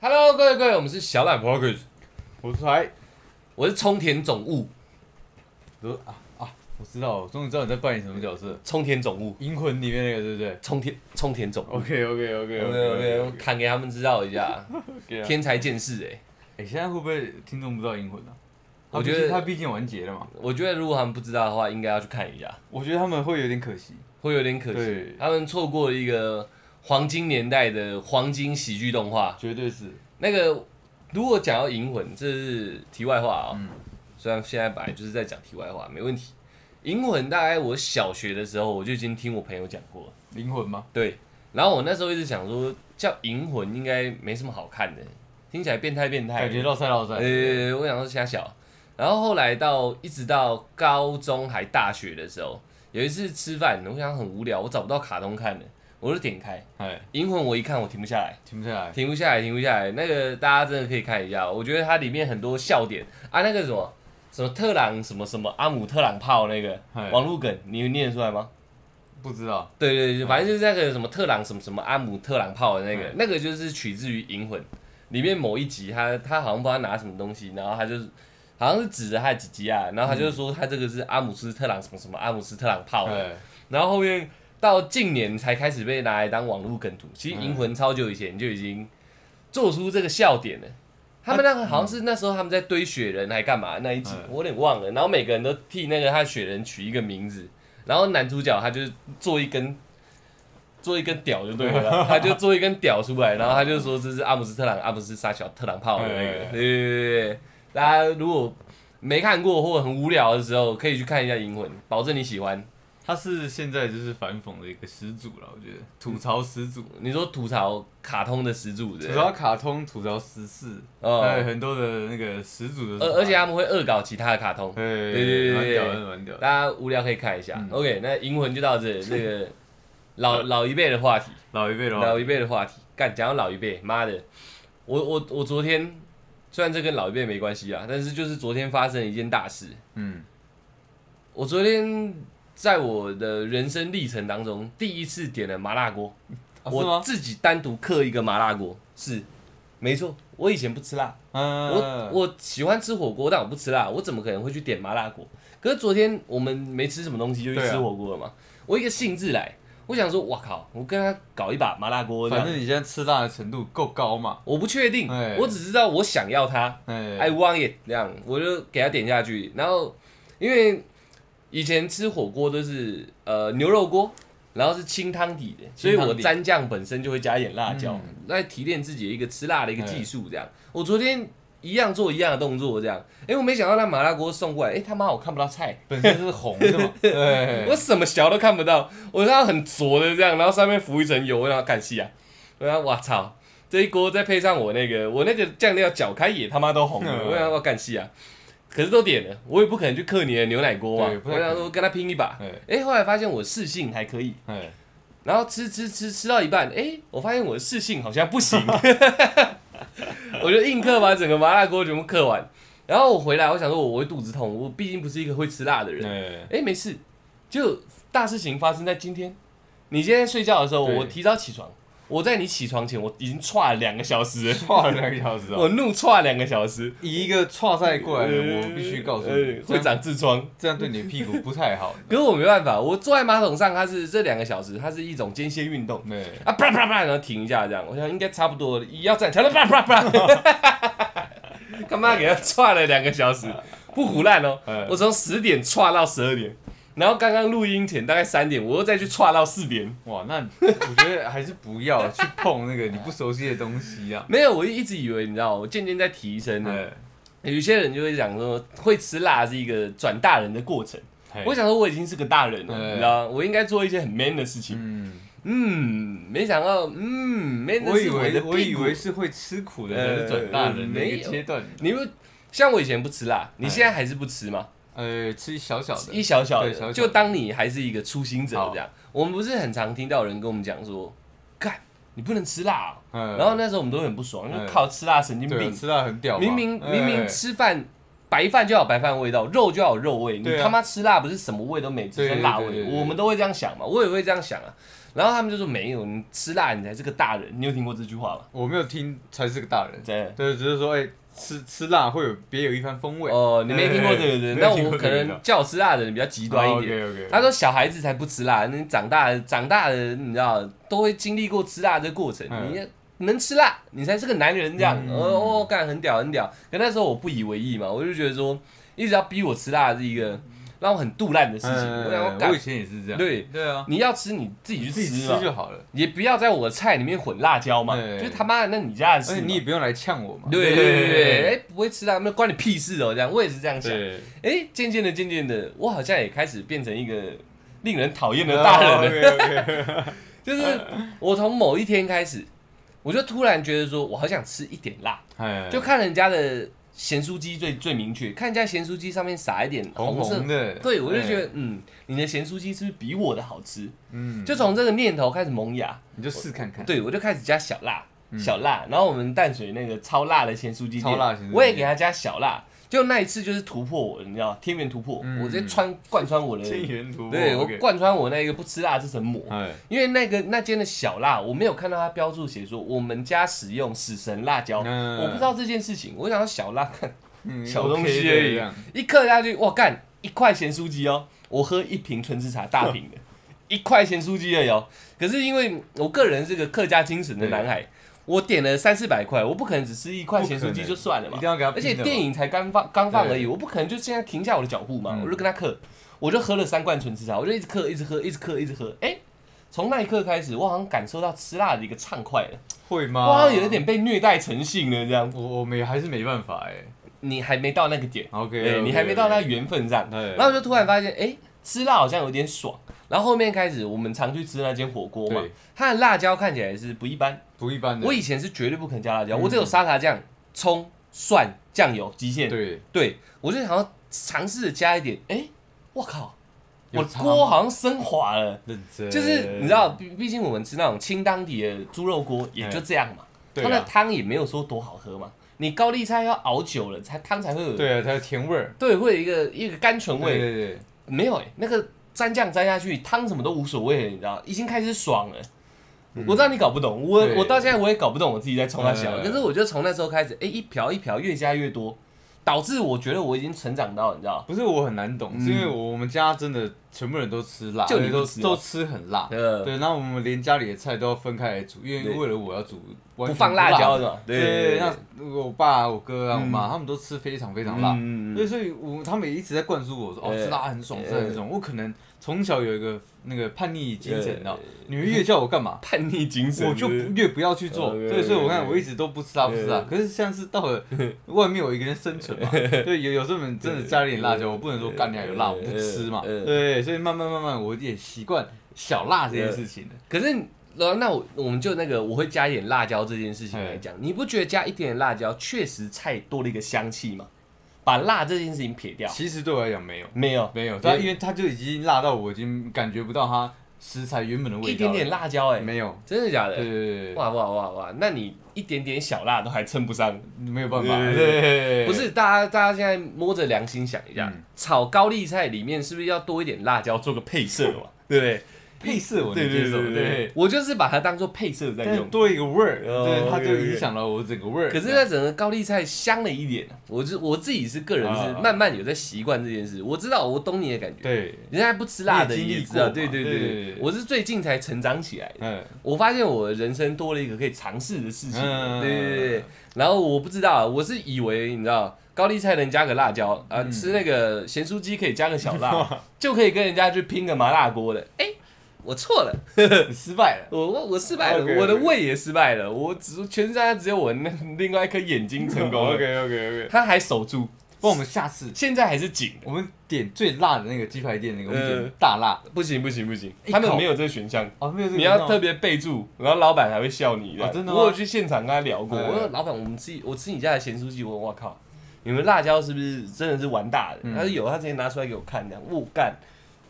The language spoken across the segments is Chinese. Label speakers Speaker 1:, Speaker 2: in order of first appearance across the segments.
Speaker 1: Hello，各位各位，我们是小懒 p o c k e t
Speaker 2: 我出来，
Speaker 1: 我是冲田总务，
Speaker 2: 我说啊啊，我知道，我终于知道你在扮演什么角色，《
Speaker 1: 冲田总务，
Speaker 2: 银魂》里面那个对不对
Speaker 1: 冲田冲田总务。
Speaker 2: ？OK OK OK
Speaker 1: OK，我砍给他们知道一下，天才见识哎、
Speaker 2: 哎，现在会不会听众不知道《银魂》啊？
Speaker 1: 我觉得
Speaker 2: 他毕竟完结了嘛，
Speaker 1: 我觉得如果他们不知道的话，应该要去看一下，
Speaker 2: 我觉得他们会有点可惜。
Speaker 1: 会有点可惜
Speaker 2: 对，
Speaker 1: 他们错过了一个黄金年代的黄金喜剧动画。
Speaker 2: 绝对是，
Speaker 1: 那个如果讲到银魂，这是题外话哦。
Speaker 2: 嗯
Speaker 1: 虽然现在本来就是在讲题外话，没问题。银魂大概我小学的时候我就已经听我朋友讲过了，
Speaker 2: 灵魂吗？
Speaker 1: 对。然后我那时候一直想说，叫银魂应该没什么好看的，听起来变态变态的。
Speaker 2: 感觉到塞到塞。
Speaker 1: 呃，我想说瞎小。然后后来到一直到高中还大学的时候，有一次吃饭，我想很无聊，我找不到卡通看了，我就点开《
Speaker 2: 哎，
Speaker 1: 银魂》，我一看我停不下来，
Speaker 2: 停不下来。
Speaker 1: 停不下来，停不下来。那个大家真的可以看一下，我觉得它里面很多笑点啊，那个什么什么特朗什么什么阿姆特朗炮那个
Speaker 2: 哎
Speaker 1: 网络梗，你念得出来吗？
Speaker 2: 不知道，
Speaker 1: 对对对，反正就是那个什么特朗什么什么阿姆特朗炮的那个，那个就是取自于《银魂》里面某一集他，他好像不知道拿什么东西，然后他就是好像是指着他的几集啊，然后他就说他这个是阿姆斯特朗什么什么阿姆斯特朗炮的，
Speaker 2: 哎，
Speaker 1: 然后后面到近年才开始被拿来当网络梗图。其实《
Speaker 2: 嗯
Speaker 1: 银魂》超久以前就已经做出这个笑点了。他们那个好像是那时候他们在堆雪人还干嘛那一集
Speaker 2: 嗯，
Speaker 1: 我有点忘了。然后每个人都替那个他雪人取一个名字，然后男主角他就是做一根做一根屌就对 了，他就做一根屌出来，然后他就说这是阿姆斯特朗阿姆斯沙小特朗炮的那
Speaker 2: 嗯
Speaker 1: 个
Speaker 2: 嗯。嗯
Speaker 1: 对对对对，大家如果没看过或很无聊的时候，可以去看一下《银魂》，保证你喜欢。
Speaker 2: 他是现在就是反讽的一个始祖了，我觉得吐槽始祖，
Speaker 1: 你说吐槽卡通的始祖的，
Speaker 2: 吐槽哎卡通，吐槽时事，
Speaker 1: 哦
Speaker 2: 还有很多的那个始祖的。
Speaker 1: 而而且，他们会恶搞其他的卡通，
Speaker 2: 对
Speaker 1: 对对对
Speaker 2: 哎蛮
Speaker 1: 对
Speaker 2: 屌的，蛮屌的。
Speaker 1: 大家无聊可以看一下。
Speaker 2: 嗯
Speaker 1: OK，那银魂就到这， 那个老老一辈的话题，
Speaker 2: 老一辈的话，
Speaker 1: 老一辈的话题，干讲到老一辈，妈的，我我我昨天虽然这跟老一辈没关系啊，但是就是昨天发生了一件大事，
Speaker 2: 嗯，
Speaker 1: 我昨天。在我的人生历程当中，第一次点了麻辣锅，
Speaker 2: 啊是
Speaker 1: 我
Speaker 2: 吗？
Speaker 1: 自己单独刻一个麻辣锅，是，没错，我以前不吃辣，我
Speaker 2: 嗯，
Speaker 1: 我喜欢吃火锅，但我不吃辣，我怎么可能会去点麻辣锅？可是昨天我们没吃什么东西就去
Speaker 2: 对啊
Speaker 1: 吃火锅了嘛，我一个兴致来，我想说，哇靠，我跟他搞一把麻辣锅，这
Speaker 2: 反
Speaker 1: 样
Speaker 2: 正你现在吃辣的程度够高嘛，
Speaker 1: 我不确定
Speaker 2: 哎，
Speaker 1: 我只知道我想要它
Speaker 2: 哎，
Speaker 1: ，I want it 这样，我就给他点下去。然后因为以前吃火锅都是呃牛肉锅，然后是清汤底的，所以
Speaker 2: 清汤
Speaker 1: 我
Speaker 2: 底
Speaker 1: 蘸酱本身就会加一点辣椒
Speaker 2: 嗯，
Speaker 1: 来提炼自己的一个吃辣的一个技术。这样，我昨天一样做一样的动作，这样，哎，我没想到那麻辣锅送过来，哎他妈我看不到菜，
Speaker 2: 本身是哎红的 嘛，对，
Speaker 1: 我什么小都看不到，我那很浊的这样，然后上面浮一层油，我要感谢啊，我要哇操，这一锅再配上我那个我那个酱料搅开也他妈都红了，
Speaker 2: 嗯
Speaker 1: 我要我感谢啊，可是都点了，我也不可能去克你的牛奶锅嘛
Speaker 2: 对，不
Speaker 1: 我
Speaker 2: 太可能
Speaker 1: 想说跟他拼一把，
Speaker 2: 哎
Speaker 1: 哎，后来发现我试性还可以，
Speaker 2: 哎，
Speaker 1: 然后吃吃吃吃到一半，哎，我发现我的试性好像不 行，我就硬克把整个麻辣锅全部克完，然后我回来我想说我会肚子痛，我毕竟不是一个会吃辣的人。
Speaker 2: 哎，
Speaker 1: 哎，没事，就大事情发生在今天。你今天睡觉的时候，
Speaker 2: 对
Speaker 1: 我提早起床，我在你起床前，我已经歘了两个小 时了，
Speaker 2: 跨了两个小时哦，
Speaker 1: 我怒歘两个小时。
Speaker 2: 以一个跨赛过来的人，
Speaker 1: 呃
Speaker 2: 我必须告诉
Speaker 1: 呃
Speaker 2: 你，
Speaker 1: 会
Speaker 2: 这样
Speaker 1: 长痔疮。
Speaker 2: 这样对你的屁股不太 好，
Speaker 1: 可是我没办法，我坐在马桶上，它是这两个小时，它是一种间歇运动
Speaker 2: 对，
Speaker 1: 啊，啪啪啪，然后停一下这样，我想应该差不多了，一要站起来，啪啪啪， 干嘛给他歘了两个小时，不胡烂哦。
Speaker 2: 哎
Speaker 1: 我从十点歘到十二点，然后刚刚录音前大概三点，我又再去歘到四点。
Speaker 2: 哇，那我觉得还是不要啊 去碰那个你不熟悉的东西啊，
Speaker 1: 没有，我一直以为你知道，我渐渐在提升呢。
Speaker 2: 哎，
Speaker 1: 有些人就会讲说，会吃辣是一个转大人的过程。
Speaker 2: 嘿
Speaker 1: 我，想说，我已经是个大人了，
Speaker 2: 哎
Speaker 1: 你知道吗，我应该做一些很 man 的事情。
Speaker 2: 嗯，
Speaker 1: 嗯，没想到，嗯，man 的
Speaker 2: 我
Speaker 1: 是
Speaker 2: 以
Speaker 1: 我
Speaker 2: 为
Speaker 1: 的
Speaker 2: 我以
Speaker 1: 屁股呃
Speaker 2: 为。是会吃苦的才是转大人的一个阶段，
Speaker 1: 你们像我以前不吃辣，你现在还是不吃吗？
Speaker 2: 呃，吃小小
Speaker 1: 一
Speaker 2: 的，
Speaker 1: 小小
Speaker 2: 对小
Speaker 1: 的，
Speaker 2: 小的
Speaker 1: 就当你还是一个初心者
Speaker 2: 好
Speaker 1: 这样。我们不是很常听到有人跟我们讲说，干，你不能吃辣哦。
Speaker 2: 嗯
Speaker 1: 然后那时候我们都很不爽，
Speaker 2: 哎
Speaker 1: 就靠吃辣神经
Speaker 2: 对，
Speaker 1: 病。
Speaker 2: 吃辣很屌嘛，
Speaker 1: 明明
Speaker 2: 哎
Speaker 1: 明明吃饭白饭就要有白饭味道，肉就要有肉味，你
Speaker 2: 对啊
Speaker 1: 他妈吃辣不是什么味都没，只
Speaker 2: 对
Speaker 1: 剩辣味，
Speaker 2: 对对对对
Speaker 1: 我们都会这样想嘛，我也会这样想啊。然后他们就说没有，你吃辣你才是个大人。你有听过这句话吗？
Speaker 2: 我没有听才是个大人，
Speaker 1: 对。
Speaker 2: 对，只是说，哎，吃吃辣会有别有一番风味。
Speaker 1: 哦，你没听过这个
Speaker 2: 对
Speaker 1: 人，
Speaker 2: 对
Speaker 1: 那
Speaker 2: 哎没听
Speaker 1: 我
Speaker 2: 过
Speaker 1: 可
Speaker 2: 这个
Speaker 1: 能
Speaker 2: 人
Speaker 1: 叫我吃辣的人比较极端一点。
Speaker 2: OK
Speaker 1: 他
Speaker 2: OK。
Speaker 1: 说小孩子才不吃辣，你长大长大的你知道都会经历过吃辣这个过程，
Speaker 2: 嗯
Speaker 1: 你能吃辣，你才是个男人这样。
Speaker 2: 嗯
Speaker 1: 哦哦，干很屌很屌。可那时候我不以为意嘛，我就觉得说一直要逼我吃辣是一个让我很肚烂的事情。啊我想说
Speaker 2: 嗯，
Speaker 1: 干
Speaker 2: 我以，前也是这样。
Speaker 1: 对
Speaker 2: 对啊，
Speaker 1: 你要吃你自己去
Speaker 2: 你自己
Speaker 1: 吃
Speaker 2: 吃
Speaker 1: 嘛，
Speaker 2: 就好了，
Speaker 1: 也不要在我的菜里面混辣椒嘛，
Speaker 2: 对
Speaker 1: 就是他妈的那你家的
Speaker 2: 而
Speaker 1: 事
Speaker 2: 且
Speaker 1: 嘛。
Speaker 2: 哎你也不用来呛我嘛。
Speaker 1: 啊对对对对，哎、不会吃辣，那关你屁事哦，这样我也是这样想。
Speaker 2: 对，啊
Speaker 1: 哎，渐渐的，渐渐的，我好像也开始变成一个令人讨
Speaker 2: 嗯
Speaker 1: 厌的大人了。
Speaker 2: 人。
Speaker 1: 就是我从某一天开始，我就突然觉得说，我好想吃一点辣。
Speaker 2: 哎，
Speaker 1: 就看人家的咸酥鸡最最明确，看人家咸酥鸡上面撒一点
Speaker 2: 红
Speaker 1: 色。
Speaker 2: 红的。
Speaker 1: 对，我就觉
Speaker 2: 哎，
Speaker 1: 得，嗯，你的咸酥鸡是不是比我的好吃？
Speaker 2: 嗯，
Speaker 1: 就从这个念头开始萌芽。
Speaker 2: 你就试看看。
Speaker 1: 对，我就开始加小辣，小辣。然后我们淡水那个超辣的咸酥鸡店，
Speaker 2: 嗯超辣咸酥鸡
Speaker 1: 我也给他加小辣。就那一次就是突破我，你知道，天元突破，
Speaker 2: 嗯
Speaker 1: 我直接穿贯穿我的
Speaker 2: 千元图
Speaker 1: 对我贯穿我那个不吃辣这层膜，
Speaker 2: 哎，
Speaker 1: 因为那个那间的小辣，我没有看到它标注写说我们家使用死神辣椒，
Speaker 2: 嗯
Speaker 1: 我不知道这件事情。我想要小辣，看
Speaker 2: 嗯
Speaker 1: 小东西
Speaker 2: OK
Speaker 1: 而
Speaker 2: 的
Speaker 1: 已
Speaker 2: 这样
Speaker 1: 一克下去，哇干一块咸酥鸡哦，我喝一瓶纯喫茶大 瓶的，一块咸酥鸡而已哦。可是因为我个人是个客家精神的男孩，我点了三四百块，我不可能只吃一块咸酥鸡就算了嘛
Speaker 2: 一定，要给他
Speaker 1: 而
Speaker 2: 拼的
Speaker 1: 且
Speaker 2: 嘛。
Speaker 1: 电影才刚放刚放
Speaker 2: 对
Speaker 1: 而已，我不可能就现在停下我的脚步嘛，
Speaker 2: 嗯
Speaker 1: 我就跟他嗑，我就喝了三罐纯吃茶，我就一直嗑，一直喝，一直嗑，一直喝。
Speaker 2: 嗯
Speaker 1: 哎、从那一刻开始，我好像感受到吃辣的一个畅快了，
Speaker 2: 会
Speaker 1: 我
Speaker 2: 吗？
Speaker 1: 好像有一点被虐待成性了这样。
Speaker 2: 我我们也还是没办法哎。
Speaker 1: 你还没到那个点，
Speaker 2: OK，
Speaker 1: 对，哎你还没到那个缘分上，
Speaker 2: 对
Speaker 1: 然后我就突然发现，哎、吃辣好像有点爽。然后后面开始，我们常去吃那间火锅嘛
Speaker 2: 对，
Speaker 1: 它的辣椒看起来是不一般。
Speaker 2: 不一般的。
Speaker 1: 我以前是绝对不肯加辣
Speaker 2: 嗯
Speaker 1: 椒，我只有沙茶酱、葱、蒜、酱油极限。
Speaker 2: 对，
Speaker 1: 对，我就想要尝试着加一点，哎、我靠，我
Speaker 2: 有差
Speaker 1: 锅好像升华了，
Speaker 2: 认真
Speaker 1: 就是你知道，，毕毕竟我们吃那种清汤底的猪肉锅也就这样嘛，
Speaker 2: 对
Speaker 1: 它的
Speaker 2: 啊，
Speaker 1: 汤也没有说多好喝嘛，你高丽菜要熬久了，才汤才会有，
Speaker 2: 对啊，它有甜味儿，
Speaker 1: 对，会有一个一个甘醇
Speaker 2: 对
Speaker 1: 味，
Speaker 2: 对对，
Speaker 1: 没有哎、那个沾酱沾下去，汤什么都无所谓了，你知道，已经开始爽了。我知道你搞不懂，我
Speaker 2: 嗯对
Speaker 1: 我到现在我也搞不懂我自己在冲他小，
Speaker 2: 嗯
Speaker 1: 可是我就从那时候开始，哎，一瓢一瓢越加越多，导致我觉得我已经成长到你知道，
Speaker 2: 不是我很难懂，是因为我们家真的全部人都吃辣，
Speaker 1: 嗯就你
Speaker 2: 而且
Speaker 1: 不
Speaker 2: 都
Speaker 1: 吃哦
Speaker 2: 都吃很辣，
Speaker 1: 呃，
Speaker 2: 啊对，然后我们连家里的菜都要分开来煮，因
Speaker 1: 对
Speaker 2: 为为了我要煮完
Speaker 1: 不
Speaker 2: 全
Speaker 1: 放辣椒
Speaker 2: 的，
Speaker 1: 的嘛，
Speaker 2: 对对对，那我爸、我哥啊、我妈他们都吃非常非常辣，
Speaker 1: 嗯
Speaker 2: 对，所以我他们也一直在灌输我说，哦，
Speaker 1: 对
Speaker 2: 吃辣很爽，
Speaker 1: 对
Speaker 2: 吃辣很爽。我可能从小有一个那个叛逆精神，
Speaker 1: 对
Speaker 2: 你知道，你们越叫我干嘛？
Speaker 1: 叛逆精神，
Speaker 2: 我就不越不要去做，
Speaker 1: OK，
Speaker 2: 对，所以我看
Speaker 1: OK
Speaker 2: 我一直都不吃辣不吃辣，可是像是到了外面我一个人 生存嘛，对，有有时候你真的加了点辣椒，我不能说干你还有辣我不吃嘛，
Speaker 1: 嗯
Speaker 2: 对，所以慢慢慢慢我也习惯小辣这件事情了，
Speaker 1: 可是。呃，那我我们就那个我会加一点辣椒这件事情来讲，你不觉得加一点点辣椒确实菜多了一个香气吗？把辣这件事情撇掉，
Speaker 2: 其实对我来讲没有
Speaker 1: 没有
Speaker 2: 没有，
Speaker 1: 对
Speaker 2: 它因为它就已经辣到我已经感觉不到它食材原本的味道，
Speaker 1: 一点点辣椒哎、
Speaker 2: 没有，
Speaker 1: 真的假
Speaker 2: 对
Speaker 1: 的？
Speaker 2: 对对对，
Speaker 1: 哇哇哇哇！那你一点点小辣都还称不上，
Speaker 2: 没有办法，
Speaker 1: 对
Speaker 2: 对
Speaker 1: 对
Speaker 2: 对对，
Speaker 1: 不是？大家大家现在摸着良心想一下，
Speaker 2: 嗯
Speaker 1: 炒高丽菜里面是不是要多一点辣椒做个配色嘛？对不对？
Speaker 2: 配色我能
Speaker 1: 对
Speaker 2: 接
Speaker 1: 对
Speaker 2: 受，
Speaker 1: 对
Speaker 2: 对
Speaker 1: 对对，我就是把它当做配色在
Speaker 2: 但是
Speaker 1: 用。
Speaker 2: 多一个味儿，
Speaker 1: 哦
Speaker 2: 对，它就
Speaker 1: OK，OK
Speaker 2: 影响了我整个味儿，
Speaker 1: 可是那整个高丽菜香了一点，啊我是我自己是个人是
Speaker 2: 啊
Speaker 1: 慢慢有在习惯这件事，我知道我懂你的感觉。
Speaker 2: 对。
Speaker 1: 人家不吃辣的
Speaker 2: 你也经历
Speaker 1: 也知道，
Speaker 2: 过
Speaker 1: 对
Speaker 2: 嘛
Speaker 1: 对
Speaker 2: 对
Speaker 1: 对
Speaker 2: 对对
Speaker 1: 我是最近才成长起来的。
Speaker 2: 嗯，
Speaker 1: 我发现我人生多了一个可以尝试的事情，
Speaker 2: 嗯
Speaker 1: 对对对对。然后我不知道啊，我是以为你知道高丽菜能加个辣椒啊、
Speaker 2: 嗯
Speaker 1: 呃吃那个咸酥鸡可以加个小 辣，就可以跟人家去拼个麻辣锅的。哎，我错了，
Speaker 2: 失 败了。
Speaker 1: 我我我失败了
Speaker 2: OK，OK
Speaker 1: 我的胃也失败了，我只全身上下只有我那另外一颗眼睛成功 了，
Speaker 2: OK OK OK。
Speaker 1: 他还守住，
Speaker 2: 不，我们下次
Speaker 1: 现在还是紧的。
Speaker 2: 我们点最辣的那个鸡排店那个，我们
Speaker 1: 呃
Speaker 2: 点大辣。
Speaker 1: 不行不行不行，
Speaker 2: 一口
Speaker 1: 他们没有这个选项。
Speaker 2: 哦，没有这个
Speaker 1: 哎你
Speaker 2: 味道
Speaker 1: 要特别备注，然后老板还会笑你的。
Speaker 2: 哦真的吗
Speaker 1: 我有去现场跟他聊过，
Speaker 2: 嗯
Speaker 1: 我说老板，我们吃我吃你家的咸酥鸡，我说我靠，你们辣椒是不是真的是玩大的？
Speaker 2: 嗯
Speaker 1: 他说有，他直接拿出来给我看，这样，我干，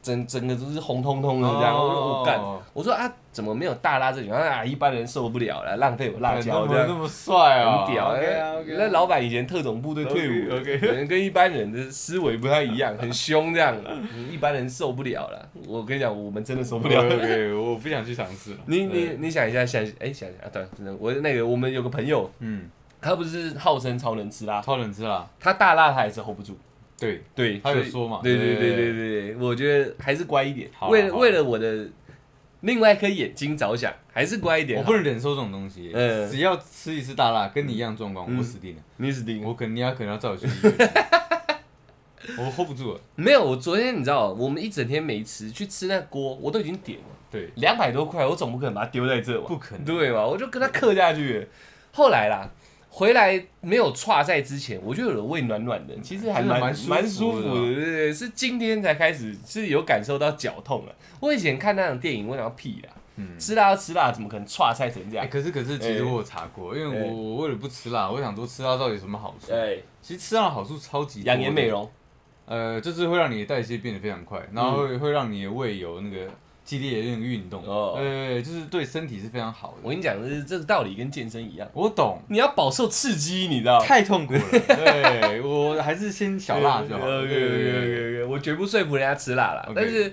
Speaker 1: 整整个都是红彤彤的这样。我说我干，
Speaker 2: 哦
Speaker 1: 我说啊，怎么没有大辣这种？啊，一般人受不了了，浪费我辣椒这
Speaker 2: 那么
Speaker 1: 样
Speaker 2: 那。么帅啊，
Speaker 1: 很屌。
Speaker 2: OK 啊
Speaker 1: 那那老板以前特种部队退伍
Speaker 2: OK，OK
Speaker 1: 可能跟一般人的思维不太一样，很凶这样， 嗯一般人受不了了。我跟你讲，我们真的受不
Speaker 2: OK
Speaker 1: 了。
Speaker 2: OK，我不想去尝试了。
Speaker 1: 你你
Speaker 2: 对
Speaker 1: 你想一下，想哎、想一下，啊，对，真的，我那个我们有个朋友，
Speaker 2: 嗯，
Speaker 1: 他不是号称超能吃辣，
Speaker 2: 超能吃辣，
Speaker 1: 他大辣他还是 hold 不住。
Speaker 2: 对，
Speaker 1: 对，
Speaker 2: 他有
Speaker 1: 所以
Speaker 2: 说嘛
Speaker 1: 对对对
Speaker 2: 对
Speaker 1: 对对，我觉得还是乖一点
Speaker 2: 好，啊
Speaker 1: 为了
Speaker 2: 好啊
Speaker 1: 为了我的另外一颗眼睛着想，还是乖一点啊
Speaker 2: 我
Speaker 1: 好。
Speaker 2: 不能忍受这种东西，
Speaker 1: 嗯
Speaker 2: 只要吃一次大辣，跟你一样状况，
Speaker 1: 嗯
Speaker 2: 我死定了，
Speaker 1: 你死定了。
Speaker 2: 我可能你要可能要载我去医 院，我 hold 不住了。
Speaker 1: 没有，我昨天你知道，我们一整天没吃，去吃那锅，我都已经点了
Speaker 2: 对，
Speaker 1: 两百多块，我总不可能把它丢在这吧？
Speaker 2: 不可能
Speaker 1: 对吧？我就跟他克下去。后来啦，回来没有岔在之前，我就有胃暖暖的，其实还蛮
Speaker 2: 嗯真的
Speaker 1: 蛮
Speaker 2: 蛮
Speaker 1: 舒
Speaker 2: 舒
Speaker 1: 服
Speaker 2: 服的
Speaker 1: 的，对对对，是今天才开始是有感受到脚痛了。我以前看那种电影，我想要屁啦，
Speaker 2: 嗯，
Speaker 1: 吃辣要吃辣，怎么可能岔菜成这
Speaker 2: 哎，
Speaker 1: 样？
Speaker 2: 可是可是，其
Speaker 1: 哎
Speaker 2: 实我有查过，因为
Speaker 1: 哎
Speaker 2: 我我为了不吃辣，我想说吃辣到底有什么好处？
Speaker 1: 哎，
Speaker 2: 其实吃辣的好处超级多的
Speaker 1: 养颜美，容，
Speaker 2: 呃，就是会让你的代谢变得非常快，然后会会让你的胃有那个激烈的那个运动，
Speaker 1: 嗯哦
Speaker 2: 呃，就是对身体是非常好
Speaker 1: 我
Speaker 2: 的。
Speaker 1: 跟你讲，这这个道理跟健身一样，
Speaker 2: 我懂，
Speaker 1: 你要饱受刺激，你知道吗？
Speaker 2: 太痛苦了，对我还是先小辣 就好。
Speaker 1: OK
Speaker 2: 对对对
Speaker 1: OK
Speaker 2: 对
Speaker 1: OK OK，我绝不说服人家吃辣啦。
Speaker 2: OK
Speaker 1: 但是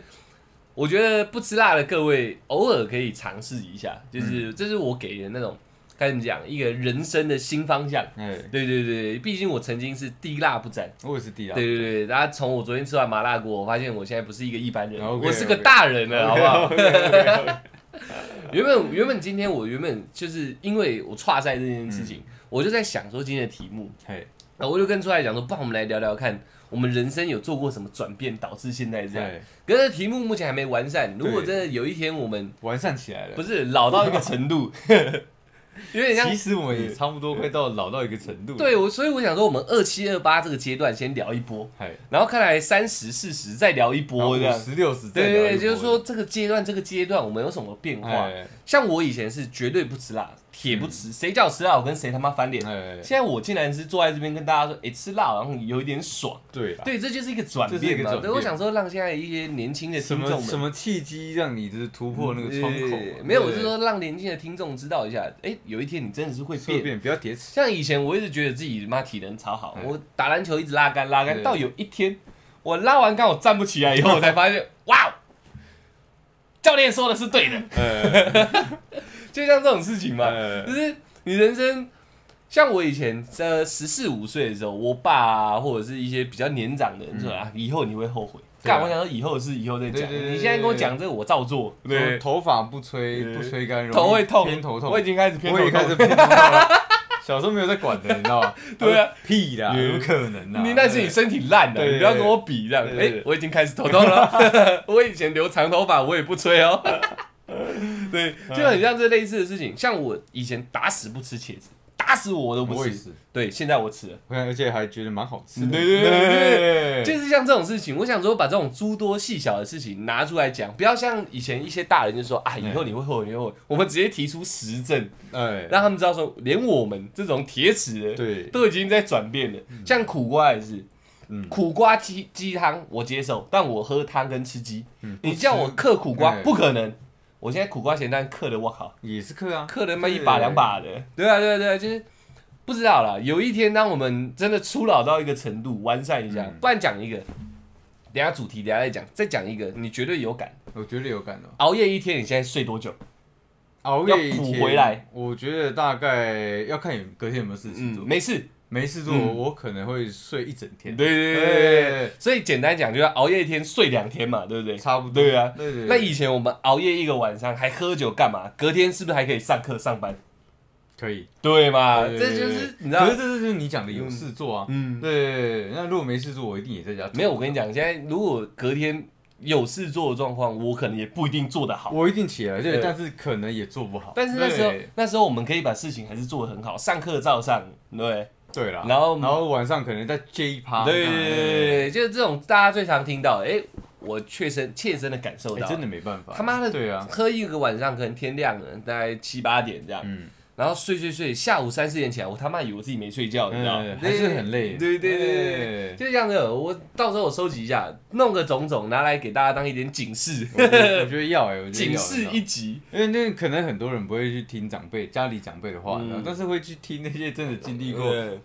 Speaker 1: 我觉得不吃辣的各位偶尔可以尝试一下，
Speaker 2: 嗯
Speaker 1: 就是、这是我给的那种该怎么讲一个人生的新方向。
Speaker 2: 哎，
Speaker 1: 对对对，毕竟我曾经是滴辣不沾。
Speaker 2: 我也是低辣。
Speaker 1: 对对对，大家从我昨天吃完麻辣锅，我发现我现在不是一个一般人
Speaker 2: OK，
Speaker 1: 我是个大人了，好不好？
Speaker 2: OK，OK，OK，OK
Speaker 1: 原本原本今天我原本就是因为我岔赛这件事情，
Speaker 2: 嗯
Speaker 1: 我就在想说今天的题目，
Speaker 2: 嘿，
Speaker 1: 然后我就跟出来讲说，不然我们来聊聊看，我们人生有做过什么转变，导致现在这样。
Speaker 2: 对，
Speaker 1: 可是题目目前还没完善，如果真的有一天我们
Speaker 2: 完善起来了。
Speaker 1: 不是老到一个程度，有点像
Speaker 2: 其实我们也差不多快到老到一个程度。，
Speaker 1: 对我，所以我想说，我们二七二八这个阶段先聊一波，
Speaker 2: 嘿，
Speaker 1: 然后看来三十四十再聊一波这样。
Speaker 2: 哦十六十，
Speaker 1: 对对对，就是说这个阶段这个阶段我们有什么变化？
Speaker 2: 哎，
Speaker 1: 像我以前是绝对不吃辣，铁不吃，谁叫我吃辣，我跟谁他妈翻脸。
Speaker 2: 哎，
Speaker 1: 现在我竟然是坐在这边跟大家说，哎，吃辣好像有一点爽。
Speaker 2: 对啦。
Speaker 1: 对，这就是一个转
Speaker 2: 这是一
Speaker 1: 变
Speaker 2: 个
Speaker 1: 嘛。
Speaker 2: 转
Speaker 1: 对，我
Speaker 2: 变
Speaker 1: 想说让现在一些年轻的
Speaker 2: 什
Speaker 1: 听
Speaker 2: 么
Speaker 1: 众
Speaker 2: 什
Speaker 1: 们，
Speaker 2: 么契机让你就是突破那个窗口啊？
Speaker 1: 呃没有，我
Speaker 2: 对
Speaker 1: 是说让年轻的听众知道一下，哎，有一天你真的是会
Speaker 2: 顺
Speaker 1: 变。哎
Speaker 2: 便不要叠词。
Speaker 1: 像以前我一直觉得自己妈体能超好，
Speaker 2: 嗯
Speaker 1: 我打篮球一直拉杆拉杆，
Speaker 2: 对
Speaker 1: 到有一天我拉完杆我站不起来以后，我才发现，哇，哦教练说的 是对的，
Speaker 2: 呃，
Speaker 1: 就像这种事 情嘛。
Speaker 2: 呃
Speaker 1: 就是你人生，像我以前呃十四五岁的时候，我爸、啊、或者是一些比较年长的人说、啊，以后你会后悔。
Speaker 2: 嗯对啊
Speaker 1: 干、我想说以后是以后再讲，
Speaker 2: 对对对对
Speaker 1: 你现在跟我讲这个，我照做。
Speaker 2: 头
Speaker 1: 对，
Speaker 2: 头发不吹
Speaker 1: 对
Speaker 2: 不吹干，容易
Speaker 1: 头会痛，
Speaker 2: 偏头痛。
Speaker 1: 我已经开始偏
Speaker 2: 我
Speaker 1: 头
Speaker 2: 也开
Speaker 1: 痛
Speaker 2: 始
Speaker 1: 了。
Speaker 2: 偏头痛了。 小时候没有在管的，你知道吗？
Speaker 1: 对啊，
Speaker 2: 屁啦，
Speaker 1: 嗯
Speaker 2: 有可能啊。
Speaker 1: 你那是你身体烂的，
Speaker 2: 对对
Speaker 1: 你不要跟我比这样。
Speaker 2: 对对对
Speaker 1: 哎，我已经开始头痛 了。我以前留长头发，我也不吹哦。对，
Speaker 2: 嗯
Speaker 1: 就很像这类似的事情。像我以前打死不吃茄子，打死我都不
Speaker 2: 我也
Speaker 1: 吃。
Speaker 2: 是，
Speaker 1: 对，现在我吃了。
Speaker 2: 我看而且还觉得蛮好吃的。
Speaker 1: 对对对对对
Speaker 2: 对
Speaker 1: 就是像这种事情，我想说把这种诸多细小的事情拿出来讲，不要像以前一些大人就说啊，以后你会后悔，你会后悔。我们直接提出实证，
Speaker 2: 哎，
Speaker 1: 让他们知道说，连我们这种铁齿的，
Speaker 2: 对，
Speaker 1: 都已经在转变了。像苦瓜也是，
Speaker 2: 嗯
Speaker 1: 苦瓜鸡鸡汤我接受，但我喝汤跟吃鸡，
Speaker 2: 嗯
Speaker 1: 你叫我嗑苦瓜
Speaker 2: 哎
Speaker 1: 不可能。我现在苦瓜咸蛋嗑的，我靠，
Speaker 2: 也是客啊，
Speaker 1: 嗑的他妈
Speaker 2: 对
Speaker 1: 一把两把的。对啊，对啊，对啊，就是。不知道啦，有一天当我们真的初老到一个程度，完善一下，
Speaker 2: 嗯
Speaker 1: 不然讲一个，等一下主题等一下再讲，再讲一个，你绝对有感。
Speaker 2: 我觉得有感的。哦
Speaker 1: 熬夜一天，你现在睡多久？
Speaker 2: 熬夜一
Speaker 1: 要补
Speaker 2: 天
Speaker 1: 回来，
Speaker 2: 我觉得大概要看有隔天有没有事情
Speaker 1: 嗯，
Speaker 2: 做。
Speaker 1: 没事。
Speaker 2: 没事做，
Speaker 1: 嗯
Speaker 2: 我可能会睡一整天。
Speaker 1: 对对对对对。所以简单讲，就是熬夜一天睡两天嘛，对不对？
Speaker 2: 差不多。
Speaker 1: 对啊
Speaker 2: 对对。
Speaker 1: 那以前我们熬夜一个晚上还喝酒干嘛？隔天是不是还可以上课上班？
Speaker 2: 可以。
Speaker 1: 对嘛？
Speaker 2: 对
Speaker 1: 啊这
Speaker 2: 对
Speaker 1: 就是
Speaker 2: 对
Speaker 1: 你知道
Speaker 2: 可是，这就是你讲的有事做啊。
Speaker 1: 嗯，
Speaker 2: 对，那如果没事做，我一定也在家。
Speaker 1: 没有。我跟你讲，现在如果隔天有事做的状况，我可能也不一定做得好。
Speaker 2: 我一定起来，对，
Speaker 1: 对
Speaker 2: 但是可能也做不好。
Speaker 1: 但是那时候
Speaker 2: 对，
Speaker 1: 那时候我们可以把事情还是做得很好，上课照上，对
Speaker 2: 对啦，
Speaker 1: 然后
Speaker 2: 然后晚上可能再接一趴。
Speaker 1: 不对对对对，对，就是这种大家最常听到的，哎，我确身切身的感受
Speaker 2: 哎
Speaker 1: 到，
Speaker 2: 真的没办法，
Speaker 1: 他妈的
Speaker 2: 对啊，
Speaker 1: 喝一个晚上，可能天亮了，大概七八点这样，
Speaker 2: 嗯，
Speaker 1: 然后睡睡睡，下午三四点起来，我他妈以为我自己没睡觉，你知道吗
Speaker 2: 嗯，？还是很累。
Speaker 1: 对对对对对，
Speaker 2: 对，
Speaker 1: 就是这样的。我到时候我收集一下，弄个种种拿来给大家当一点警示，
Speaker 2: 我觉得我觉得要哎、我觉得要
Speaker 1: 警示一，集。
Speaker 2: 因为那可能很多人不会去听长辈家里长辈的话，
Speaker 1: 嗯
Speaker 2: 然后但是会去听那些真的经历过
Speaker 1: 对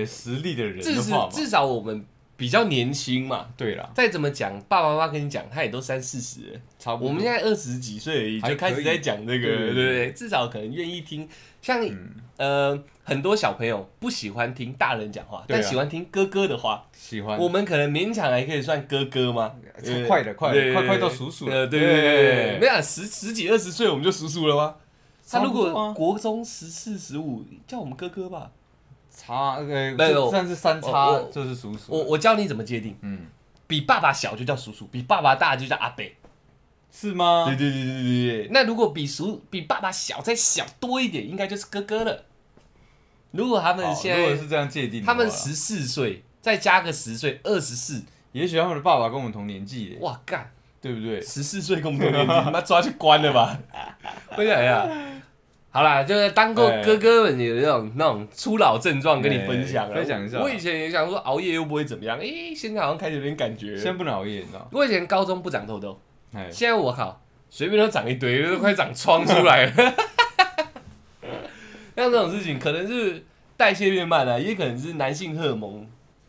Speaker 2: 呃实力的人
Speaker 1: 至
Speaker 2: 的话
Speaker 1: 少
Speaker 2: 嘛。
Speaker 1: 至少我们比较年轻嘛，
Speaker 2: 对啦，
Speaker 1: 再怎么讲，爸爸妈妈跟你讲，他也都三四十了，
Speaker 2: 差不多。
Speaker 1: 我们现在二十几岁而已，
Speaker 2: 嗯还
Speaker 1: 就开
Speaker 2: 可
Speaker 1: 始
Speaker 2: 以
Speaker 1: 在讲这个，
Speaker 2: 对嗯
Speaker 1: 对不对？至少可能愿意听，像呃很多小朋友不喜欢听大人讲话，
Speaker 2: 对啊
Speaker 1: 但喜欢听哥哥的话，
Speaker 2: 喜欢
Speaker 1: 我们可能勉强还可以算哥哥吗？对不对
Speaker 2: 哎快了快了
Speaker 1: 对
Speaker 2: 快快到叔叔了
Speaker 1: 呃对对对对对
Speaker 2: 对
Speaker 1: 没有啊十十几二十岁我们就叔叔了吗？他如
Speaker 2: 差不多
Speaker 1: 果
Speaker 2: 啊
Speaker 1: 国中十四十五，叫我们哥哥吧。
Speaker 2: 差呃，
Speaker 1: 没有
Speaker 2: 这算是三
Speaker 1: 我
Speaker 2: 叉
Speaker 1: 我，
Speaker 2: 就是叔叔。
Speaker 1: 我我教你怎么界定，
Speaker 2: 嗯，
Speaker 1: 比爸爸小就叫叔叔，比爸爸大就叫阿伯。
Speaker 2: 是吗？啊
Speaker 1: 对对对对对对。那如果比叔比爸爸小再小多一点，应该就是哥哥了。如果他们
Speaker 2: 好
Speaker 1: 现
Speaker 2: 如果
Speaker 1: 在
Speaker 2: 是这样界定的话
Speaker 1: 他
Speaker 2: 啦，
Speaker 1: 们十四岁，再加个十岁，二十四，
Speaker 2: 也许他们的爸爸跟我们同年纪耶，
Speaker 1: 哇干，
Speaker 2: 对不对？
Speaker 1: 十四岁跟我们同年纪，他妈抓去关了 吧！我想一下，好啦，就是当过
Speaker 2: 哎
Speaker 1: 哥哥们有那种那种初老症状跟你分享啊
Speaker 2: 哎分享一下
Speaker 1: 我以前也想说熬夜又不会怎么样，诶，现在好像开始有点感觉
Speaker 2: 现在
Speaker 1: 了。
Speaker 2: 不能熬夜，你知道吗？
Speaker 1: 我以前高中不长痘痘，
Speaker 2: 哎，
Speaker 1: 现在我靠，随便都长一堆，都快长疮出来了。 像这种事情，可能是代谢变慢了、也可能是男性荷尔蒙，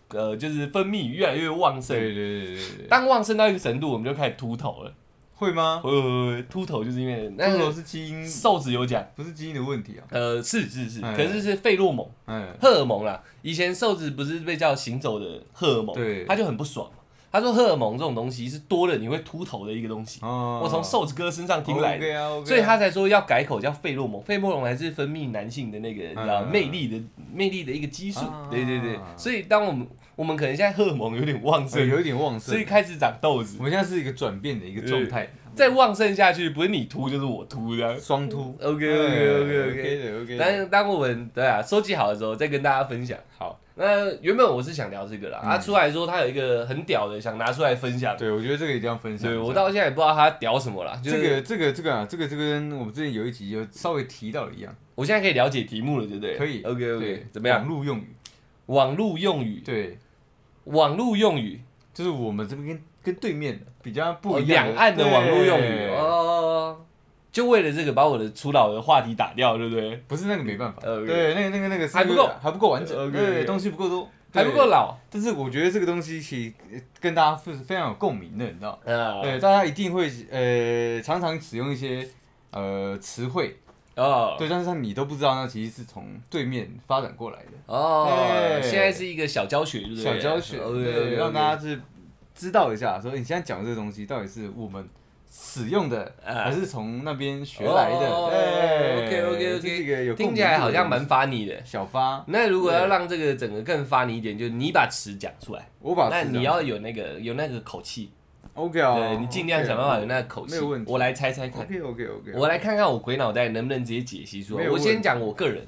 Speaker 1: 呃，就是分泌越来越旺盛。
Speaker 2: 对对对对对对，
Speaker 1: 当旺盛到一个程度，我们就开始秃头了。
Speaker 2: 会吗？
Speaker 1: 会会会会秃头就是因为那
Speaker 2: 这都
Speaker 1: 个
Speaker 2: 是基因，
Speaker 1: 瘦子有讲，
Speaker 2: 不是基因的问题啊。
Speaker 1: 呃，是是是，
Speaker 2: 哎
Speaker 1: 可是是费洛蒙
Speaker 2: 哎，
Speaker 1: 荷尔蒙啦。以前瘦子不是被叫行走的荷尔蒙，
Speaker 2: 对
Speaker 1: 他就很不爽嘛。他说荷尔蒙这种东西是多了你会秃头的一个东西，
Speaker 2: 哦，
Speaker 1: 我从瘦子哥身上听来的。
Speaker 2: OK 啊，OK 啊
Speaker 1: 所以他才说要改口叫费洛蒙，费洛蒙还是分泌男性的那个你知道
Speaker 2: 嗯
Speaker 1: 魅力的魅力的一个激素
Speaker 2: 啊，
Speaker 1: 对对对。所以当我们我们可能现在荷尔蒙有点旺
Speaker 2: 哎
Speaker 1: 盛，
Speaker 2: 有一点旺
Speaker 1: 所以
Speaker 2: 盛。
Speaker 1: 开始长痘子
Speaker 2: 我，们现在是一个转变的一个状态，
Speaker 1: 再旺盛下去，不是你秃就是我秃这样。
Speaker 2: 双突。哎
Speaker 1: OK OK OK OK。
Speaker 2: OK 的 OK 的。
Speaker 1: 当当我们对啊收集好的时候再跟大家分享。
Speaker 2: 好，
Speaker 1: 那原本我是想聊这个啦，
Speaker 2: 嗯
Speaker 1: 啊出来说他有一个很屌的想拿出来分享，
Speaker 2: 对我觉得这个一定要分享一
Speaker 1: 对
Speaker 2: 下。
Speaker 1: 我到现在也不知道他屌什么啦，就
Speaker 2: 这
Speaker 1: 是
Speaker 2: 个这个这个啊，这个这个跟我们之前有一集有稍微提到一样，
Speaker 1: 我现在可以了解题目了，对不对？
Speaker 2: 可以。
Speaker 1: OK
Speaker 2: 对
Speaker 1: OK，怎么样
Speaker 2: 网？络用语，
Speaker 1: 网络用语，
Speaker 2: 对，
Speaker 1: 网络用语，
Speaker 2: 就是我们这边跟跟对面比较不
Speaker 1: 哦
Speaker 2: 一样
Speaker 1: 两
Speaker 2: 的，
Speaker 1: 岸的网络用语
Speaker 2: 对
Speaker 1: 哦。就为了这个把我的初老的话题打掉，对不对？
Speaker 2: 不是那个没办法，
Speaker 1: OK
Speaker 2: 对，那个那个那个是
Speaker 1: 还不够
Speaker 2: 还不够完整，
Speaker 1: OK，
Speaker 2: 对，
Speaker 1: OK
Speaker 2: 东西不够多，
Speaker 1: 还不够
Speaker 2: 对。
Speaker 1: 老，
Speaker 2: 但是我觉得这个东西其实呃跟大家是非常有共鸣的，你知道吗？
Speaker 1: 呃
Speaker 2: 对，大家一定会呃常常使用一些呃词汇，
Speaker 1: 哦
Speaker 2: 对，但是你都不知道那其实是从对面发展过来的
Speaker 1: 哦，
Speaker 2: 对
Speaker 1: 现在是一个小教学，对不哦对？
Speaker 2: 小教学，对，
Speaker 1: ，OK，
Speaker 2: 让大家是知道一下，说哎你现在讲的这个东西到底是我们使用的，
Speaker 1: 啊
Speaker 2: 还是从那边学来的？
Speaker 1: 哦
Speaker 2: 对
Speaker 1: OK，OK，OK
Speaker 2: 这是一个有共
Speaker 1: 听
Speaker 2: 鸣
Speaker 1: 起来好像
Speaker 2: 的东西
Speaker 1: 蛮发你的。
Speaker 2: 小发，
Speaker 1: 那如果要让这个整个更发你一点，就你把词讲出来，
Speaker 2: 我把
Speaker 1: 那
Speaker 2: 词
Speaker 1: 你
Speaker 2: 讲
Speaker 1: 要有那个有那个口气，
Speaker 2: OK 啊，
Speaker 1: 对你尽量想办法有那个口气。
Speaker 2: 没有问题
Speaker 1: 我来猜猜看。
Speaker 2: OK OK OK，
Speaker 1: 我来看看我鬼脑袋能不能直接解析出
Speaker 2: 啊没
Speaker 1: 来。
Speaker 2: 有嗯
Speaker 1: 我
Speaker 2: 问
Speaker 1: 先讲我个人，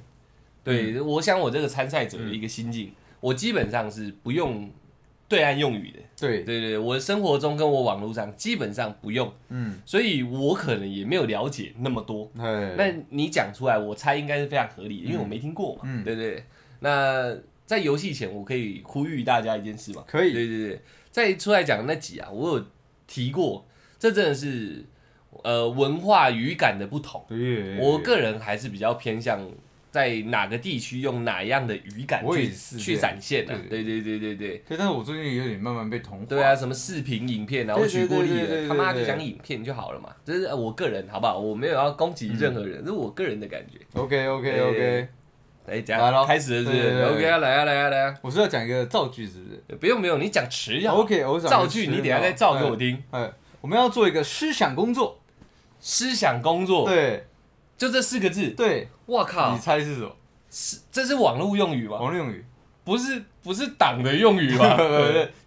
Speaker 1: 对，我想我这个参赛者的一个心
Speaker 2: 嗯
Speaker 1: 境，我基本上是不用对岸用语的。
Speaker 2: 对，
Speaker 1: 对对对，我生活中跟我网络上基本上不用，
Speaker 2: 嗯，
Speaker 1: 所以我可能也没有了解那么多。
Speaker 2: 那
Speaker 1: 那你讲出来，我猜应该是非常合理的，因为我没听过嘛，
Speaker 2: 嗯嗯
Speaker 1: 对对对。那在游戏前，我可以呼吁大家一件事嘛，
Speaker 2: 可以
Speaker 1: 对对对，在出来讲那集啊，我有提过，这真的是呃文化语感的不同。
Speaker 2: 对，
Speaker 1: 我个人还是比较偏向在哪个地区用哪样的语感
Speaker 2: 我也
Speaker 1: 去
Speaker 2: 是
Speaker 1: 去
Speaker 2: 这样
Speaker 1: 展现啊。
Speaker 2: 对
Speaker 1: 对对对对对
Speaker 2: 对，但是我最近有点慢慢被同化，
Speaker 1: 对啊，，什么视频影片啊，
Speaker 2: 对
Speaker 1: 我举过例
Speaker 2: 对对对对
Speaker 1: 了，
Speaker 2: 对
Speaker 1: 他妈
Speaker 2: 对
Speaker 1: 就讲影片就好了嘛。这是呃我个人，好不好？我没有要攻击任何人，
Speaker 2: 嗯
Speaker 1: 这是我个人的感觉。
Speaker 2: OK OK
Speaker 1: 对
Speaker 2: OK，
Speaker 1: 哎，怎
Speaker 2: 来咯
Speaker 1: 样？开始了是不
Speaker 2: 对对
Speaker 1: 是
Speaker 2: 对
Speaker 1: ？OK 啊，来啊，来啊，来啊！
Speaker 2: 我是要讲一个造句，是不是
Speaker 1: 不用不用，你讲词要好
Speaker 2: ？OK，我想啊
Speaker 1: 造句，你等一下再造给我。听。
Speaker 2: 哎，哎我们要做一个思想工作，
Speaker 1: 思想工作，
Speaker 2: 对
Speaker 1: 就这四个字，
Speaker 2: 对，
Speaker 1: 我靠
Speaker 2: 你，猜是什么？
Speaker 1: 是这是网络用语吗？
Speaker 2: 王力宏语，
Speaker 1: 不是不是党的用语 吧？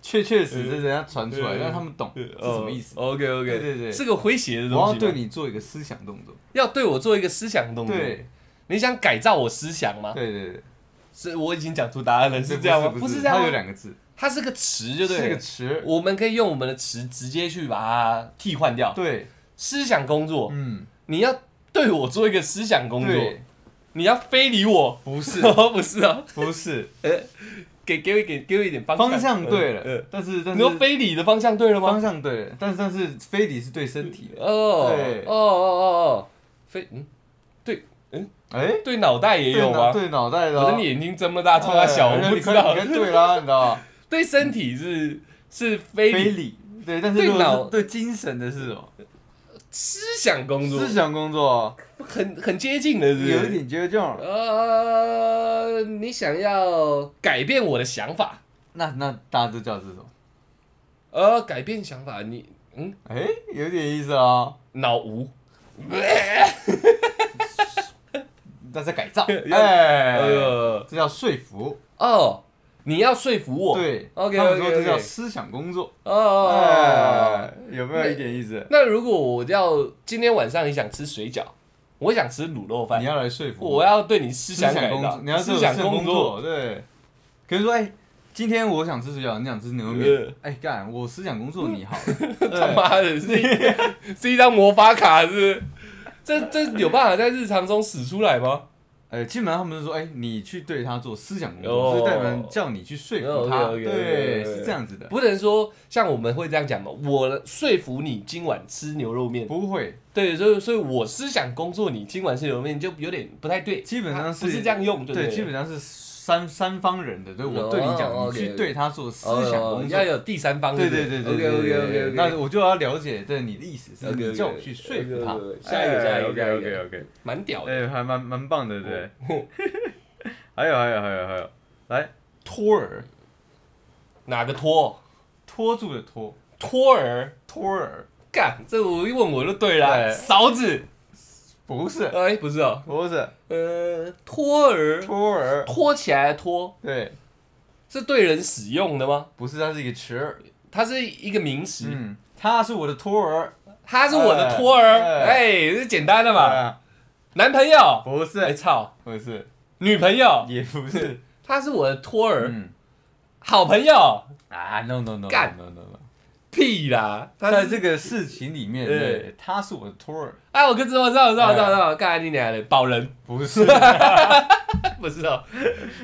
Speaker 2: 确确实是人家传出来，
Speaker 1: 对
Speaker 2: 让他们懂是什么意思。
Speaker 1: ？OK OK，
Speaker 2: 对呃对对
Speaker 1: 是个诙谐的东
Speaker 2: 我
Speaker 1: 西
Speaker 2: 要
Speaker 1: 吗。
Speaker 2: 对你做一个思想动作，
Speaker 1: 要对我做一个思想动作。
Speaker 2: 对
Speaker 1: 你想改造我思想吗？
Speaker 2: 对对对，
Speaker 1: 是我已经讲出答案了，是
Speaker 2: 不
Speaker 1: 这样吗？
Speaker 2: 不
Speaker 1: 是这
Speaker 2: 它
Speaker 1: 样
Speaker 2: 有
Speaker 1: 吗？
Speaker 2: 两个字，
Speaker 1: 它是个词，就是对
Speaker 2: 个
Speaker 1: 了。
Speaker 2: 词，
Speaker 1: 我们可以用我们的词直接去把它替换掉。
Speaker 2: 对，
Speaker 1: 思想工作，
Speaker 2: 嗯，
Speaker 1: 你要对我做一个思想工作，
Speaker 2: 对，
Speaker 1: 你要非礼我？
Speaker 2: 不是，
Speaker 1: 哦， 不是啊，
Speaker 2: 不是，
Speaker 1: 给给我一点，给我一点方向。
Speaker 2: 方向对了
Speaker 1: 嗯，
Speaker 2: 但是但
Speaker 1: 你说
Speaker 2: 是
Speaker 1: 非礼的方向对了
Speaker 2: 方
Speaker 1: 吗？
Speaker 2: 向对了，但是但是非礼是对身体的，
Speaker 1: 哦哦
Speaker 2: 对
Speaker 1: 哦哦哦，非嗯，
Speaker 2: 哎，
Speaker 1: 对脑袋也
Speaker 2: 对
Speaker 1: 呃有
Speaker 2: 脑
Speaker 1: 吗？
Speaker 2: 对脑袋的
Speaker 1: 可
Speaker 2: 啊，
Speaker 1: 是你眼睛这么大，冲他
Speaker 2: 哎
Speaker 1: 小，我
Speaker 2: 那
Speaker 1: 不
Speaker 2: 你
Speaker 1: 知
Speaker 2: 看
Speaker 1: 道
Speaker 2: 你。看对啦，你 知道吗？
Speaker 1: 对身体是是非
Speaker 2: 非
Speaker 1: 礼，
Speaker 2: 礼，对，但是
Speaker 1: 对
Speaker 2: 如果
Speaker 1: 脑
Speaker 2: 是对精神的是什么？
Speaker 1: 思想工作
Speaker 2: 思想工作
Speaker 1: 很很接近的，是不是？
Speaker 2: 有一点接近了，
Speaker 1: 呃，你想要改变我的想法，
Speaker 2: 那那大家都叫这种，
Speaker 1: 呃，改变想法，你嗯，
Speaker 2: 哎，有点意 思啊，
Speaker 1: 脑无，
Speaker 2: 哎那 在改造，哎，
Speaker 1: 呃，
Speaker 2: 这叫说服，
Speaker 1: 哦，你要说服我，
Speaker 2: 对
Speaker 1: ，OK，
Speaker 2: 他们说这叫
Speaker 1: OK，OK，
Speaker 2: 思想工作，
Speaker 1: 哦
Speaker 2: 哎，，有没有一点意思？
Speaker 1: 那如果我要今天晚上你想吃水饺，我想吃卤肉饭
Speaker 2: 你，要来说服
Speaker 1: 我要对你思
Speaker 2: 思
Speaker 1: 想
Speaker 2: 想
Speaker 1: 改
Speaker 2: 工
Speaker 1: 造
Speaker 2: 作，，你要
Speaker 1: 思想
Speaker 2: 做
Speaker 1: 工
Speaker 2: 工，作，对。可是说，哎，今天我想吃水饺，你想吃牛肉
Speaker 1: 呃
Speaker 2: 面，哎，干，我思想工作你 好了，
Speaker 1: 他
Speaker 2: 对
Speaker 1: 妈的是一是一张魔法卡是不是？这这有办法在日常中使出来吗？
Speaker 2: 呃，基本上他们就说，哎、你去对他做思想工
Speaker 1: 哦
Speaker 2: 作，就是代表人叫你去说服他，
Speaker 1: OK，OK，OK，OK，
Speaker 2: 对，
Speaker 1: OK，OK
Speaker 2: 是这样子的，
Speaker 1: 不能说像我们会这样讲嘛，我说服你今晚吃牛肉面，
Speaker 2: 不会，
Speaker 1: 对，所以所以我思想工作，你今晚吃牛肉面就有点不太对，
Speaker 2: 基本上
Speaker 1: 不是这样用，对不
Speaker 2: 对，基本上是三三方人的，对我对你讲，
Speaker 1: 哦
Speaker 2: 你去
Speaker 1: OK，OK
Speaker 2: 对他做思
Speaker 1: 思
Speaker 2: 想
Speaker 1: 想
Speaker 2: 工
Speaker 1: 工
Speaker 2: 作，
Speaker 1: 作要有第三方，
Speaker 2: 对对对对对
Speaker 1: OK
Speaker 2: 对
Speaker 1: OK
Speaker 2: 对
Speaker 1: OK，
Speaker 2: 对那我就要了解，对你的意思是
Speaker 1: OK，OK，
Speaker 2: 你叫我去说服他
Speaker 1: 哎 OK，OK，OK，，下一个下一个下一个
Speaker 2: OK，
Speaker 1: 蛮屌的，
Speaker 2: 哎哎，还蛮蛮棒的，对， 还有还有还有还有，来托儿，
Speaker 1: 哪个托
Speaker 2: 托住的托，
Speaker 1: 托儿？
Speaker 2: 托儿
Speaker 1: 干，这我一问我就对了，
Speaker 2: 对
Speaker 1: 勺子，
Speaker 2: 不是
Speaker 1: 哎，不是哦，
Speaker 2: 不是
Speaker 1: 呃，托儿，
Speaker 2: 托儿，
Speaker 1: 托起来的托
Speaker 2: 对，
Speaker 1: 是对人使用的吗？
Speaker 2: 不是它是一个词儿。
Speaker 1: 它是一个名词，
Speaker 2: 嗯，他是我的托儿，
Speaker 1: 他是我的托儿，哎、
Speaker 2: 哎
Speaker 1: 这简单的嘛。
Speaker 2: 吧？
Speaker 1: 男朋友，
Speaker 2: 不
Speaker 1: 哎
Speaker 2: 是，
Speaker 1: 操，
Speaker 2: 不是，
Speaker 1: 女朋友，
Speaker 2: 也不是。
Speaker 1: 他是我的托儿，
Speaker 2: 嗯
Speaker 1: 好朋友，
Speaker 2: 啊，no no no，
Speaker 1: 干
Speaker 2: no no no，
Speaker 1: 屁啦，他
Speaker 2: 在
Speaker 1: 是
Speaker 2: 这个事情里面，
Speaker 1: 哎
Speaker 2: 对，他是我的托儿，
Speaker 1: 哎，我跟知道，我知道，我知道，我知道，我知道，干你娘的，保人，
Speaker 2: 不是，
Speaker 1: 不知 道，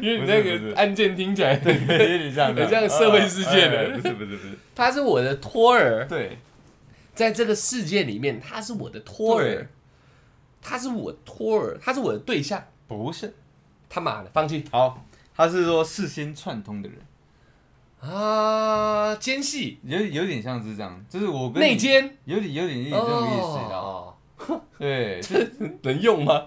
Speaker 1: 因为你
Speaker 2: 不
Speaker 1: 那
Speaker 2: 是不
Speaker 1: 个
Speaker 2: 是
Speaker 1: 案件听起来，
Speaker 2: 有点像
Speaker 1: 很像社会事件的
Speaker 2: 哎不是不 是不是，
Speaker 1: 他是我的托儿，
Speaker 2: 对，
Speaker 1: 在这个世界里面，他是我的托儿
Speaker 2: 对，
Speaker 1: 他是我托儿，他是我的对象，
Speaker 2: 不是。
Speaker 1: 他妈的，放弃
Speaker 2: 好，他是说事先串通的人，
Speaker 1: 啊，奸细，
Speaker 2: 有有点像是这样，就是我跟你
Speaker 1: 内，奸，
Speaker 2: 有点有点有点这种意思，你知道吗？
Speaker 1: 哦
Speaker 2: 对，就是
Speaker 1: 能用吗？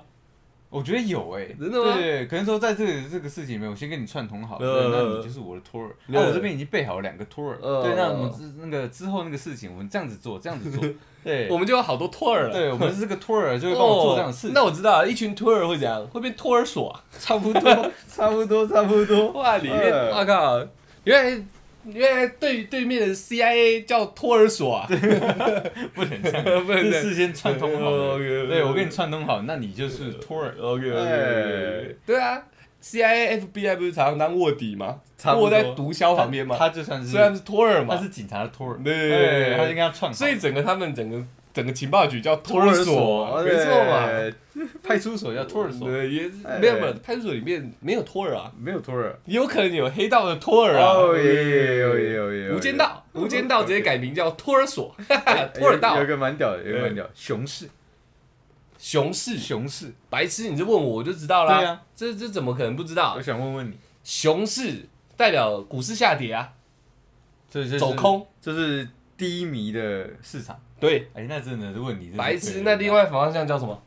Speaker 2: 我觉得有哎，
Speaker 1: 真的吗
Speaker 2: 对，可能说在这个这个事情里面，我先跟你串通好，
Speaker 1: 呃
Speaker 2: 对那你就是我的托儿，那
Speaker 1: 呃
Speaker 2: 我这边已经备好了两个托儿，
Speaker 1: 呃
Speaker 2: 对，那我们之那个之后那个事情，我们这样子做，这 样子做，对
Speaker 1: 我，们就有好多托儿了。
Speaker 2: 对，我们是这个托儿就会
Speaker 1: 哦，
Speaker 2: 帮我做这样的事情，
Speaker 1: 那我知道了，一群托儿会怎样？会变托儿所啊、
Speaker 2: 差不多，差不多，差 不多，
Speaker 1: 哇，里面
Speaker 2: 呃
Speaker 1: 我、靠，原来原来对对面的 CIA 叫托儿所啊！
Speaker 2: 不能这样，
Speaker 1: 不能这样
Speaker 2: 是事先串通
Speaker 1: 呃
Speaker 2: 好的，
Speaker 1: ，OK，
Speaker 2: 哦对我跟你串通好，那你就是托儿
Speaker 1: OK，OK，OK，OK，OK
Speaker 2: 哎
Speaker 1: 对啊，CIA、FBI 不是常常当卧底吗？
Speaker 2: 差不多
Speaker 1: 卧在毒枭旁边吗？
Speaker 2: 他就算是
Speaker 1: 虽然是托儿
Speaker 2: 他
Speaker 1: 嘛，
Speaker 2: 是警察的托儿，
Speaker 1: 对
Speaker 2: 哎他就跟他串好，
Speaker 1: 所以整个他们整个整个情报局叫托儿所，没错嘛。
Speaker 2: 嘛，派出所叫托儿所。
Speaker 1: 对，也是
Speaker 2: 哎
Speaker 1: 没有没有，派出所里面没有托儿啊，
Speaker 2: 没有托儿，
Speaker 1: 也有可能有黑道的托儿啊。
Speaker 2: 哦，也有也有也有，
Speaker 1: 无间道，无间道直接改名叫托儿所，
Speaker 2: 哎
Speaker 1: 托尔道
Speaker 2: 有有一，个蛮屌的，有一个蛮屌的，熊市，
Speaker 1: 熊市，
Speaker 2: 熊市，
Speaker 1: 白痴，你就问我我就知道啦。
Speaker 2: 对啊
Speaker 1: 这这怎么可能不知道
Speaker 2: 我？想问问你，
Speaker 1: 熊市代表股市下跌啊，
Speaker 2: 这就是
Speaker 1: 走，空，
Speaker 2: 就是低迷的市场，
Speaker 1: 对，
Speaker 2: 哎，那真的是问你，真的
Speaker 1: 白
Speaker 2: 对
Speaker 1: 痴。
Speaker 2: 了
Speaker 1: 那另外方向叫什么？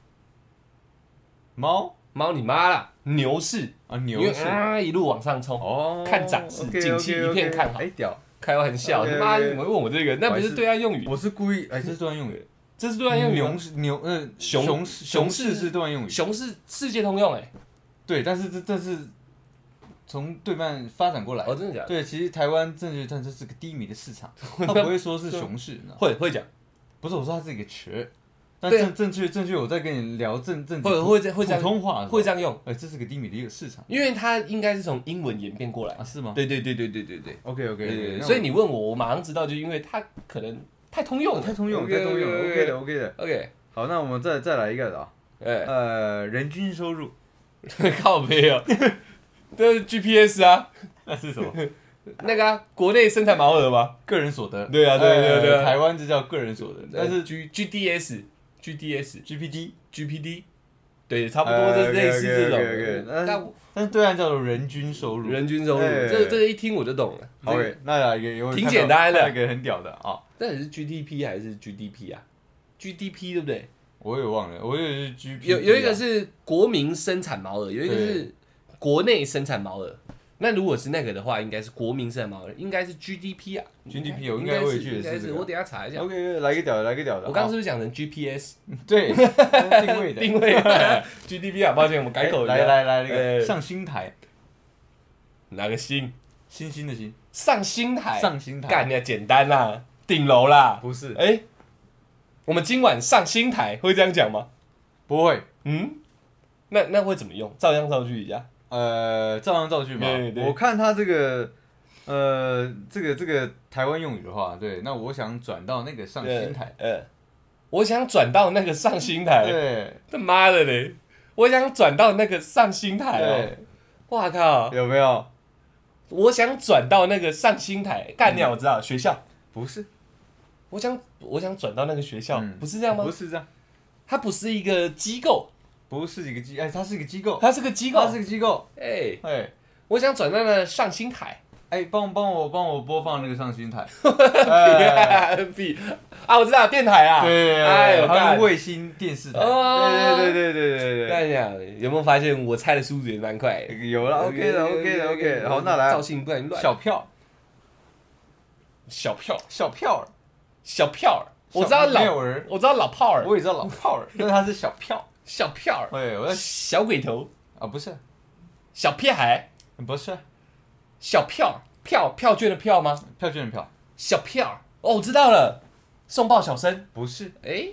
Speaker 2: 猫
Speaker 1: 猫你妈啦，牛市，
Speaker 2: 啊
Speaker 1: 因为
Speaker 2: 牛市，
Speaker 1: 啊一路往上冲，
Speaker 2: 哦，
Speaker 1: 看涨势
Speaker 2: OK，OK，OK，
Speaker 1: 景气一片看好
Speaker 2: 哎屌，
Speaker 1: 开玩笑，
Speaker 2: OK，
Speaker 1: 你妈
Speaker 2: OK
Speaker 1: 怎么会问我这个？那不是对岸用语，
Speaker 2: 我是故意，哎，这是段用语，
Speaker 1: 这是对岸用语吗。
Speaker 2: 牛是牛，嗯，
Speaker 1: 熊
Speaker 2: 熊
Speaker 1: 熊
Speaker 2: 熊
Speaker 1: 市
Speaker 2: 市是段用语，
Speaker 1: 熊市世界通用哎，
Speaker 2: 对，但是这这是从对面发展过来
Speaker 1: 哦，。真的假的？
Speaker 2: 对，其实台湾证券它这是个低迷的市 场，它不会说是熊市，你知道吗
Speaker 1: 会会讲，
Speaker 2: 不是我说它是一个词，但
Speaker 1: 对啊
Speaker 2: 正正确正确，我在跟你聊正正
Speaker 1: 会会这会这
Speaker 2: 普
Speaker 1: 样
Speaker 2: 通话
Speaker 1: 会这
Speaker 2: 样，
Speaker 1: 样用，
Speaker 2: 哎，这是个低迷的一个市场
Speaker 1: 因为它应该是从英文演变过来
Speaker 2: 啊，。是吗？
Speaker 1: 对对对对对对对。
Speaker 2: ，OK
Speaker 1: 对对
Speaker 2: OK，
Speaker 1: 对，所以你问我，我马上知道，就因为它可能太通用了，
Speaker 2: 太通用了，
Speaker 1: OK，
Speaker 2: 太通用了
Speaker 1: OK，OK，
Speaker 2: ，OK 的 OK 的。
Speaker 1: OK，
Speaker 2: 好，那我们再再来一个的啊，
Speaker 1: 哎，
Speaker 2: 呃，人均收入，
Speaker 1: 靠背哦，这是 GPS 啊，
Speaker 2: 那 是什么？
Speaker 1: 那个啊，国内生产毛额吧，
Speaker 2: 个人所得。
Speaker 1: 对啊对啊对啊
Speaker 2: 呃
Speaker 1: 对啊
Speaker 2: 台湾这叫个人所得，但是
Speaker 1: G GDS、GDS、
Speaker 2: GPD，
Speaker 1: GPD，对，差不多这类似这种
Speaker 3: 呃，OK，OK，OK，
Speaker 1: 呃但我
Speaker 2: 但是对岸叫做人均收入。
Speaker 1: 人均收入，
Speaker 3: 哎
Speaker 1: 这这个一听我就懂了。
Speaker 3: 好
Speaker 2: 对，那来一个有
Speaker 1: 挺简单的
Speaker 2: 一个很屌的啊，
Speaker 1: 那你是 GDP 还是 GDP 啊？GDP 对不对？
Speaker 2: 我也忘了，我以为是 GP，
Speaker 1: 有有一个是国民生产毛额，有一个是国内生产毛额。那如果是那个的话，应该是国民生产毛额，应该是 GDP 啊。
Speaker 2: GDP 我
Speaker 1: 应
Speaker 2: 应该
Speaker 1: 该
Speaker 2: 我也
Speaker 1: 是
Speaker 2: 觉
Speaker 1: 应
Speaker 2: 得
Speaker 1: 该
Speaker 2: 是
Speaker 1: 是，
Speaker 2: 这
Speaker 1: 我
Speaker 2: 个。
Speaker 1: 等一下查一下。
Speaker 3: OK，来一个屌的，来一个屌的。
Speaker 1: 我刚刚
Speaker 3: 好
Speaker 1: 是不是讲成 GPS
Speaker 2: 哦 对，定位的哎
Speaker 1: 定位 GDP 啊？抱歉，我们改口一下。
Speaker 2: 来来来，那
Speaker 1: 呃
Speaker 2: 个上新台，
Speaker 1: 哪个星？
Speaker 2: 星星的星，
Speaker 1: 上星台。
Speaker 2: 上新台
Speaker 1: 干，你啊简单啦，顶楼啦。
Speaker 2: 不是，
Speaker 1: 哎、我们今晚上新台会这样讲吗？
Speaker 2: 不会，
Speaker 1: 嗯，那那会怎么用？照样造句一下。
Speaker 2: 呃，照样造句嘛
Speaker 1: 对。对
Speaker 2: 我看他这个，呃，这个这个台湾用语的话，对，那我想转到那个上新台，
Speaker 1: 呃，呃，我想转到那个上新台，
Speaker 2: 对
Speaker 1: 他妈的嘞！我想转到那个上新台哦，
Speaker 2: 对，
Speaker 1: 哇靠！
Speaker 2: 有没有？
Speaker 1: 我想转到那个上新台，干掉我知道学校，
Speaker 2: 不是，
Speaker 1: 我想我想转到那个学校，
Speaker 2: 嗯
Speaker 1: 不是这样吗
Speaker 2: 不？是这样，
Speaker 1: 它不是一个机构，
Speaker 2: 不是一个机，哎，它是一个机构，
Speaker 1: 它是个机构
Speaker 2: 它。是个机构，
Speaker 1: 哎、
Speaker 2: 哎
Speaker 1: 我想转到那个上新台，
Speaker 2: 哎，帮帮我帮我播放那个上 新台，哎
Speaker 1: 比、啊，我知道电台啊，
Speaker 2: 对，
Speaker 1: 哎呦，
Speaker 2: 他
Speaker 1: 干
Speaker 2: 们卫星电视台，
Speaker 1: 哦哎
Speaker 3: 对对对对对对
Speaker 1: 跟你讲，有没有发现我猜的速度也蛮快的
Speaker 3: 对，有
Speaker 1: 哎
Speaker 3: 了，OK 的，OK 的，OK 的。好，那来
Speaker 1: 赵，信不然乱
Speaker 2: 啊小票，
Speaker 1: 小票
Speaker 2: 小票儿，
Speaker 1: 小票儿，
Speaker 2: 小
Speaker 1: 我知道
Speaker 2: 没
Speaker 1: 老
Speaker 2: 有人
Speaker 1: 我知道老炮儿
Speaker 2: 我也知道老炮儿， 但是他是小票，
Speaker 1: 小票儿
Speaker 2: 哎，我在
Speaker 1: 小鬼头
Speaker 2: 啊，不是，
Speaker 1: 小屁孩
Speaker 2: 不是
Speaker 1: 小票儿票票券的票吗？
Speaker 2: 票券的票，
Speaker 1: 小票儿哦，我知道了，送报小生
Speaker 2: 不是，
Speaker 1: 哎，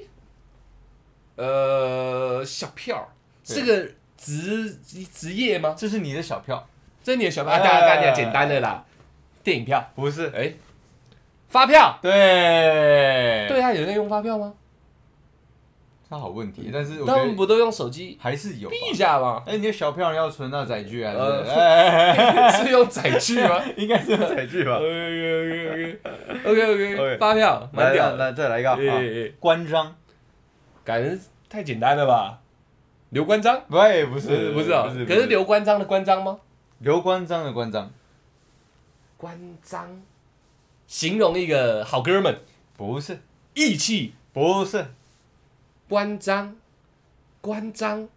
Speaker 1: 呃小票儿
Speaker 2: 对
Speaker 1: 是个职职业吗？
Speaker 2: 这是你的小票，
Speaker 1: 这是你的小票啊？
Speaker 2: 哎
Speaker 1: 大家大家简单的啦，电影票
Speaker 2: 不是，
Speaker 1: 哎发票，
Speaker 2: 对，
Speaker 1: 对，啊，有人用发票吗？
Speaker 2: 他好问题，但是我
Speaker 1: 他
Speaker 2: 觉
Speaker 1: 们
Speaker 2: 得
Speaker 1: 不都用手机
Speaker 2: 还是有吧，
Speaker 1: 逼一下吗？
Speaker 2: 哎，你的小票要存到载具啊，是
Speaker 1: 呃
Speaker 2: 不是哎，
Speaker 1: 是用载具吗
Speaker 2: 应该是
Speaker 3: 载具 吧。
Speaker 1: ？OK OK OK OK，
Speaker 3: OK
Speaker 1: 发票蛮
Speaker 3: 来
Speaker 1: 屌
Speaker 3: 来
Speaker 1: 的，
Speaker 3: 来，再来一个啊。
Speaker 1: 哎哎哎
Speaker 2: 关张，
Speaker 1: 感觉太简单了吧？刘关张
Speaker 2: 喂，不
Speaker 1: 呃
Speaker 2: 是，
Speaker 1: 不是哦，
Speaker 2: 不
Speaker 1: 可是刘关张的关张吗？
Speaker 2: 刘关张的关张，
Speaker 1: 关张，形容一个好哥们
Speaker 2: 不是，
Speaker 1: 义气，
Speaker 2: 不是，
Speaker 1: 关张，关张，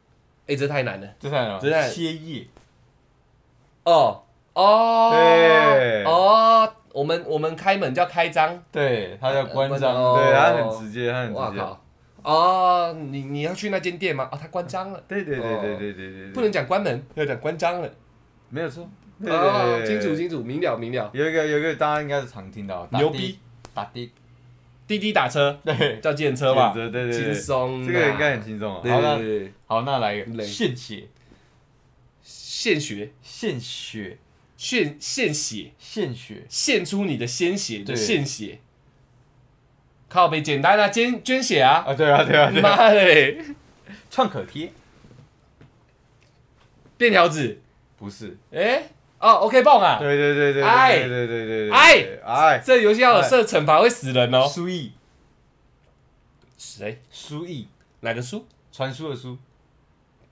Speaker 1: 哎，这太难了
Speaker 2: 这太难
Speaker 1: 这太
Speaker 2: 了，歇业，
Speaker 1: 哦哦，
Speaker 3: 对
Speaker 1: 哦，我们我们开门叫开张，
Speaker 2: 对，他叫关
Speaker 1: 关张
Speaker 2: 张，
Speaker 1: 哦
Speaker 3: 对，他很直接，他很
Speaker 1: 哇
Speaker 3: 直接。
Speaker 1: 靠，哦，你你要去那间店吗？哦，他关张了。
Speaker 3: 对对对
Speaker 1: 哦
Speaker 3: 对对对对对，
Speaker 1: 不能讲关门，要讲关张了。
Speaker 3: 没有错。对
Speaker 1: 哦，
Speaker 3: 对对，
Speaker 1: 清
Speaker 3: 对
Speaker 1: 楚。清楚，明了明了。
Speaker 3: 有一个有一个
Speaker 2: 大
Speaker 3: 搭
Speaker 2: 家应该是常听到，打
Speaker 1: 牛
Speaker 2: 的
Speaker 1: 逼，
Speaker 2: 打的，
Speaker 1: 滴滴打车
Speaker 2: 对，
Speaker 1: 叫电车吧，
Speaker 3: 对对对
Speaker 1: 轻
Speaker 3: 对，
Speaker 1: 松啊。
Speaker 3: 这个应该很轻松啊。
Speaker 1: 对
Speaker 2: 好
Speaker 1: 对
Speaker 2: 那
Speaker 1: 对对。
Speaker 2: 好，那来一
Speaker 1: 累
Speaker 2: 个献血、
Speaker 1: 献血，
Speaker 2: 献血、
Speaker 1: 献献血，
Speaker 2: 献血，
Speaker 1: 献出你的鲜血的
Speaker 2: 对
Speaker 1: 献血。靠北简单啊，捐捐血啊！
Speaker 3: 啊，对啊对啊对啊。
Speaker 1: 妈的嘞，
Speaker 2: 创可贴，
Speaker 1: 便条纸，
Speaker 2: 不是，
Speaker 1: 哎，哦，OK 棒啊！
Speaker 3: 对对对对对
Speaker 1: 哎
Speaker 3: 对对对对对。
Speaker 1: 哎
Speaker 3: 哎，
Speaker 1: 这游戏要有设惩罚会死人哦。
Speaker 2: 书艺，
Speaker 1: 谁？
Speaker 2: 书艺，
Speaker 1: 哪个书？
Speaker 2: 传输的输，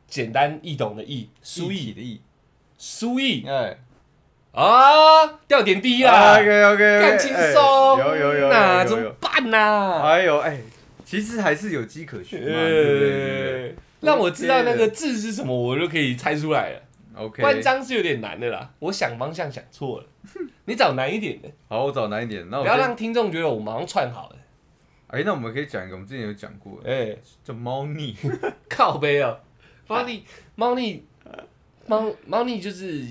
Speaker 1: 简单易懂的易，书
Speaker 2: 艺体
Speaker 1: 易，
Speaker 2: 的艺，
Speaker 1: 书
Speaker 3: 嗯
Speaker 1: 易
Speaker 2: 哎，
Speaker 1: 啊，掉点滴啦。
Speaker 3: OK OK，
Speaker 1: 干轻松，
Speaker 3: 哎有有有
Speaker 1: 那
Speaker 3: 有
Speaker 1: 怎
Speaker 3: 有
Speaker 1: 么
Speaker 3: 有。
Speaker 1: 办呐？
Speaker 3: 哎呦哎，其实还是有迹可循嘛。对对对对
Speaker 1: 呃，让我知道那个字是什么，我就可以猜出来了。
Speaker 3: OK，
Speaker 1: 关张是有点难的啦，我想方向想 错了，你找难一点的，
Speaker 3: 好，我找难一点。那我
Speaker 1: 不要
Speaker 3: 先
Speaker 1: 让听众觉得我马上串好了。
Speaker 3: 哎，那我们可以讲一个，我们之前有讲过的，
Speaker 1: 哎，
Speaker 3: 叫猫腻。
Speaker 1: 靠背哦，猫
Speaker 3: 啊
Speaker 1: 腻，猫腻，猫猫腻就是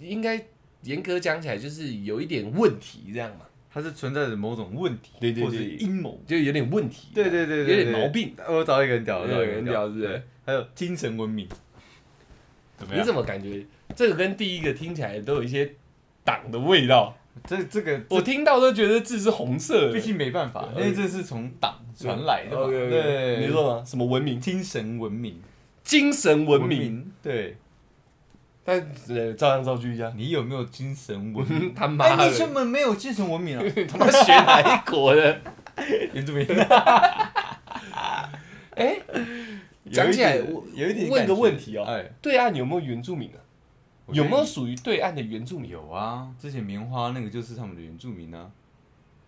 Speaker 1: 应该严格讲起来就是有一点问题这样嘛，
Speaker 3: 它是存在着某种问题，
Speaker 1: 对对对
Speaker 3: 或是阴谋。
Speaker 1: 就有点问题，
Speaker 3: 对对对对，
Speaker 1: 有点毛病。
Speaker 3: 对。
Speaker 2: 哦
Speaker 3: 我找一个人屌，我找一个人屌，
Speaker 1: 有一个很屌是不是
Speaker 3: 对还有精神文明，怎么
Speaker 1: 你
Speaker 3: 样？
Speaker 1: 怎么感觉这个跟第一个听起来都有一些党的味道？
Speaker 2: 这这个
Speaker 1: 我哦听到都觉得字是红色
Speaker 2: 必
Speaker 1: 的。
Speaker 2: 须没办法，因
Speaker 1: 对
Speaker 2: 为这是从党传来
Speaker 1: 哦
Speaker 2: 的嘛，
Speaker 1: OK，OK
Speaker 2: 对，
Speaker 1: 你说吗？什么文明？
Speaker 2: 精神文明，
Speaker 1: 精神文明，
Speaker 2: 对，
Speaker 1: 但呃照样造句一
Speaker 2: 你有没有精神文明？
Speaker 1: 嗯他 妈
Speaker 2: 哎，
Speaker 1: 的
Speaker 2: 你，怎么没有精神文 明啊？
Speaker 1: 他妈学哪一国的原住民？ 哎，讲起来
Speaker 2: 有一点
Speaker 1: 我
Speaker 2: 有一点
Speaker 1: 问
Speaker 2: 感
Speaker 1: 个
Speaker 2: 觉
Speaker 1: 问题哦
Speaker 2: 哎，
Speaker 1: 对岸有没有原住民啊？
Speaker 2: 我觉
Speaker 1: 有
Speaker 2: 得
Speaker 1: 没有属于对岸的原住民？
Speaker 2: 有啊？之前棉花那个就是他们的原住民啊，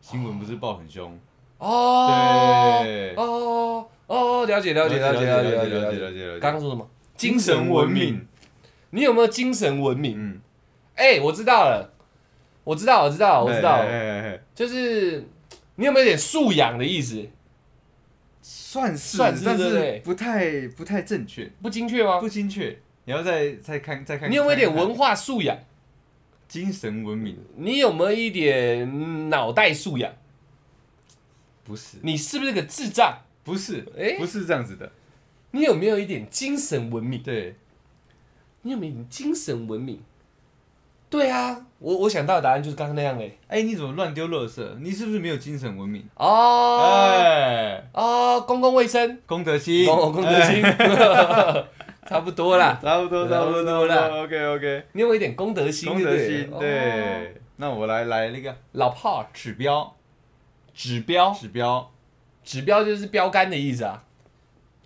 Speaker 2: 新闻不是报很凶？
Speaker 1: 哦，
Speaker 2: 对
Speaker 1: 哦哦，了解了解了解了解了解了解。
Speaker 2: 解
Speaker 1: 刚刚说什么？
Speaker 2: 精神文明，，
Speaker 1: 你有没有精神文明？
Speaker 2: 嗯，
Speaker 1: 哎、我知道了，我知道，我知哦道，我知道，
Speaker 2: 哎哎哎哎
Speaker 1: 就是你有没有点素养的意思？
Speaker 2: 算是，
Speaker 1: 算是
Speaker 2: 但
Speaker 1: 对不对
Speaker 2: 是不太不太正确，
Speaker 1: 不精确吗？
Speaker 2: 不精确。你要再再看再看，
Speaker 1: 你有没有
Speaker 2: 再
Speaker 1: 点
Speaker 2: 看看
Speaker 1: 文化素养？
Speaker 2: 精神文明？
Speaker 1: 你有没有一点脑袋素养？
Speaker 2: 不是，
Speaker 1: 你是不是个智障？
Speaker 2: 不是，
Speaker 1: 哎
Speaker 2: 不是这样子的。
Speaker 1: 你有没有一点精神文明？
Speaker 2: 对，
Speaker 1: 你有没有一点精神文明？对啊，我我想到的答案就是刚刚那样嘞、
Speaker 2: 哎，你怎么乱丢垃圾？你是不是没有精神文明？
Speaker 1: 哦
Speaker 2: 哎，
Speaker 1: 哦，公共卫生，
Speaker 2: 功德心，
Speaker 1: 公公德心， 差不多啦
Speaker 2: 哎，。差不多，差
Speaker 1: 差
Speaker 2: 不
Speaker 1: 不多
Speaker 2: 多
Speaker 1: 啦
Speaker 2: 了。OK OK，
Speaker 1: 你有没有一点公德心？
Speaker 2: 功德
Speaker 1: 对
Speaker 2: 心
Speaker 1: 不，哦
Speaker 2: 对。那我来来那个
Speaker 1: 老炮儿，
Speaker 2: 指标，
Speaker 1: 指标，
Speaker 2: 指标，
Speaker 1: 指标就是标杆的意思啊。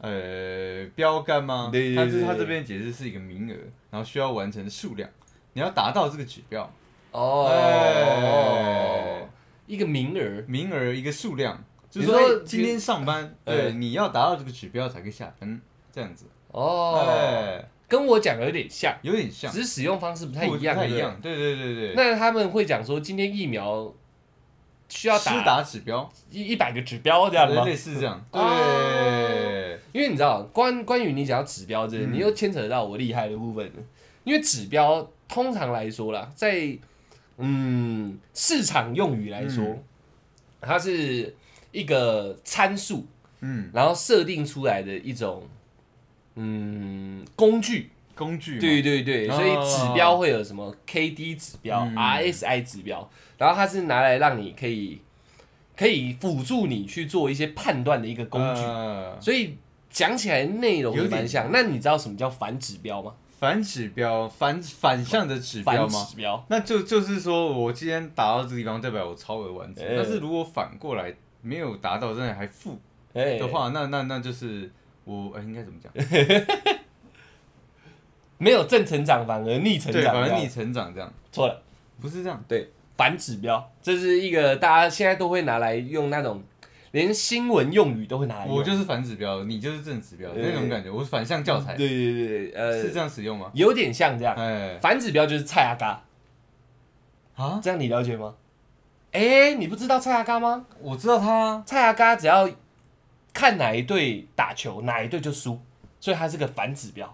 Speaker 2: 呃，标杆吗？
Speaker 1: 对对
Speaker 2: 它
Speaker 1: 对
Speaker 2: 是它
Speaker 1: 对
Speaker 2: 这边解释是一个名额，然后需要完成的数量，你要达到这个指标，
Speaker 1: 哦
Speaker 2: 哎，
Speaker 1: 一个名额，
Speaker 2: 名额一个数量，就是
Speaker 1: 你说
Speaker 2: 说哎今天上班，
Speaker 1: 哎
Speaker 2: 对，你要达到这个指标才可以下班，这样子，
Speaker 1: 哦，
Speaker 2: 哎，
Speaker 1: 跟我讲的有点像，
Speaker 2: 有点像，
Speaker 1: 只是使用方式不太
Speaker 2: 不
Speaker 1: 一样，
Speaker 2: 不太一
Speaker 1: 对不对。
Speaker 2: 样，对对对对，
Speaker 1: 那他们会讲说，今天疫苗需要
Speaker 2: 施
Speaker 1: 打
Speaker 2: 打指标，
Speaker 1: 一一百个指标这样吗
Speaker 2: 类？似这样，
Speaker 1: 哦
Speaker 2: 对，
Speaker 1: 因为你知道，关关于你讲到指标这，你又牵扯到我厉害的部分了。因为指标通常来说啦，在嗯市场用语来说，它是一个参数，
Speaker 2: 嗯，
Speaker 1: 然后设定出来的一种嗯工具。
Speaker 2: 工具嘛，
Speaker 1: 对对对，哦
Speaker 2: 哦
Speaker 1: 所以指标会有什么 KD 指标、
Speaker 2: 嗯
Speaker 1: RSI 指标，然后它是拿来让你可以可以辅助你去做一些判断的一个工具。
Speaker 2: 呃
Speaker 1: 所以讲起来内容也蛮像。那你知道什么叫反指标吗？
Speaker 2: 反指标，反反向的指标
Speaker 1: 反
Speaker 2: 吗？
Speaker 1: 指标，
Speaker 2: 那就就是说我今天达到这个地方，代表我超额完成。
Speaker 1: 哎
Speaker 2: 但是如果反过来没有达到，真的还负
Speaker 1: 哎
Speaker 2: 的话，那那那就是我哎、应该怎么讲？
Speaker 1: 没有正成长，反而逆成
Speaker 2: 对，
Speaker 1: 长，
Speaker 2: 反正
Speaker 1: 这
Speaker 2: 逆
Speaker 1: 样
Speaker 2: 成长这样，
Speaker 1: 错了，
Speaker 2: 不是这样。
Speaker 1: 对，反指标，这是一个大家现在都会拿来用那种，连新闻用语都会拿来用。
Speaker 2: 我就是反指标，你就是正指标
Speaker 1: 哎
Speaker 2: 那种感觉，我是反向教材，
Speaker 1: 对对对对，呃，
Speaker 2: 是这样使用吗？
Speaker 1: 有点像这样。
Speaker 2: 哎
Speaker 1: 反指标就是蔡阿嘎，
Speaker 2: 啊，
Speaker 1: 这样你了解吗？哎、你不知道蔡阿嘎吗？
Speaker 2: 我知道他
Speaker 1: 蔡阿嘎只要看哪一队打球，哪一队就输，所以它是个反指标。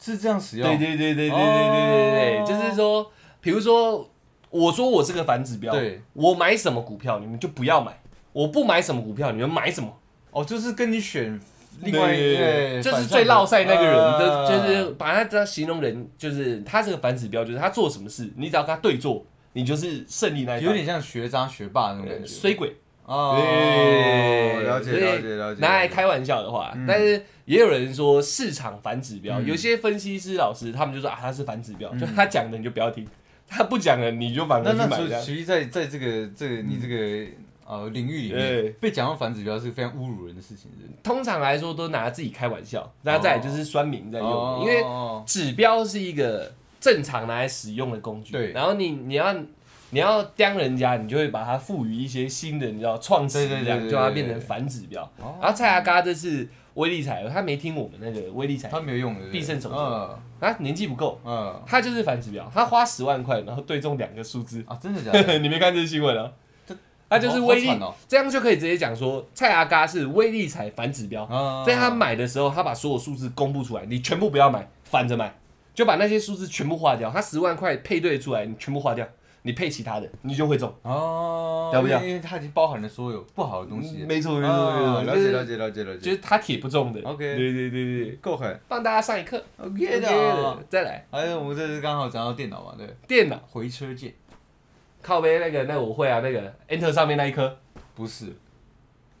Speaker 2: 是这样使用，
Speaker 1: 对对对对对对对对对，
Speaker 2: 哦
Speaker 1: 就是说，比如说，我说我是个反指标，
Speaker 2: 对
Speaker 1: 我买什么股票，你们就不要买；我不买什么股票，你们买什么。
Speaker 2: 哦，就是跟你选另外一个，
Speaker 1: 就是最落赛那个人，就
Speaker 2: 呃
Speaker 1: 就是把他这样形容人，就是他这个反指标，就是他做什么事，你只要跟他对做，你就是胜利那一方
Speaker 2: 有点像学渣学霸那种感
Speaker 1: 呃
Speaker 2: 觉，
Speaker 1: 衰鬼。
Speaker 2: 哦，
Speaker 1: 对
Speaker 2: 哎了解
Speaker 1: 哦所以
Speaker 2: 了解了解，
Speaker 1: 拿来开玩笑的话，但是也有人说市场反指标，
Speaker 2: 嗯
Speaker 1: 有些分析师老师他们就说啊，他是反指标，就他讲的你就不要听， 他不讲的你就反
Speaker 2: 那
Speaker 1: 而去
Speaker 2: 那
Speaker 1: 买嗯
Speaker 2: 所
Speaker 1: 这样
Speaker 2: 以，。其实在在这个这个你这个呃领域里
Speaker 1: 对
Speaker 2: 面，被讲到反指标是非常侮辱人的事情，是不是
Speaker 1: 通常来说都拿自己开玩笑，那再来就是酸民在用，
Speaker 2: 哦
Speaker 1: 因为
Speaker 2: 哦
Speaker 1: 指标是一个正常拿来使用的工具，
Speaker 2: 对
Speaker 1: 然后你你要你要刁人家，你就会把它赋予一些新的，你知道创
Speaker 2: 对
Speaker 1: 词
Speaker 2: 对
Speaker 1: 这
Speaker 2: 对
Speaker 1: 样，
Speaker 2: 对
Speaker 1: 就把它
Speaker 2: 对
Speaker 1: 变成
Speaker 2: 对
Speaker 1: 反指标。
Speaker 2: 哦
Speaker 1: 然后蔡阿嘎这次威力彩，他没听我们那个威力彩，
Speaker 2: 他没有用的
Speaker 1: 必胜手册
Speaker 2: 嗯
Speaker 1: 他啊年纪不够，
Speaker 2: 嗯
Speaker 1: 他就是反指标，他花十万块，然后对中两个数字，
Speaker 2: 啊，真的假 的？
Speaker 1: 你没看这新闻啊
Speaker 2: 这？
Speaker 1: 他就是
Speaker 2: 好好
Speaker 1: 威力
Speaker 2: 惨哦，
Speaker 1: 这样就可以直接讲说蔡阿嘎是威力彩反指标，
Speaker 2: 啊
Speaker 1: 在他买的时候，他把所有数字公布出来，你全部不要买，反着买，就把那些数字全部划掉。他十万块配对出来，你全部划掉，你配其他的，你就会中。
Speaker 2: 哦，
Speaker 1: 要不嗯要
Speaker 2: 因为因为它已经包含了所有不好的东西，
Speaker 1: 没错
Speaker 2: 啊
Speaker 1: 没错没错，
Speaker 2: 了
Speaker 1: 就
Speaker 2: 解
Speaker 1: 是
Speaker 2: 了，解了解了
Speaker 1: 就
Speaker 2: 解，
Speaker 1: 是他铁不中的。
Speaker 2: OK
Speaker 1: 对对对对，
Speaker 2: 够狠
Speaker 1: 帮大家上一课。
Speaker 2: ，OK 的
Speaker 1: OK
Speaker 2: 啊。
Speaker 1: 再来
Speaker 2: 还有我们这次刚好讲到电脑嘛，对，
Speaker 1: 电脑
Speaker 2: 回车键
Speaker 1: 靠背那个，那个我会啊，那个 Enter 上面那一颗
Speaker 2: 不是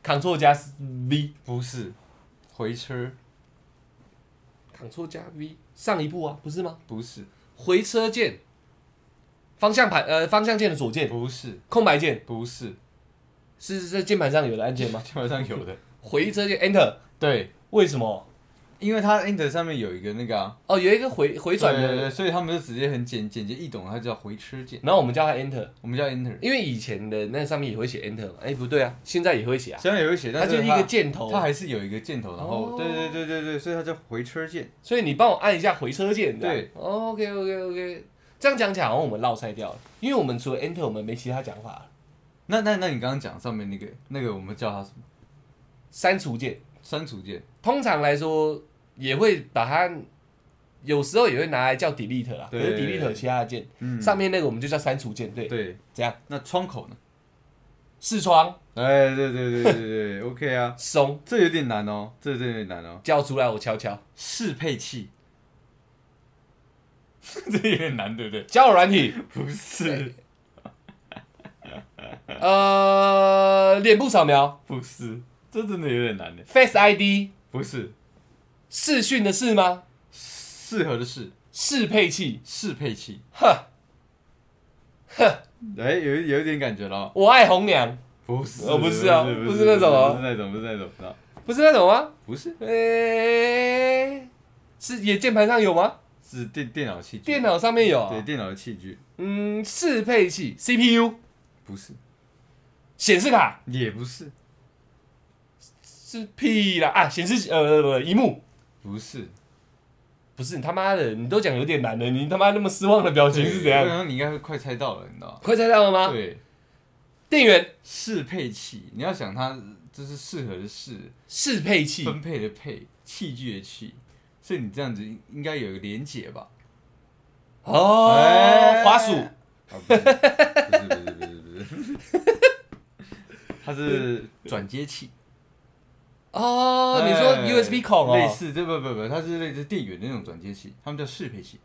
Speaker 1: Ctrl 加 V，
Speaker 2: 不是回车
Speaker 1: Ctrl 加 V 上一步啊，不是吗？
Speaker 2: 不是，
Speaker 1: 回车键，方向盘呃方向键的左键，
Speaker 2: 不是，
Speaker 1: 空白键
Speaker 2: 不是，
Speaker 1: 是在键盘上有的按键吗？
Speaker 2: 基本上 有的。
Speaker 1: 回车键 Enter，
Speaker 2: 对，
Speaker 1: 为什么？
Speaker 2: 因为它 Enter 上面有一个那个啊，
Speaker 1: 哦，有一个回回
Speaker 2: 回
Speaker 1: 转
Speaker 2: 对对对，
Speaker 1: 的，
Speaker 2: 所以他们就直接很简简洁易懂，它叫回车键，
Speaker 1: 然后我们叫它 Enter，
Speaker 2: 我们叫 Enter。
Speaker 1: 因为以前的那上面也会写 Enter 嘛，哎、不对啊，现在也会写啊，
Speaker 2: 虽然也会写，但
Speaker 1: 它就是是一个箭头
Speaker 2: 它，还是有一个箭头，然
Speaker 1: 哦
Speaker 2: 后
Speaker 3: 对对对对对，所以它叫回车键。
Speaker 1: 所以你帮我按一下回车键，这样
Speaker 2: 对、
Speaker 1: o k OK OK，这样讲起来好像我们落塞掉了，因为我们除了 Enter 我们没其他讲法了，
Speaker 2: 那那那你刚刚讲上面那个那个我们叫它什么？
Speaker 1: 删除键，
Speaker 2: 删除键。
Speaker 1: 通常来说也会把它，有时候也会拿来叫 Delete 啦，
Speaker 3: 对
Speaker 1: 可是 Delete 有其他的键，
Speaker 3: 嗯，
Speaker 1: 上面那个我们就叫删除键，对，
Speaker 3: 对，
Speaker 1: 这样
Speaker 2: 那窗口呢？
Speaker 1: 视窗
Speaker 3: 哎，对对对对对，OK 啊，
Speaker 1: 松
Speaker 3: 这有点难哦，这有点难哦。
Speaker 1: 叫出来我敲敲，
Speaker 2: 适配器。这有点难，对不对？
Speaker 1: 交友软体，
Speaker 2: 不是，
Speaker 1: 呃，脸部扫描
Speaker 2: 不是，这真的有点难的。
Speaker 1: Face ID。
Speaker 2: 不是，
Speaker 1: 视讯的视吗？
Speaker 2: 适合的是
Speaker 1: 适配器，
Speaker 2: 适配器。
Speaker 1: 呵，
Speaker 2: 哎，有一有一点感觉了哦。
Speaker 1: 我爱红娘，
Speaker 2: 不是
Speaker 1: 哦不是啊不是那种哦
Speaker 2: 不是那种，不是那种，啊
Speaker 1: 不是那种吗？
Speaker 2: 不是，
Speaker 1: 诶、是也键盘上有吗？
Speaker 2: 是电电脑器具。
Speaker 1: 电脑上面有
Speaker 2: 对
Speaker 1: 啊。
Speaker 2: 电脑的器具，
Speaker 1: 嗯，适配器，CPU，
Speaker 2: 不是，
Speaker 1: 显示卡
Speaker 2: 也不是，
Speaker 1: 是屁啦啊！显示呃不，荧幕
Speaker 2: 不是。
Speaker 1: 不是你他妈的，你都讲有点难了，你他妈那么失望的表情是怎
Speaker 2: 我
Speaker 1: 样？
Speaker 2: 想你应该会快猜到了，你知道吗？
Speaker 1: 快猜到了吗？
Speaker 2: 嗯对，
Speaker 1: 电源
Speaker 2: 适配器，你要想它就是适合的适，
Speaker 1: 适配器，
Speaker 2: 分配的配，器具的器，所以你这样子应应该有一个连结吧？
Speaker 1: 哦，
Speaker 2: 哎
Speaker 1: 滑鼠，
Speaker 3: 啊，不是，不是，不是，不是，不是，
Speaker 2: 它是转接器。
Speaker 1: 哦，你
Speaker 2: 哎
Speaker 1: 说 USB 孔
Speaker 2: 类
Speaker 1: 哦，
Speaker 2: 似，这不不不，它是类似电源的那种转接器，他们叫适配器，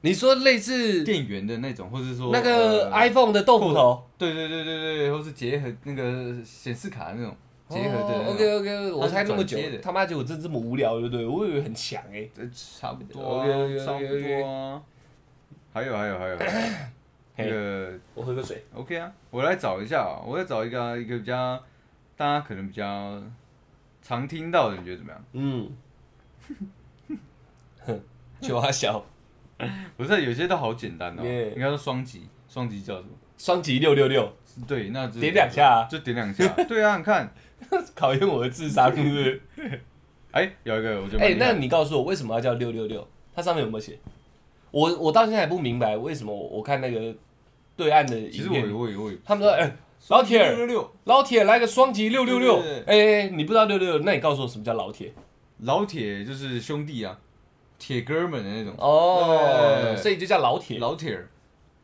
Speaker 1: 你说类似
Speaker 2: 电源的那种，或者说
Speaker 1: 那个
Speaker 2: 呃
Speaker 1: iPhone 的豆腐头。
Speaker 2: 对对对对对，或是结合那个显示卡的那种
Speaker 1: 哦
Speaker 2: 结合的那种
Speaker 1: OK OK，我猜那么久
Speaker 2: 它是转接的，
Speaker 1: 他妈结果真这么无聊，对不对？我以为很强哎、
Speaker 2: 呃差不多啊，
Speaker 1: OK，OK，OK，OK
Speaker 2: 差不多啊。
Speaker 3: 还有，还有，还有，那
Speaker 1: 嘿
Speaker 3: 个
Speaker 1: 我喝个水。
Speaker 3: OK 啊，我来找一下啊，我来找一个啊一个比较大家可能比较常听到的，你觉得怎么样？
Speaker 1: 嗯，九阿小
Speaker 3: 不是，有些都好简单哦。
Speaker 1: Yeah
Speaker 3: 你看说双击，双击叫什么？
Speaker 1: 双击六六六，
Speaker 3: 对，那就是
Speaker 1: 点两下啊
Speaker 3: 就点 两下。对啊，你看，
Speaker 1: 考验我的智商是不是？
Speaker 3: 哎，有一个我觉得蛮
Speaker 1: 哎、
Speaker 3: 厉害
Speaker 1: 那你告诉我为什么要叫六六六？它上面有没有写？我我到现在还不明白为什么我我看那个对岸的
Speaker 3: 其
Speaker 1: 影
Speaker 3: 实我也
Speaker 1: 片，
Speaker 3: 我也我也
Speaker 1: 他们说哎、老铁
Speaker 2: 六六
Speaker 1: 儿
Speaker 2: 六，
Speaker 1: 老铁来个双击六六六
Speaker 2: 对对，
Speaker 1: 哎、哎你不知道六六六，那你告诉我什么叫老铁？
Speaker 2: 老铁就是兄弟啊，铁哥们的那种，
Speaker 1: 哦，
Speaker 2: 对
Speaker 1: 所以就叫老铁，
Speaker 2: 老铁儿，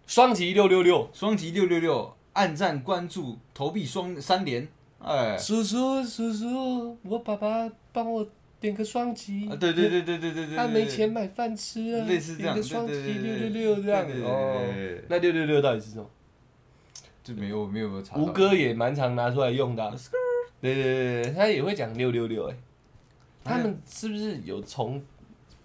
Speaker 1: 双击六六六。
Speaker 2: 双击六六六，按赞关注，投币双三连，哎，
Speaker 1: 叔叔，叔叔，我爸爸帮我点个双击。
Speaker 2: 啊对对对对对对对对，
Speaker 1: 他没钱买饭吃啊，
Speaker 2: 类似这样
Speaker 1: 点个双击
Speaker 2: 对对
Speaker 1: 六六
Speaker 2: 对对
Speaker 1: 六这样
Speaker 3: 对对对对
Speaker 1: 哦
Speaker 3: 对。
Speaker 1: 那六六六到底是什么？
Speaker 2: 就没有没有没有查到
Speaker 1: 吴哥也蛮常拿出来用的啊、对对对对，他也会讲六六六哎。他们是不是有从？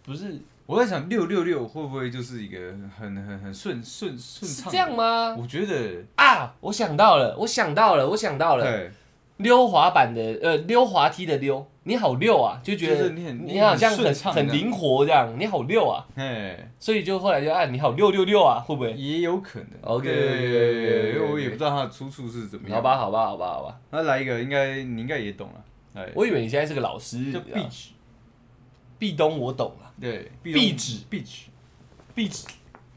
Speaker 1: 不是
Speaker 2: 我在想六六六会不会就是一个很很很顺顺顺
Speaker 1: 是
Speaker 2: 畅
Speaker 1: 这
Speaker 2: 的
Speaker 1: 样？吗？
Speaker 2: 我觉得
Speaker 1: 啊，我想到了，我想到了，我想到了，
Speaker 3: 对，
Speaker 1: 溜滑板的呃，溜滑梯的溜，你好溜啊，就觉
Speaker 2: 就
Speaker 1: 得
Speaker 2: 是你很
Speaker 1: 好像很
Speaker 2: 你很顺畅
Speaker 1: 很
Speaker 2: 这样
Speaker 1: 灵活这样，你好溜啊。
Speaker 2: 哎，
Speaker 1: 所以就后来就按你好六六六啊，会不会？
Speaker 2: 也有可能。
Speaker 1: OK，
Speaker 2: 对对对对对
Speaker 1: OK，OK，OK，OK
Speaker 2: 因为我也不知道它的出处是怎么样。
Speaker 1: 好吧，，好吧，好吧，好吧。
Speaker 3: 那来一个，应该你应该也懂了。哎，
Speaker 1: 我以啊为你现在是个老师，你知
Speaker 2: 叫
Speaker 1: 道吗
Speaker 2: beach，
Speaker 1: 壁咚我懂了，
Speaker 2: 对
Speaker 1: 壁纸
Speaker 2: ，beach
Speaker 1: 壁纸，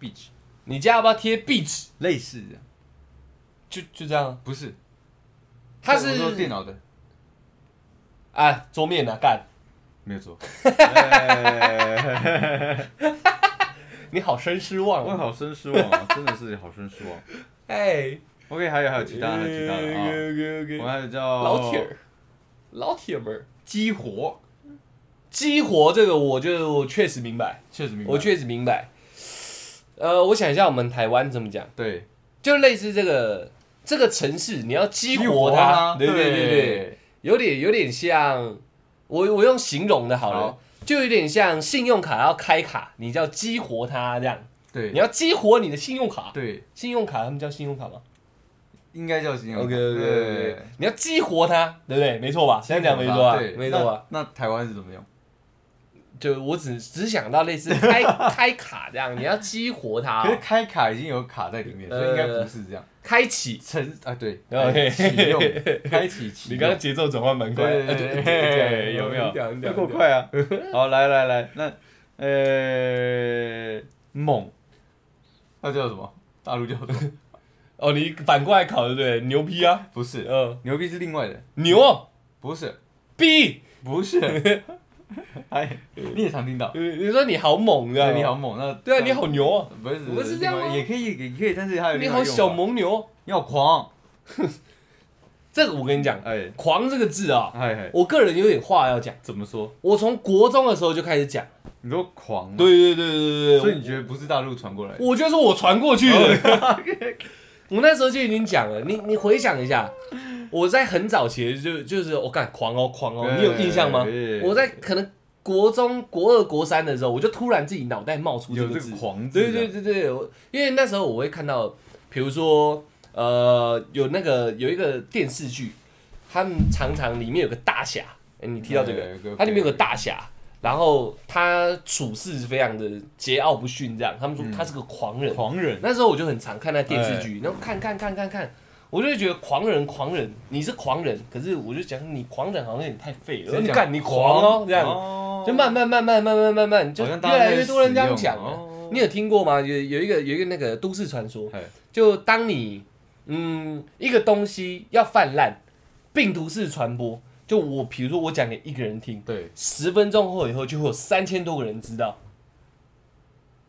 Speaker 2: beach
Speaker 1: 你家要不要贴壁纸？
Speaker 2: 类似的，
Speaker 1: 就就这样啊，
Speaker 2: 不是，
Speaker 1: 它
Speaker 2: 我说电
Speaker 1: 是
Speaker 2: 脑的，
Speaker 1: 啊，桌面啊，干，
Speaker 2: 没有 错。哎
Speaker 1: 你好生失望
Speaker 3: 我
Speaker 1: 啊！
Speaker 3: 好生失望啊，真的是好生失望。
Speaker 1: 哎，
Speaker 3: OK，还有还有其他的，其他的啊，我们还有叫
Speaker 2: 哦
Speaker 1: 老铁儿，老铁们儿，
Speaker 2: 激活，
Speaker 1: 激活这个我就我确实明白，
Speaker 2: 确实明白。
Speaker 1: 我确实明白。呃，我想一下，我们台湾怎么讲？
Speaker 2: 对
Speaker 1: 就类似这个这个城市，你要激活
Speaker 2: 它，
Speaker 1: 它，对对对对，有点有点像我我用形容的好了，
Speaker 2: 好
Speaker 1: 就有点像信用卡要开卡，你就要激活它这样，你
Speaker 2: 对
Speaker 1: 要激活你的信用卡。
Speaker 2: 对，
Speaker 1: 信用卡他们叫信用卡吗
Speaker 2: 应该叫信用卡。
Speaker 1: ？OK OK
Speaker 2: 对
Speaker 1: OK，你要激活它，对不对？没错吧？这样讲啊没错吧？
Speaker 2: 对
Speaker 1: 没错吧？
Speaker 2: 那那台湾是怎么用？
Speaker 1: 就我只只想到类似开 开卡这样，你要激活它
Speaker 2: 可是
Speaker 1: 哦，
Speaker 2: 开卡已经有卡在里面，
Speaker 1: 呃
Speaker 2: 所以应该不是这样。
Speaker 1: 开启。
Speaker 2: 成啊，对，
Speaker 1: OK
Speaker 2: 启用，开启启用。
Speaker 1: 你刚刚节奏转换蛮快的，
Speaker 2: 对对对对
Speaker 1: 对，有没有
Speaker 2: 很屌很？屌
Speaker 1: 够
Speaker 2: 很
Speaker 3: 够
Speaker 2: 屌
Speaker 1: 快，
Speaker 3: 快 啊！好，来来来，那呃猛
Speaker 2: 那叫什么？大陆叫什么？
Speaker 1: 哦，你反过来考对不对？牛批啊，
Speaker 2: 不是，
Speaker 1: 嗯，
Speaker 3: 牛逼是另外的，
Speaker 1: 牛哦
Speaker 2: 不是，
Speaker 1: 逼，
Speaker 2: 不是。 哎，你也常听到，
Speaker 1: 呃你说你好猛，这样
Speaker 2: 对，
Speaker 1: 哦
Speaker 2: 你好，猛，那
Speaker 1: 对啊，你好牛哦，
Speaker 2: 不是
Speaker 1: 不是这样吗
Speaker 2: 也可以，
Speaker 3: 也可以，但是它有
Speaker 1: 你
Speaker 3: 另外
Speaker 1: 好啊
Speaker 3: 一个用法
Speaker 1: 小，蒙牛。
Speaker 2: 你好狂，
Speaker 1: 这个我跟你讲，
Speaker 3: 哎
Speaker 1: 狂这个字啊，
Speaker 3: 哎哎，
Speaker 1: 我个人有点话要讲，
Speaker 2: 怎么说？
Speaker 1: 我从国中的时候就开始讲，
Speaker 3: 你说狂吗，
Speaker 1: 对对对对对
Speaker 2: 所以你觉得不是大陆传过来的？
Speaker 1: 我就是我传过去
Speaker 2: 哦
Speaker 1: 的。 我那时候就已经讲了，你你回想一下，我在很早期就就是我干、狂哦狂哦，
Speaker 3: 对
Speaker 1: 你有印象吗
Speaker 3: 对？
Speaker 1: 我在可能国中国二国三的时候，我就突然自己脑袋冒出这
Speaker 2: 有
Speaker 1: 个
Speaker 2: 这
Speaker 1: 字
Speaker 2: 个，狂字，
Speaker 1: 对对，对对，我因为那时候我会看到，比如说呃有那个有一个电视剧，他们常常里面有个大侠，诶你提到这
Speaker 2: 哎有一
Speaker 1: 个
Speaker 2: 个，
Speaker 1: 它里面有个大侠。然后他处事非常的桀骜不驯，这样他们说他是个狂人，
Speaker 2: 狂人，
Speaker 1: 那时候我就很常看那电视
Speaker 2: 哎
Speaker 1: 剧，然后看看看看看，我就会觉得狂人狂人，你是狂人，可是我就讲你狂人好像有点太废了，
Speaker 2: 谁
Speaker 1: 你
Speaker 2: 讲
Speaker 1: 干你狂哦这样，
Speaker 2: 样
Speaker 1: 就慢慢慢慢慢慢慢慢，就
Speaker 2: 好
Speaker 1: 越
Speaker 2: 像大家
Speaker 1: 来越多人这样
Speaker 2: 在使用
Speaker 1: 讲了
Speaker 2: 哦。
Speaker 1: 你有听过吗？有有一个有一个那个都市传说
Speaker 2: 嘿，
Speaker 1: 就当你嗯一个东西要泛滥，病毒式传播，就我比如说我讲给一个人听，
Speaker 2: 对，
Speaker 1: 十分钟后以后就会有三千多个人知道。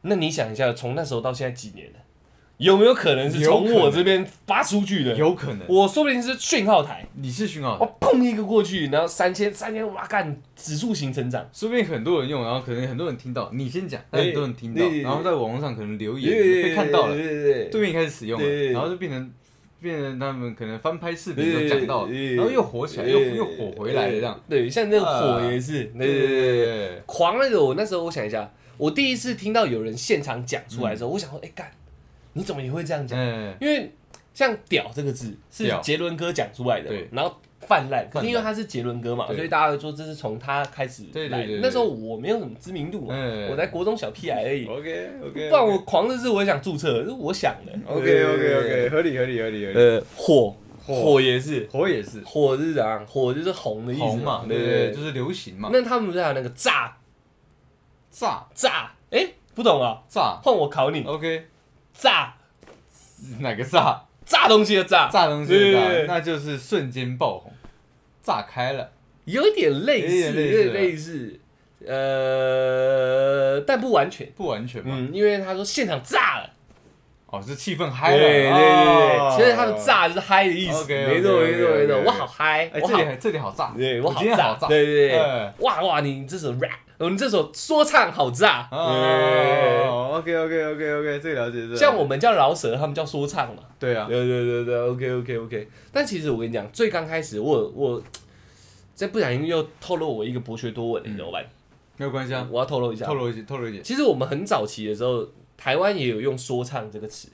Speaker 1: 那你想一下，从那时候到现在几年了，有没有可能是
Speaker 2: 有可
Speaker 1: 从
Speaker 2: 能
Speaker 1: 我这边发出去的？，
Speaker 2: 有可能
Speaker 1: 我说哦不定是讯号台，
Speaker 2: 你啊是讯号
Speaker 1: 我，砰一个过去，然后三千三千，哇干，指数型成长。
Speaker 2: 说不定很多人用，然后可能很多人听到，你先讲，但很多人听到
Speaker 1: 哎对对，对
Speaker 2: 然后在网络上可能留言被看到了，
Speaker 1: 对对
Speaker 2: 对面开始使用了
Speaker 1: 对对，对
Speaker 2: 然后就变成变成他们可能翻拍视
Speaker 1: 对
Speaker 2: 频都讲到了，
Speaker 1: 对
Speaker 2: 然后又火起来，又又火回来了这样。。
Speaker 1: 对，像那个火也是，对对对对。
Speaker 2: 对，
Speaker 1: 狂那个，我那时候我想一下，我第一次听到有人现场讲出来的时候，我想说，哎干，你怎么也会这样讲？
Speaker 2: 嗯，
Speaker 1: 因为像“屌”这个字是
Speaker 2: 屌
Speaker 1: 杰伦哥讲出来的嘛
Speaker 2: 对，
Speaker 1: 然后泛滥，可是
Speaker 2: 泛滥
Speaker 1: 因为他是杰伦哥嘛，
Speaker 2: 对
Speaker 1: 所以大家会说这是从他开始
Speaker 2: 对对
Speaker 1: 来的
Speaker 2: 对。对
Speaker 1: 那时候我没有什么知名度嘛，
Speaker 2: 嗯
Speaker 1: 我在国中小屁孩而已。
Speaker 3: ，OK
Speaker 1: 不
Speaker 3: OK，
Speaker 1: 然我狂的是我也想注册，是我想的。
Speaker 3: OK OK OK，合理合理合理合理，
Speaker 1: 呃，火
Speaker 3: 火
Speaker 1: 火也是，
Speaker 3: 火也是，
Speaker 1: 火是怎样？火就是红的意思
Speaker 2: 红嘛，对
Speaker 1: 对
Speaker 2: 对
Speaker 1: 对
Speaker 2: 对，就是流行嘛，
Speaker 1: 那他们不是还有那个炸
Speaker 2: 炸
Speaker 1: 炸？哎，不懂啊，
Speaker 2: 炸
Speaker 1: 换我考你，
Speaker 2: ，OK，
Speaker 1: 炸
Speaker 2: 哪个炸？
Speaker 1: 炸东西的炸，
Speaker 2: 炸东西
Speaker 1: 对
Speaker 2: 的
Speaker 1: 对
Speaker 2: 炸
Speaker 1: 对，
Speaker 2: 那就是瞬间爆红，炸开了。
Speaker 1: 有点类似，
Speaker 2: 有点类
Speaker 1: 有
Speaker 2: 似啊
Speaker 1: 点类似，呃，但不完全。
Speaker 2: 不完全嘛，
Speaker 1: 嗯，因为他说现场炸了，
Speaker 2: 哦，是气氛嗨
Speaker 1: 对
Speaker 2: 了，
Speaker 1: 对对对，
Speaker 2: 哦
Speaker 1: 其实他的炸就是嗨的意思，
Speaker 2: OK，OK，
Speaker 1: 没错
Speaker 2: OK，OK，
Speaker 1: 没错没错，
Speaker 2: OK，OK
Speaker 1: 我好嗨
Speaker 2: 哎，，
Speaker 1: 我
Speaker 2: 这
Speaker 1: 好
Speaker 2: 里，还这里好炸，
Speaker 1: 对我
Speaker 2: 好
Speaker 1: 好
Speaker 2: 今天
Speaker 1: 炸，
Speaker 2: 炸，
Speaker 1: 对对对
Speaker 2: 哎，
Speaker 1: 哇哇，你这首 rap，哦，你这首说唱好炸，
Speaker 2: 啊哦
Speaker 1: 对
Speaker 3: 哦，OK OK OK OK，这个了解这个了解，
Speaker 1: 像我们叫饶舌，他们叫说唱嘛，
Speaker 3: 对啊，
Speaker 1: 对对对对，OK OK OK。但其实我跟你讲，最刚开始我我这不小心又透露我一个博学多闻，你知道吧？
Speaker 2: 没有关系啊，
Speaker 1: 我要透露一下，
Speaker 2: 透露一些，透露一些，
Speaker 1: 其实我们很早期的时候，台湾也有用说唱这个词，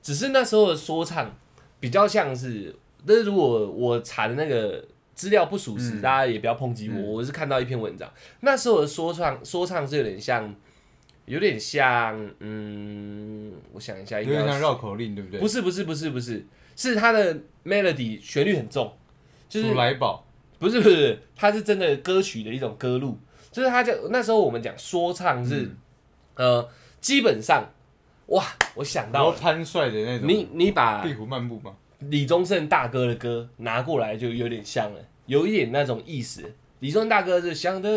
Speaker 1: 只是那时候的说唱比较像是，但是如果我查的那个资料不属
Speaker 2: 嗯
Speaker 1: 实，大家也不要抨击我。我是看到一篇文章，那时候的说唱说唱是有点像，有点像，嗯，我想一下，
Speaker 2: 有
Speaker 1: 应该
Speaker 2: 点
Speaker 1: 要
Speaker 2: 像绕口令，对不对？
Speaker 1: 不是不是不是不是，是它的 melody 旋律很重，就是
Speaker 2: 数来宝，
Speaker 1: 不是不是，它是真的歌曲的一种歌路，就是它叫那时候我们讲说唱是，呃，基本上，哇，我想
Speaker 2: 然
Speaker 1: 到
Speaker 2: 后
Speaker 1: 了，
Speaker 2: 潘帅的那种，
Speaker 1: 你你把
Speaker 2: 壁虎漫步嘛，
Speaker 1: 李宗盛大哥的歌拿过来就有点像了，有一点那种意思。李宗盛大哥是想的，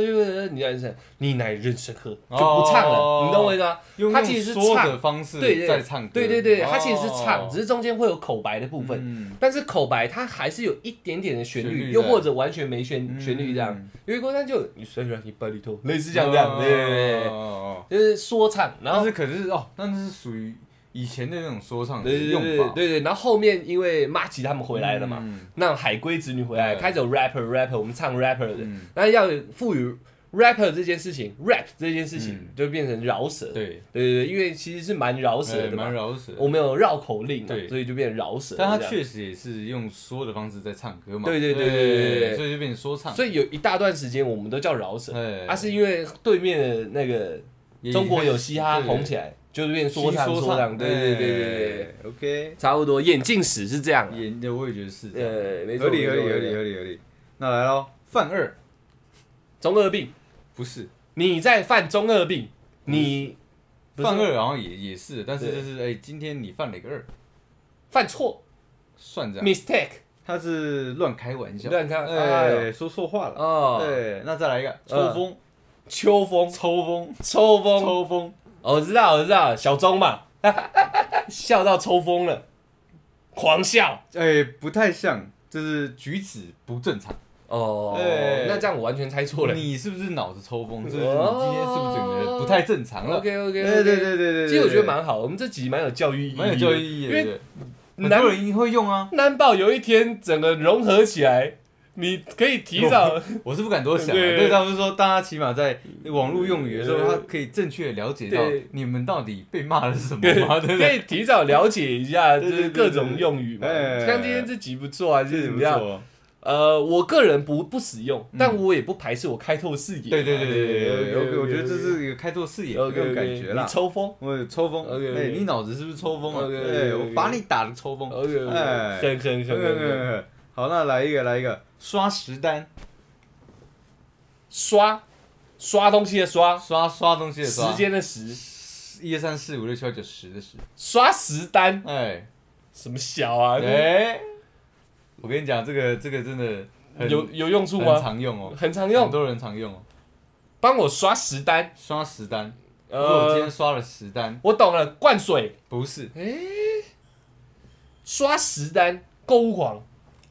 Speaker 1: 你认识你乃认识歌就不唱了，
Speaker 2: 哦
Speaker 1: 你懂我意思吗？
Speaker 2: 用
Speaker 1: 他
Speaker 2: 那种
Speaker 1: 其实是
Speaker 2: 说
Speaker 1: 唱
Speaker 2: 的方式
Speaker 1: 对对
Speaker 2: 在唱歌，
Speaker 1: 对对对，他
Speaker 2: 哦
Speaker 1: 其实是唱，只是中间会有口白的部分，
Speaker 2: 嗯
Speaker 1: 但是口白它还是有一点点的旋律，
Speaker 2: 旋律
Speaker 1: 又
Speaker 2: 在
Speaker 1: 或者完全没旋旋律这样。
Speaker 2: 嗯
Speaker 1: 因为郭山就你虽然你把里头类似像这样，
Speaker 2: 哦
Speaker 1: 对对对，
Speaker 2: 哦哦
Speaker 1: 就是说唱，然
Speaker 2: 但
Speaker 1: 后
Speaker 2: 是可是哦，那是属于以前的那种说唱的
Speaker 1: 对对
Speaker 2: 用
Speaker 1: 对
Speaker 2: 法，
Speaker 1: 对对，然后后面因为马吉他们回来了嘛
Speaker 2: 嗯，
Speaker 1: 那海归子女回来
Speaker 2: 对
Speaker 1: 开始有 rapper rapper，我们唱 rapper 的
Speaker 2: 嗯，
Speaker 1: 那要赋予 rapper 这件事情，rap 这件事情就变成饶舌。
Speaker 2: 对，
Speaker 1: 对对对，因为其实是蛮饶舌
Speaker 2: 对，
Speaker 1: 的
Speaker 2: 蛮
Speaker 1: 嘛，哦
Speaker 2: 饶舌的。
Speaker 1: 我们有绕口令嘛，啊
Speaker 2: 对
Speaker 1: 所以就变成饶舌。
Speaker 2: 但他
Speaker 1: 这样
Speaker 2: 确实也是用说的方式在唱歌嘛。
Speaker 1: 对对对
Speaker 2: 对
Speaker 1: 对对对
Speaker 2: 所以就变成说唱。
Speaker 1: 所以有一大段时间我们都叫饶舌，
Speaker 2: 哎
Speaker 1: 啊，是因为对面的那个
Speaker 2: 也
Speaker 1: 中国有嘻哈
Speaker 2: 对
Speaker 1: 红起来，就是变说唱
Speaker 2: 新说唱
Speaker 1: 说唱，对对对对对对，
Speaker 3: 对，OK，
Speaker 1: 差不多眼镜史是这样啊，
Speaker 2: 演的我也觉得是这样。
Speaker 1: 呃，没错，
Speaker 3: 合理
Speaker 1: 没
Speaker 3: 合
Speaker 1: 错
Speaker 3: 理合，
Speaker 1: 没
Speaker 3: 理
Speaker 1: 错
Speaker 3: 合理合理。那来喽，犯二
Speaker 1: 中二病，
Speaker 2: 不是
Speaker 1: 你在犯中二病，你不是
Speaker 2: 犯二，好像也也是，但是
Speaker 1: 对
Speaker 2: 就是哎，今天你犯了一个二，
Speaker 1: 犯错
Speaker 2: 算这样。
Speaker 1: mistake，
Speaker 3: 他是乱开，
Speaker 2: 开玩笑，
Speaker 1: 乱看，哎
Speaker 3: 哎，说错话
Speaker 1: 呦，
Speaker 3: 了。
Speaker 1: 哦，
Speaker 2: 哎
Speaker 3: 对，那再来一个抽风，
Speaker 1: 秋风，
Speaker 3: 抽风，
Speaker 1: 抽风，
Speaker 3: 抽风，
Speaker 1: 哦我知道，我知道，小钟嘛， 笑到抽风了，狂笑。
Speaker 3: 哎，不太像，就是
Speaker 2: 举止不正常。
Speaker 1: 哦
Speaker 2: 哎，
Speaker 1: 那这样我完全猜错了。
Speaker 2: 你是不是脑子抽风？就是你
Speaker 1: 哦
Speaker 2: 今天是不是整个人不太正常了？
Speaker 1: OK OK，
Speaker 3: 对对对对对，
Speaker 1: 其实我觉得蛮好，我们这集蛮有教育意义的，
Speaker 2: 蛮有教育意义
Speaker 1: 因
Speaker 2: 的，
Speaker 1: 为
Speaker 2: 对很
Speaker 1: 难
Speaker 2: 多人会用啊。
Speaker 1: 难保有一天整个融合起来，你可以提早
Speaker 2: 我是不敢多想、啊，
Speaker 1: 对
Speaker 2: 对他们说，大家起码在网络用语的时候，
Speaker 1: 对
Speaker 2: 他可以正确了解到
Speaker 1: 嗯对
Speaker 2: 你们到底被骂的是什么嘛，对不
Speaker 1: 可
Speaker 2: 对？
Speaker 1: 以提早了解一下，
Speaker 3: 对
Speaker 1: 就
Speaker 3: 对对
Speaker 1: 是
Speaker 3: 对
Speaker 1: 各种用语嘛。
Speaker 3: 哎
Speaker 1: 像今天这集不错啊，就
Speaker 3: 这
Speaker 1: 是
Speaker 3: 是
Speaker 1: 怎
Speaker 3: 不
Speaker 1: 么样？
Speaker 3: 错，嗯
Speaker 1: 呃，我个人不不使用，但我也不排斥我开拓视野嘛。
Speaker 2: 啊对对对对对
Speaker 3: 对
Speaker 2: 对
Speaker 3: ，OK，
Speaker 1: OK，OK，OK，OK
Speaker 3: 我觉得这是一个开拓视野的那
Speaker 1: OK，OK，
Speaker 3: 种感觉啦
Speaker 1: 你。抽风
Speaker 3: 我有抽风，
Speaker 1: OK，OK
Speaker 3: 哎，你脑子是不是抽风啊？
Speaker 1: OK，OK，OK
Speaker 3: 哎，我把你打的抽风。
Speaker 1: ，OK，
Speaker 3: 哎
Speaker 1: 很很很
Speaker 2: 哎
Speaker 1: 很
Speaker 3: 好，那来一个，来一个，刷十单，
Speaker 1: 刷刷东西的刷，
Speaker 2: 刷刷东西的刷，
Speaker 1: 时间的时，
Speaker 2: 一二三四五六七八九十的十，
Speaker 1: 刷十单
Speaker 2: 哎
Speaker 1: 什么小啊？
Speaker 2: 哎，我跟你讲，这个这个真的很
Speaker 1: 有有用处
Speaker 2: 很
Speaker 1: 吗？
Speaker 2: 常用哦，
Speaker 1: 很常
Speaker 2: 很
Speaker 1: 用，
Speaker 2: 多人常用哦，
Speaker 1: 帮我刷十单。
Speaker 2: 刷十单，如果我今
Speaker 1: 呃
Speaker 2: 天，刷了十单，
Speaker 1: 我懂了，灌水
Speaker 2: 不是哎
Speaker 1: 刷十单，购物狂，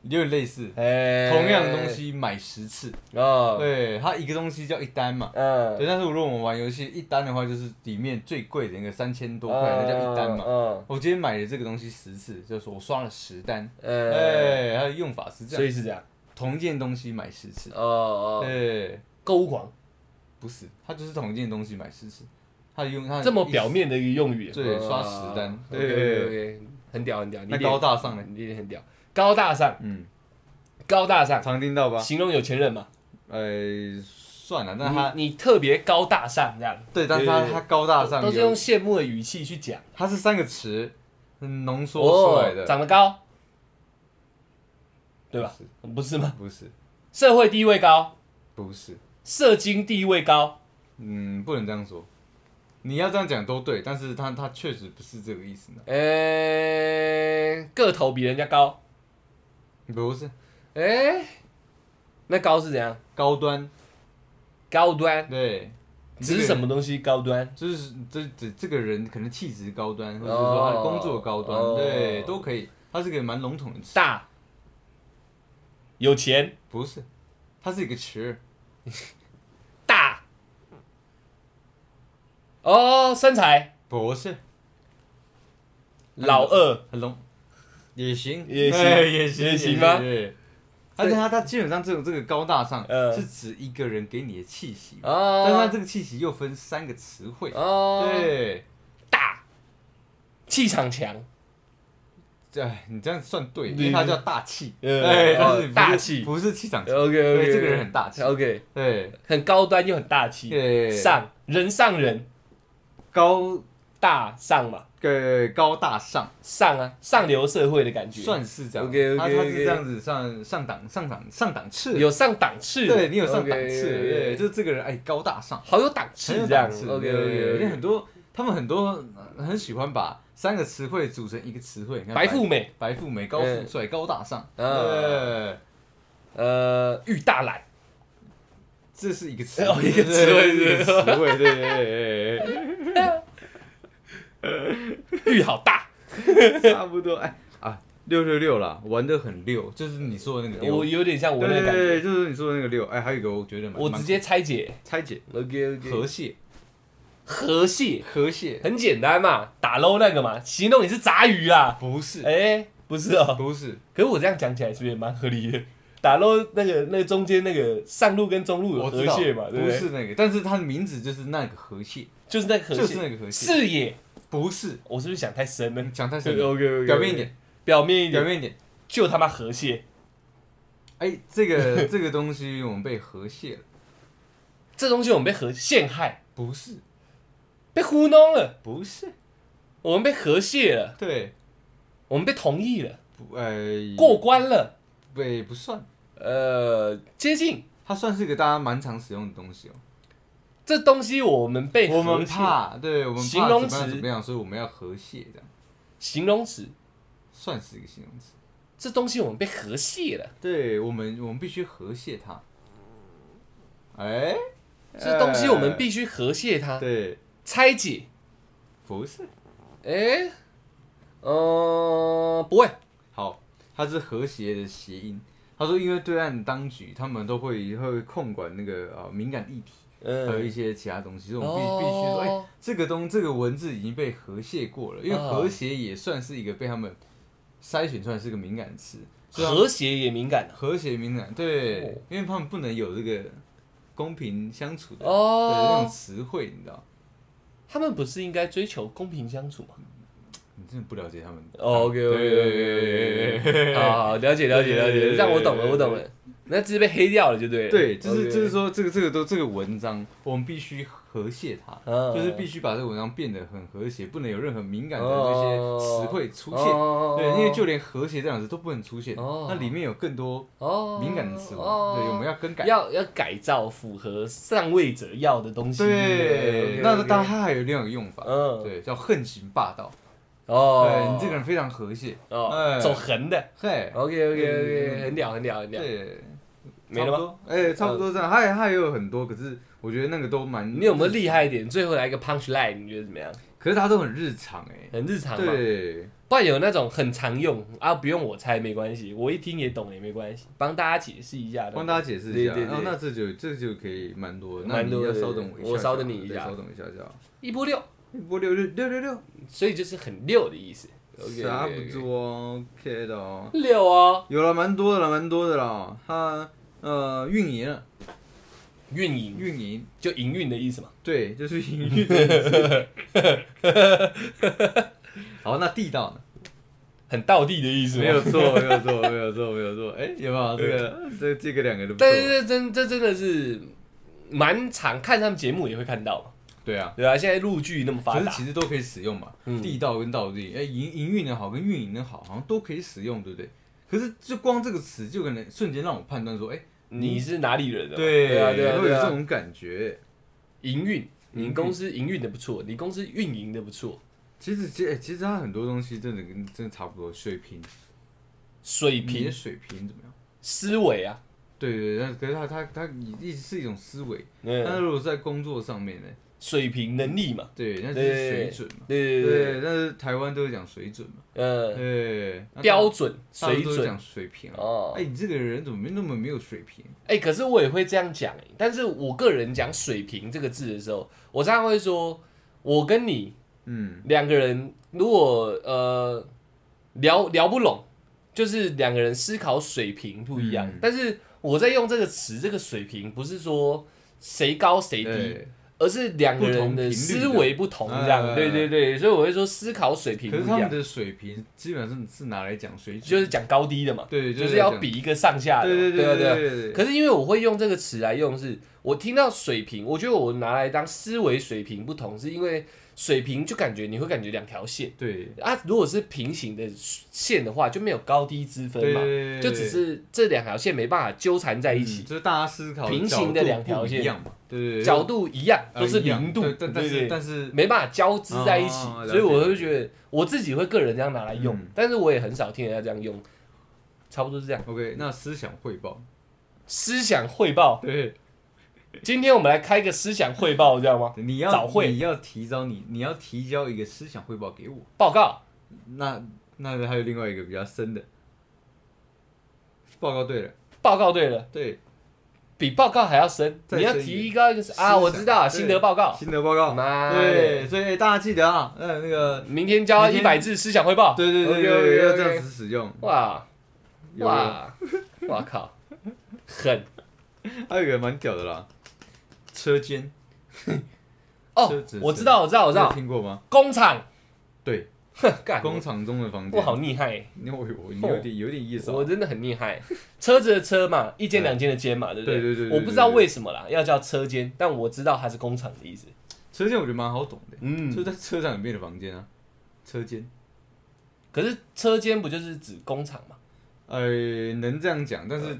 Speaker 2: 有点类似，
Speaker 1: 哎
Speaker 2: 同样的东西买十次，
Speaker 1: 哦，
Speaker 2: 对，它一个东西叫一单嘛。对，
Speaker 1: 嗯，
Speaker 2: 但是如果我们玩游戏一单的话，就是里面最贵的那个三千多块，那叫一单嘛。
Speaker 1: 嗯，
Speaker 2: 我今天买了这个东西十次，就是我刷了十单。
Speaker 1: 嗯呃，
Speaker 2: 哎，它的用法是这
Speaker 1: 所
Speaker 2: 样，
Speaker 1: 以是这样，
Speaker 2: 同一件东西买十次。
Speaker 1: 哦哦，
Speaker 2: 对，
Speaker 1: 购物狂
Speaker 2: 不是，它就是同一件东西买十次，它的用它的
Speaker 1: 这么
Speaker 2: 意思
Speaker 1: 表，面的一个用语，
Speaker 2: 哎对
Speaker 1: 哦
Speaker 2: 刷十单
Speaker 1: 对对对，很屌很屌，你
Speaker 2: 那
Speaker 1: 脸
Speaker 2: 高，大上呢？
Speaker 1: 你脸很屌，高大上，
Speaker 2: 嗯，
Speaker 1: 高大上，
Speaker 3: 常听到吧？
Speaker 1: 形容有钱人嘛，
Speaker 3: 呃，
Speaker 2: 哎算了，但它
Speaker 1: 你你特别高大上这样，
Speaker 2: 对，但是它
Speaker 1: 对
Speaker 2: 它高大上
Speaker 1: 都是
Speaker 2: 有
Speaker 1: 用羡慕的语气去讲，
Speaker 2: 它是三个词浓缩出
Speaker 1: 哦
Speaker 2: 来，的，
Speaker 1: 长得高，对吧？不是吗？
Speaker 2: 不是，
Speaker 1: 社会地位高。
Speaker 2: 不是，
Speaker 1: 社经地位高，
Speaker 2: 嗯，不能这样说。你要这样讲都对，但是它它确实不是这个意思呢。
Speaker 1: 呃、个头比人家高，
Speaker 2: 不是
Speaker 1: 哎、那高是怎样？
Speaker 2: 高端，
Speaker 1: 高端，
Speaker 2: 对，
Speaker 1: 指什么东西高端？
Speaker 2: 就是这这这个人可能气质高端，或者是说他的工作高端，
Speaker 1: 哦
Speaker 2: 对，都可以。他是个蛮笼统的词，
Speaker 1: 大，有钱，
Speaker 2: 不是，它是一个词，
Speaker 1: 大，哦，身材，
Speaker 2: 不是，
Speaker 1: 老二，
Speaker 2: 很笼，也行，
Speaker 1: 也行
Speaker 2: 哎也行，
Speaker 1: 也行吗
Speaker 2: 对。而且他他基本上这种这个高大上，
Speaker 1: 呃
Speaker 2: 是指一个人给你的气息，但是他
Speaker 1: 哦，
Speaker 2: 这个气息又分三个词汇，
Speaker 1: 哦，，
Speaker 2: 对，
Speaker 1: 大，气场强，
Speaker 2: 哎，你这样算对，因
Speaker 1: 对
Speaker 2: 为他叫大气，
Speaker 1: 呃
Speaker 2: 对，但
Speaker 1: 哦
Speaker 2: 是不是
Speaker 1: 大气
Speaker 2: 不是气场强，
Speaker 1: ，OK，, o k
Speaker 2: 对这个人很大气
Speaker 1: ，OK，
Speaker 2: 对
Speaker 1: 很高端又很大气，
Speaker 2: 对，
Speaker 1: 上人上人，
Speaker 3: 高
Speaker 1: 大上嘛，
Speaker 2: 呃高大上，
Speaker 1: 上啊，上流社会的感觉，
Speaker 2: 算是这样。
Speaker 1: OK，OK，
Speaker 2: 他他是
Speaker 1: OK
Speaker 2: 这样子上上档上档上档次，
Speaker 1: 有上档次，
Speaker 2: 对你有上档
Speaker 1: OK，
Speaker 2: 次，对，
Speaker 1: OK，
Speaker 2: 就是这个人哎高大上，
Speaker 1: 好有档
Speaker 2: 很
Speaker 1: 次
Speaker 2: 有
Speaker 1: 这样
Speaker 2: 档次。
Speaker 1: ，OK
Speaker 2: 对因为
Speaker 1: OK
Speaker 2: 很多他们很多呃很喜欢把三个词汇组成一个词汇，你
Speaker 1: OK，
Speaker 2: 看
Speaker 1: 白富美，
Speaker 2: 白富美、高富帅、高大上，
Speaker 1: 啊
Speaker 2: 对，
Speaker 1: 呃，玉大懒，
Speaker 2: 这是一个词
Speaker 1: 哦，一个词汇
Speaker 2: 对
Speaker 1: 是不是
Speaker 2: 一个词汇，对对对对对
Speaker 1: 玉好大，
Speaker 3: 差不多，哎，
Speaker 2: 啊，六六六啦，玩的很溜，就是你说的那个溜，
Speaker 1: 我有点像我
Speaker 3: 对
Speaker 1: 那
Speaker 3: 对
Speaker 1: 个
Speaker 3: 对
Speaker 1: 感觉，
Speaker 3: 对，就是你说的那个六，哎，还有一个我觉得蛮，
Speaker 1: 我
Speaker 3: 蛮
Speaker 1: 直接拆解
Speaker 3: 拆解，
Speaker 1: ，OK
Speaker 2: 河蟹，
Speaker 1: 河蟹
Speaker 2: 河蟹
Speaker 1: 很简单嘛，打捞那个嘛，形容你是杂鱼啊，
Speaker 2: 不是
Speaker 1: 哎，不是哦，
Speaker 2: 不是
Speaker 1: 可是我这样讲起来是不是也蛮合理的？ 打漏那个那中间那个上路跟中路有
Speaker 2: 我
Speaker 1: 河
Speaker 2: 知道
Speaker 1: 蟹嘛，对
Speaker 2: 不
Speaker 1: 对？
Speaker 2: 是那个，但是它的名字就是那个河蟹，
Speaker 1: 就是那个河蟹，
Speaker 2: 就是那个河蟹
Speaker 1: 视野，
Speaker 2: 不是
Speaker 1: 我是不是想太深了？
Speaker 2: 讲太深
Speaker 1: OK
Speaker 2: 了，
Speaker 1: OK，
Speaker 2: 表面一，点，
Speaker 1: 表面一
Speaker 2: 表
Speaker 1: 点，
Speaker 2: 面一点。
Speaker 1: 就他妈河蟹，
Speaker 2: 哎，这个 这个东西我们被河蟹了，
Speaker 1: 这东西我们被河陷害，
Speaker 2: 不是
Speaker 1: 被糊弄了，
Speaker 2: 不是，
Speaker 1: 我们被河蟹了，
Speaker 2: 对，
Speaker 1: 我们被同意了，
Speaker 2: 不哎
Speaker 1: 过关了，
Speaker 2: 对不算，
Speaker 1: 呃，接近
Speaker 2: 它算是一个大家蛮常使用的东西哦。
Speaker 1: 这东西我们被
Speaker 2: 我们
Speaker 1: 河蟹
Speaker 2: 怕，对我们怕
Speaker 1: 形容
Speaker 2: 怎么样
Speaker 1: 词
Speaker 2: 怎么样，所以我们要和谐，这样
Speaker 1: 形容词，
Speaker 2: 算是一个形容词。
Speaker 1: 这东西我们被河蟹了，
Speaker 2: 对我们，我们必须和谐它。哎，
Speaker 1: 这东西我们必须河蟹它，
Speaker 2: 对，
Speaker 1: 拆解，
Speaker 2: 不是，
Speaker 1: 哎，呃，不会，
Speaker 2: 好，它是和谐的谐音。他说，因为对岸当局他们都会会控管那个呃敏感议题，还有一
Speaker 1: 嗯，
Speaker 2: 些其他东西，所以呃我们必
Speaker 1: 哦
Speaker 2: 必须说，哎、这个东这个文字已经被和谐过了，因为
Speaker 1: 啊
Speaker 2: 和谐也算是一个被他们筛选出来是个敏感词，所以他们
Speaker 1: 和谐也敏感啊
Speaker 2: 和谐敏感，对，
Speaker 1: 哦
Speaker 2: 因为他们不能有这个公平相处的、对那种
Speaker 1: 哦，
Speaker 2: 词汇，你知道？
Speaker 1: 他们不是应该追求公平相处吗？
Speaker 2: 你真的不了解他们。
Speaker 1: 哦，OK OK OK
Speaker 2: 对
Speaker 1: OK，好好了解了解了解，让我懂了我懂了，那直接被黑掉了就对了，
Speaker 2: 对， 就是
Speaker 1: OK
Speaker 2: 就是，说，这个这个都这个文章，我们必须和谐它，
Speaker 1: 啊
Speaker 2: 就是必须把这个文章变得很和谐，不能有任何敏感的这些词汇出现。
Speaker 1: 哦
Speaker 2: 对，因为就连和谐这两个字都不能出现，
Speaker 1: 哦
Speaker 2: 那里面有更多
Speaker 1: 哦
Speaker 2: 敏感的词汇，
Speaker 1: 哦
Speaker 2: 对，我们要更改。
Speaker 1: 要要改造符合上位者要的东西，
Speaker 2: 对，
Speaker 1: OK，OK
Speaker 2: 那它它还有另外一个用法，
Speaker 1: 嗯
Speaker 2: 对，叫横行霸道。对
Speaker 1: 哦，
Speaker 2: 你这个人非常和谐，
Speaker 1: 哦
Speaker 2: 哎
Speaker 1: 走横的
Speaker 2: 嘿，
Speaker 1: ，OK OK
Speaker 2: 嗯
Speaker 1: OK，很屌很屌很屌，
Speaker 2: 对，
Speaker 1: 没了
Speaker 2: 差不
Speaker 1: 吗？
Speaker 2: 多？哎，差不多这样。它也它也有很多，可是我觉得那个都蛮，
Speaker 1: 你有没有厉害一点？最后来一个 punch line，你觉得怎么样？
Speaker 2: 可是它都很日常哎。
Speaker 1: 很日常嘛，
Speaker 2: 对，
Speaker 1: 不然有那种很常用啊，不用我猜没关系，我一听也懂也没关系，帮大家解释一下的。
Speaker 2: 帮大家解释一下。
Speaker 1: 对对
Speaker 2: 哦
Speaker 1: 对，
Speaker 2: 那这就这就可以蛮多，那
Speaker 1: 蛮多
Speaker 2: 你要
Speaker 1: 的
Speaker 2: 稍等我一下下，
Speaker 1: 我稍等你一
Speaker 2: 对
Speaker 1: 下
Speaker 2: 稍等一下下。
Speaker 1: 一波六，
Speaker 2: 一波六六六六六，
Speaker 1: 所以就是很六的意思。
Speaker 2: 差不多 OK 的哦。
Speaker 1: 六哦，
Speaker 2: 有了，蛮多的了，蛮多的了。它呃，运营了，
Speaker 1: 运营
Speaker 2: 运营，
Speaker 1: 就营运的意思嘛。
Speaker 2: 对，就是营运这件 事。好，那地道呢？
Speaker 1: 很道地的意思吗，
Speaker 2: 没有错，没有错，没有错，没有错。哎，有没有这个？这这个两个都不错
Speaker 1: 但。是这真这真的是蛮常看他们节目也会看到嘛，
Speaker 2: 对啊，
Speaker 1: 对啊，现在陆剧那么发
Speaker 2: 可是
Speaker 1: 达
Speaker 2: 其，实都可以使用嘛。
Speaker 1: 嗯
Speaker 2: 地道跟道地，哎，营营运的好跟运营的好，好像都可以使用，对不对？可是就光这个词，就可能瞬间让我判断说，哎，
Speaker 1: 你是哪里人的嘛？
Speaker 2: 对
Speaker 1: 对啊对啊
Speaker 2: 会
Speaker 1: 对
Speaker 2: 有这
Speaker 1: 啊，
Speaker 2: 种感觉。
Speaker 1: 营运，
Speaker 2: 营
Speaker 1: 你
Speaker 2: 运
Speaker 1: 公司营运的不错，你公司运营的不错，
Speaker 2: 其实，其哎其实它很多东西真的跟真的差不多，水平，
Speaker 1: 水
Speaker 2: 你的
Speaker 1: 平
Speaker 2: 水平怎么样？
Speaker 1: 思维啊，
Speaker 2: 对对，对但是可是他他他一直是一种思维，但是
Speaker 1: 嗯，
Speaker 2: 如果是在工作上面呢，
Speaker 1: 水平能力嘛，
Speaker 2: 对，那就是水
Speaker 1: 对
Speaker 2: 准嘛。
Speaker 1: 对对对，
Speaker 2: 对，但是台湾都是讲水准嘛，
Speaker 1: 嗯，
Speaker 2: 对，那
Speaker 1: 标
Speaker 2: 大
Speaker 1: 准
Speaker 2: 大陆
Speaker 1: 水
Speaker 2: 都是
Speaker 1: 准
Speaker 2: 讲水平啊。
Speaker 1: 哦
Speaker 2: 哎，。你这个人怎么那么没有水平？
Speaker 1: 哎、可是我也会这样讲、欸，但是我个人讲“水平”这个字的时候，我常常会说，我跟你
Speaker 2: 嗯，
Speaker 1: 两个人如果呃聊聊不拢，就是两个人思考水平不一样。
Speaker 2: 嗯
Speaker 1: 但是我在用这个词，这个水平不是说谁高谁低，
Speaker 2: 对。
Speaker 1: 而是两个人的思维不同，
Speaker 2: 不同频率的
Speaker 1: 这样。
Speaker 2: 哎
Speaker 1: 对对对，所以我会说思考水平
Speaker 2: 可是
Speaker 1: 不
Speaker 2: 他
Speaker 1: 一
Speaker 2: 们
Speaker 1: 样，
Speaker 2: 的水平基本上是拿来讲水准，
Speaker 1: 就是讲高低的嘛，
Speaker 2: 对，
Speaker 1: 就是是要
Speaker 2: 讲
Speaker 1: 比。一个上下的嘛，
Speaker 2: 对
Speaker 1: 对啊
Speaker 2: 对
Speaker 1: 啊
Speaker 2: 对对。
Speaker 1: 可是因为我会用这个词来用是，我听到水平，我觉得我拿来当思维水平不同，是因为水平就感觉你会感觉两条线
Speaker 2: 对
Speaker 1: 啊，如果是平行的线的话，就没有高低之分
Speaker 2: 对
Speaker 1: 嘛，
Speaker 2: 对，对
Speaker 1: 就只是这两条线没办法纠缠在一
Speaker 2: 嗯
Speaker 1: 起，
Speaker 2: 就是大家思考
Speaker 1: 平
Speaker 2: 角
Speaker 1: 行的
Speaker 2: 度
Speaker 1: 两
Speaker 2: 不
Speaker 1: 条线
Speaker 2: 一样嘛，对对对，
Speaker 1: 角度一样，
Speaker 2: 呃
Speaker 1: 都是
Speaker 2: 一样
Speaker 1: 零度，
Speaker 2: 对但但
Speaker 1: 对
Speaker 2: 是
Speaker 1: 对
Speaker 2: 但是
Speaker 1: 没办法交织在一起，
Speaker 2: 哦了解
Speaker 1: 所以我会觉得我自己会个人这样拿来用，
Speaker 2: 嗯
Speaker 1: 但是我也很少听人家这样用，差不多是这样。
Speaker 2: OK，那思想汇报，
Speaker 1: 思想汇报，
Speaker 2: 对，
Speaker 1: 今天我们来开一个思想汇报，知道 吗？
Speaker 2: 你要
Speaker 1: 早会
Speaker 2: 你要提交你你要提交一个思想汇报给我，
Speaker 1: 报告。
Speaker 2: 那那还有另外一个比较深的报告，对了，
Speaker 1: 报告对了，
Speaker 2: 对，
Speaker 1: 比报告还要深。
Speaker 2: 再深
Speaker 1: 你
Speaker 2: 一
Speaker 1: 要
Speaker 2: 点
Speaker 1: 提高一个是
Speaker 2: 思
Speaker 1: 啊，
Speaker 2: 想
Speaker 1: 我知道
Speaker 2: 对
Speaker 1: 心得报告。
Speaker 2: 心得报告，
Speaker 1: 妈
Speaker 2: 对，
Speaker 1: 的，
Speaker 2: 所以哎大家记得啊，呃那个，
Speaker 1: 明天交
Speaker 2: 明
Speaker 1: 一
Speaker 2: 天
Speaker 1: 百字思想汇报。
Speaker 2: 对对对对，
Speaker 1: OK，OK，OK
Speaker 2: 要这样子使用，
Speaker 1: 哇
Speaker 2: 有
Speaker 1: 哇，哇靠！很
Speaker 2: 还有一个蛮屌的啦，车间，
Speaker 1: 哦
Speaker 2: 这只，是
Speaker 1: 我知道，我知道，我
Speaker 2: 我
Speaker 1: 知道，
Speaker 2: 听过吗？
Speaker 1: 工厂，
Speaker 2: 对，
Speaker 1: 哼，干，
Speaker 2: 工厂中的房
Speaker 1: 我
Speaker 2: 间。
Speaker 1: 好厉害，
Speaker 2: 你我我你有点有点意思
Speaker 1: 我
Speaker 2: 哦。
Speaker 1: 真的很厉害。车子的车嘛，一间两间的间嘛，对不
Speaker 2: 对对对对对
Speaker 1: 我不知道为什么啦，要叫车间，但我知道它是工厂的意思。
Speaker 2: 车间我觉得蛮好懂的，
Speaker 1: 嗯
Speaker 2: 就，是在车站里面的房间啊，车间。
Speaker 1: 可是车间不就是指工厂嘛？
Speaker 2: 呃，能这样讲，但
Speaker 1: 呃
Speaker 2: 是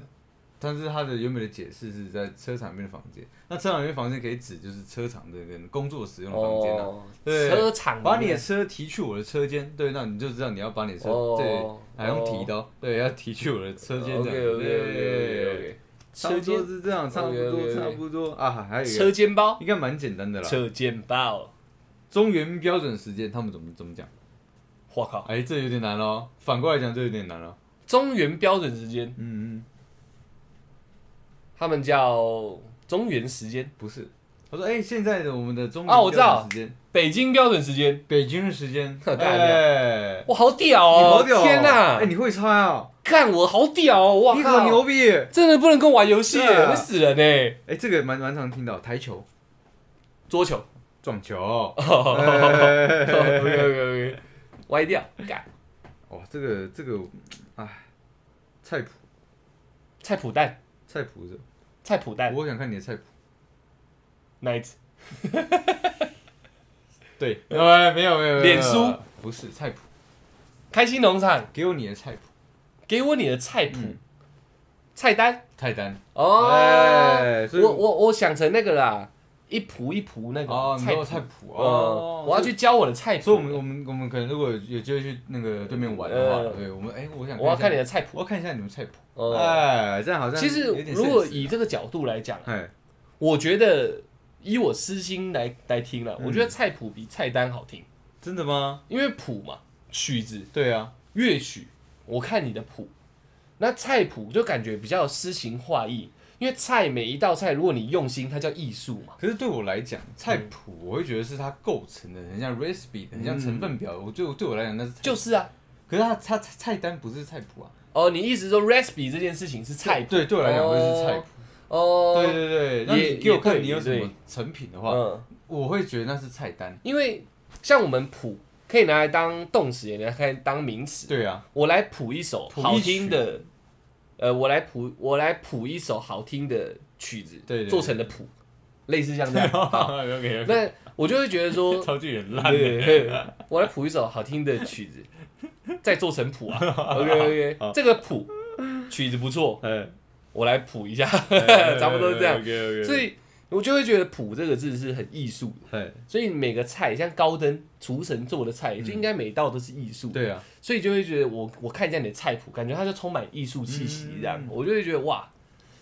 Speaker 2: 但是它的原本的解释是在车场里面的房间。那车场里面的房间可以指就是车场的跟工作使用的房间啊。
Speaker 1: 哦，
Speaker 2: 对
Speaker 1: 车厂
Speaker 2: 把你
Speaker 1: 里
Speaker 2: 的
Speaker 1: 面
Speaker 2: 车提去我的车间，对，那你就知道你要把你的车
Speaker 1: 哦
Speaker 2: 对，还用提的哦，对，要提去我的车间
Speaker 1: OK
Speaker 2: 这样。对，
Speaker 1: OK
Speaker 2: 差不
Speaker 1: 车
Speaker 2: 多
Speaker 1: 间
Speaker 2: 是这样，差不多
Speaker 1: OK，OK，OK
Speaker 2: 差不多啊，还有一
Speaker 1: 车
Speaker 2: 个
Speaker 1: 间包
Speaker 2: 应该蛮简单的啦。
Speaker 1: 车间包，
Speaker 2: 中原标准时间他们怎么怎么讲？
Speaker 1: 我靠，
Speaker 2: 哎，这有点难喽。反过来讲，这有点难哦喽。
Speaker 1: 中原标准时间，
Speaker 2: 嗯嗯，
Speaker 1: 他们叫中原时间，
Speaker 2: 不是。他说：“哎、现在的我们的中
Speaker 1: 啊我
Speaker 2: 原
Speaker 1: 知道
Speaker 2: 标准时间，
Speaker 1: 北京标准时间，
Speaker 2: 北京的时 间，
Speaker 1: 干掉
Speaker 2: 哎、
Speaker 1: 哇，好屌
Speaker 2: 你
Speaker 1: 哦！
Speaker 2: 好屌、哦！
Speaker 1: 天哪
Speaker 2: 哎、，你会猜啊？
Speaker 1: 看我好屌哦！哇
Speaker 2: 你好
Speaker 1: 靠
Speaker 2: 牛逼耶！
Speaker 1: 真的不能跟我玩游戏耶，
Speaker 2: 对啊
Speaker 1: 会死人呢。
Speaker 2: 哎、这个蛮蛮常听到，台球、
Speaker 1: 桌球
Speaker 2: 撞球，
Speaker 1: 哎，OK OK OK，歪掉，干
Speaker 2: 哇，这个这个，哎，菜谱
Speaker 1: 菜脯蛋，
Speaker 2: 菜谱是，
Speaker 1: 菜脯蛋
Speaker 2: 我想看你的菜谱。
Speaker 1: 那一次
Speaker 2: 对，哎，没有没有没有，
Speaker 1: 脸书
Speaker 2: 没有不是菜谱，
Speaker 1: 开心农场
Speaker 2: 给我你的菜谱
Speaker 1: 给我你的菜谱
Speaker 2: 嗯
Speaker 1: 菜单
Speaker 2: 菜单。
Speaker 1: 哦，
Speaker 2: 哎，所以
Speaker 1: 我我我想成那个啦，一脯一脯那
Speaker 2: 哦
Speaker 1: 个，
Speaker 2: 你
Speaker 1: 菜
Speaker 2: 说
Speaker 1: 谱
Speaker 2: 菜。谱哦
Speaker 1: 哦，，我要去教我的菜谱，
Speaker 2: 所以我们我们我们可能如果有机会去那个对面玩的话，
Speaker 1: 呃
Speaker 2: 对我们哎、我想
Speaker 1: 我要看你
Speaker 2: 一下，
Speaker 1: 的菜
Speaker 2: 我
Speaker 1: 谱。
Speaker 2: 要看一下你们菜谱。
Speaker 1: 哦，
Speaker 2: 哎、这样好像
Speaker 1: 其实啊
Speaker 2: 有点
Speaker 1: 如果
Speaker 2: sense
Speaker 1: 以这个角度来讲，啊
Speaker 2: 哎
Speaker 1: 我觉得以我私心来来听了，
Speaker 2: 嗯
Speaker 1: 我觉得菜谱比菜单好听，
Speaker 2: 真的吗？
Speaker 1: 因为谱嘛，曲子、
Speaker 2: 对啊，
Speaker 1: 乐曲，我看你的谱，那菜谱就感觉比较诗情画意，因为菜每一道菜，如果你用心，它叫艺术嘛。
Speaker 2: 可是对我来讲，菜谱我会觉得是它构成的，很像 recipe，很像成分表。我对我对我来讲那是菜，
Speaker 1: 就是啊，
Speaker 2: 可是它它它菜单不是菜谱啊。
Speaker 1: 哦，你意思说 recipe 这件事情是菜谱？
Speaker 2: 对对我来讲会是菜谱。
Speaker 1: 哦，
Speaker 2: 对对对，那
Speaker 1: 也
Speaker 2: 你给我
Speaker 1: 也对
Speaker 2: 看你有什
Speaker 1: 也
Speaker 2: 么
Speaker 1: 对
Speaker 2: 成品的话，
Speaker 1: 嗯，
Speaker 2: 我会觉得那是菜单。
Speaker 1: 因为像我们谱可以拿来当动词，也拿来当名词。
Speaker 2: 对 啊，
Speaker 1: 我来谱一首
Speaker 2: 谱一
Speaker 1: 好听的，呃，我来谱我来谱一首好听的曲子，
Speaker 2: 对对对
Speaker 1: 做成的谱，类似像这 样。好
Speaker 2: OK，
Speaker 1: 那我就会觉得说，
Speaker 2: 超级很烂
Speaker 1: 对对对我来谱一首好听的曲子，再做成 谱啊。OK OK，这个谱曲子不错，
Speaker 2: 嗯，
Speaker 1: 我来谱 一下，
Speaker 2: 哎
Speaker 1: 差不多是这样。
Speaker 2: OK OK，
Speaker 1: 所以我就会觉得“谱”这个字是很艺术的，
Speaker 2: 哎，
Speaker 1: 所以每个菜像高登厨神做的菜，就应该每道都是艺术。
Speaker 2: 嗯对啊，
Speaker 1: 所以就会觉得我我看一下你的菜谱，感觉它就充满艺术气息这样，
Speaker 2: 嗯
Speaker 1: 我就会觉得哇，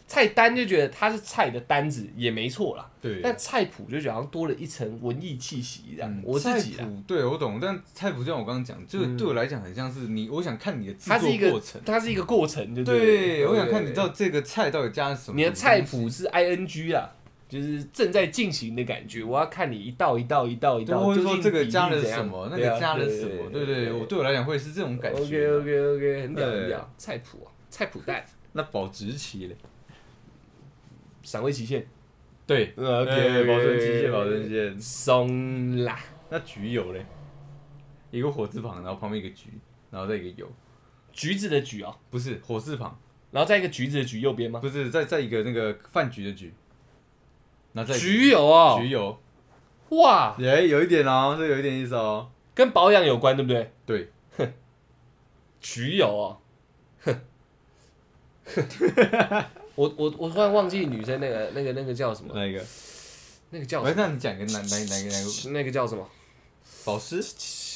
Speaker 1: 菜单就觉得它是菜的单子也没错啦，
Speaker 2: 对。啊
Speaker 1: 但菜谱就觉得好像多了一层文艺气息这样。
Speaker 2: 嗯
Speaker 1: 我自己
Speaker 2: 菜
Speaker 1: 啊，
Speaker 2: 谱对我懂，但菜谱就像我刚刚讲，就
Speaker 1: 嗯
Speaker 2: 对我来讲很像是你，我想看你的制
Speaker 1: 它是一
Speaker 2: 作
Speaker 1: 个
Speaker 2: 过程。
Speaker 1: 它是一个过程，对不
Speaker 2: 对，我想看你
Speaker 1: 到
Speaker 2: 到这个菜到底加了什么。
Speaker 1: 你的菜谱是 I N G 啦。就是正在进行的感觉，我要看你一道一道一道一
Speaker 2: 对，
Speaker 1: 道，
Speaker 2: 或者
Speaker 1: 究
Speaker 2: 说
Speaker 1: 竟
Speaker 2: 这个
Speaker 1: 比例
Speaker 2: 加了
Speaker 1: 怎样啊
Speaker 2: 什么，那个加了什么，对不对？我对我来讲会是这种感
Speaker 1: OK
Speaker 2: 觉。
Speaker 1: OK OK，很屌很
Speaker 2: 对
Speaker 1: 屌，菜谱啊，菜谱带，
Speaker 2: 那保值期嘞？
Speaker 1: 赏味期限
Speaker 2: 对
Speaker 1: ，OK，
Speaker 2: 哎保存期限，保存期限。
Speaker 1: 松啦，
Speaker 2: 那橘油嘞？一个火字旁，然后旁边一个橘，然后再一个油，
Speaker 1: 橘子的橘哦，
Speaker 2: 不是火字旁，
Speaker 1: 然后再一个橘子的橘右边吗？
Speaker 2: 不是再再一个那个饭局的局，然后再一个
Speaker 1: 橘油哦，
Speaker 2: 橘油，
Speaker 1: 哇，
Speaker 2: 哎，有一点哦，这有一点意思哦。
Speaker 1: 跟保养有关对不对？
Speaker 2: 对，
Speaker 1: 橘油哦，哼， 我我我突然忘记女生那个那个那个叫什么，
Speaker 2: 那一个？
Speaker 1: 那个叫
Speaker 2: 我
Speaker 1: 什
Speaker 2: 让你讲 个哪哪哪个哪个
Speaker 1: 么？那个叫什么？
Speaker 2: 保湿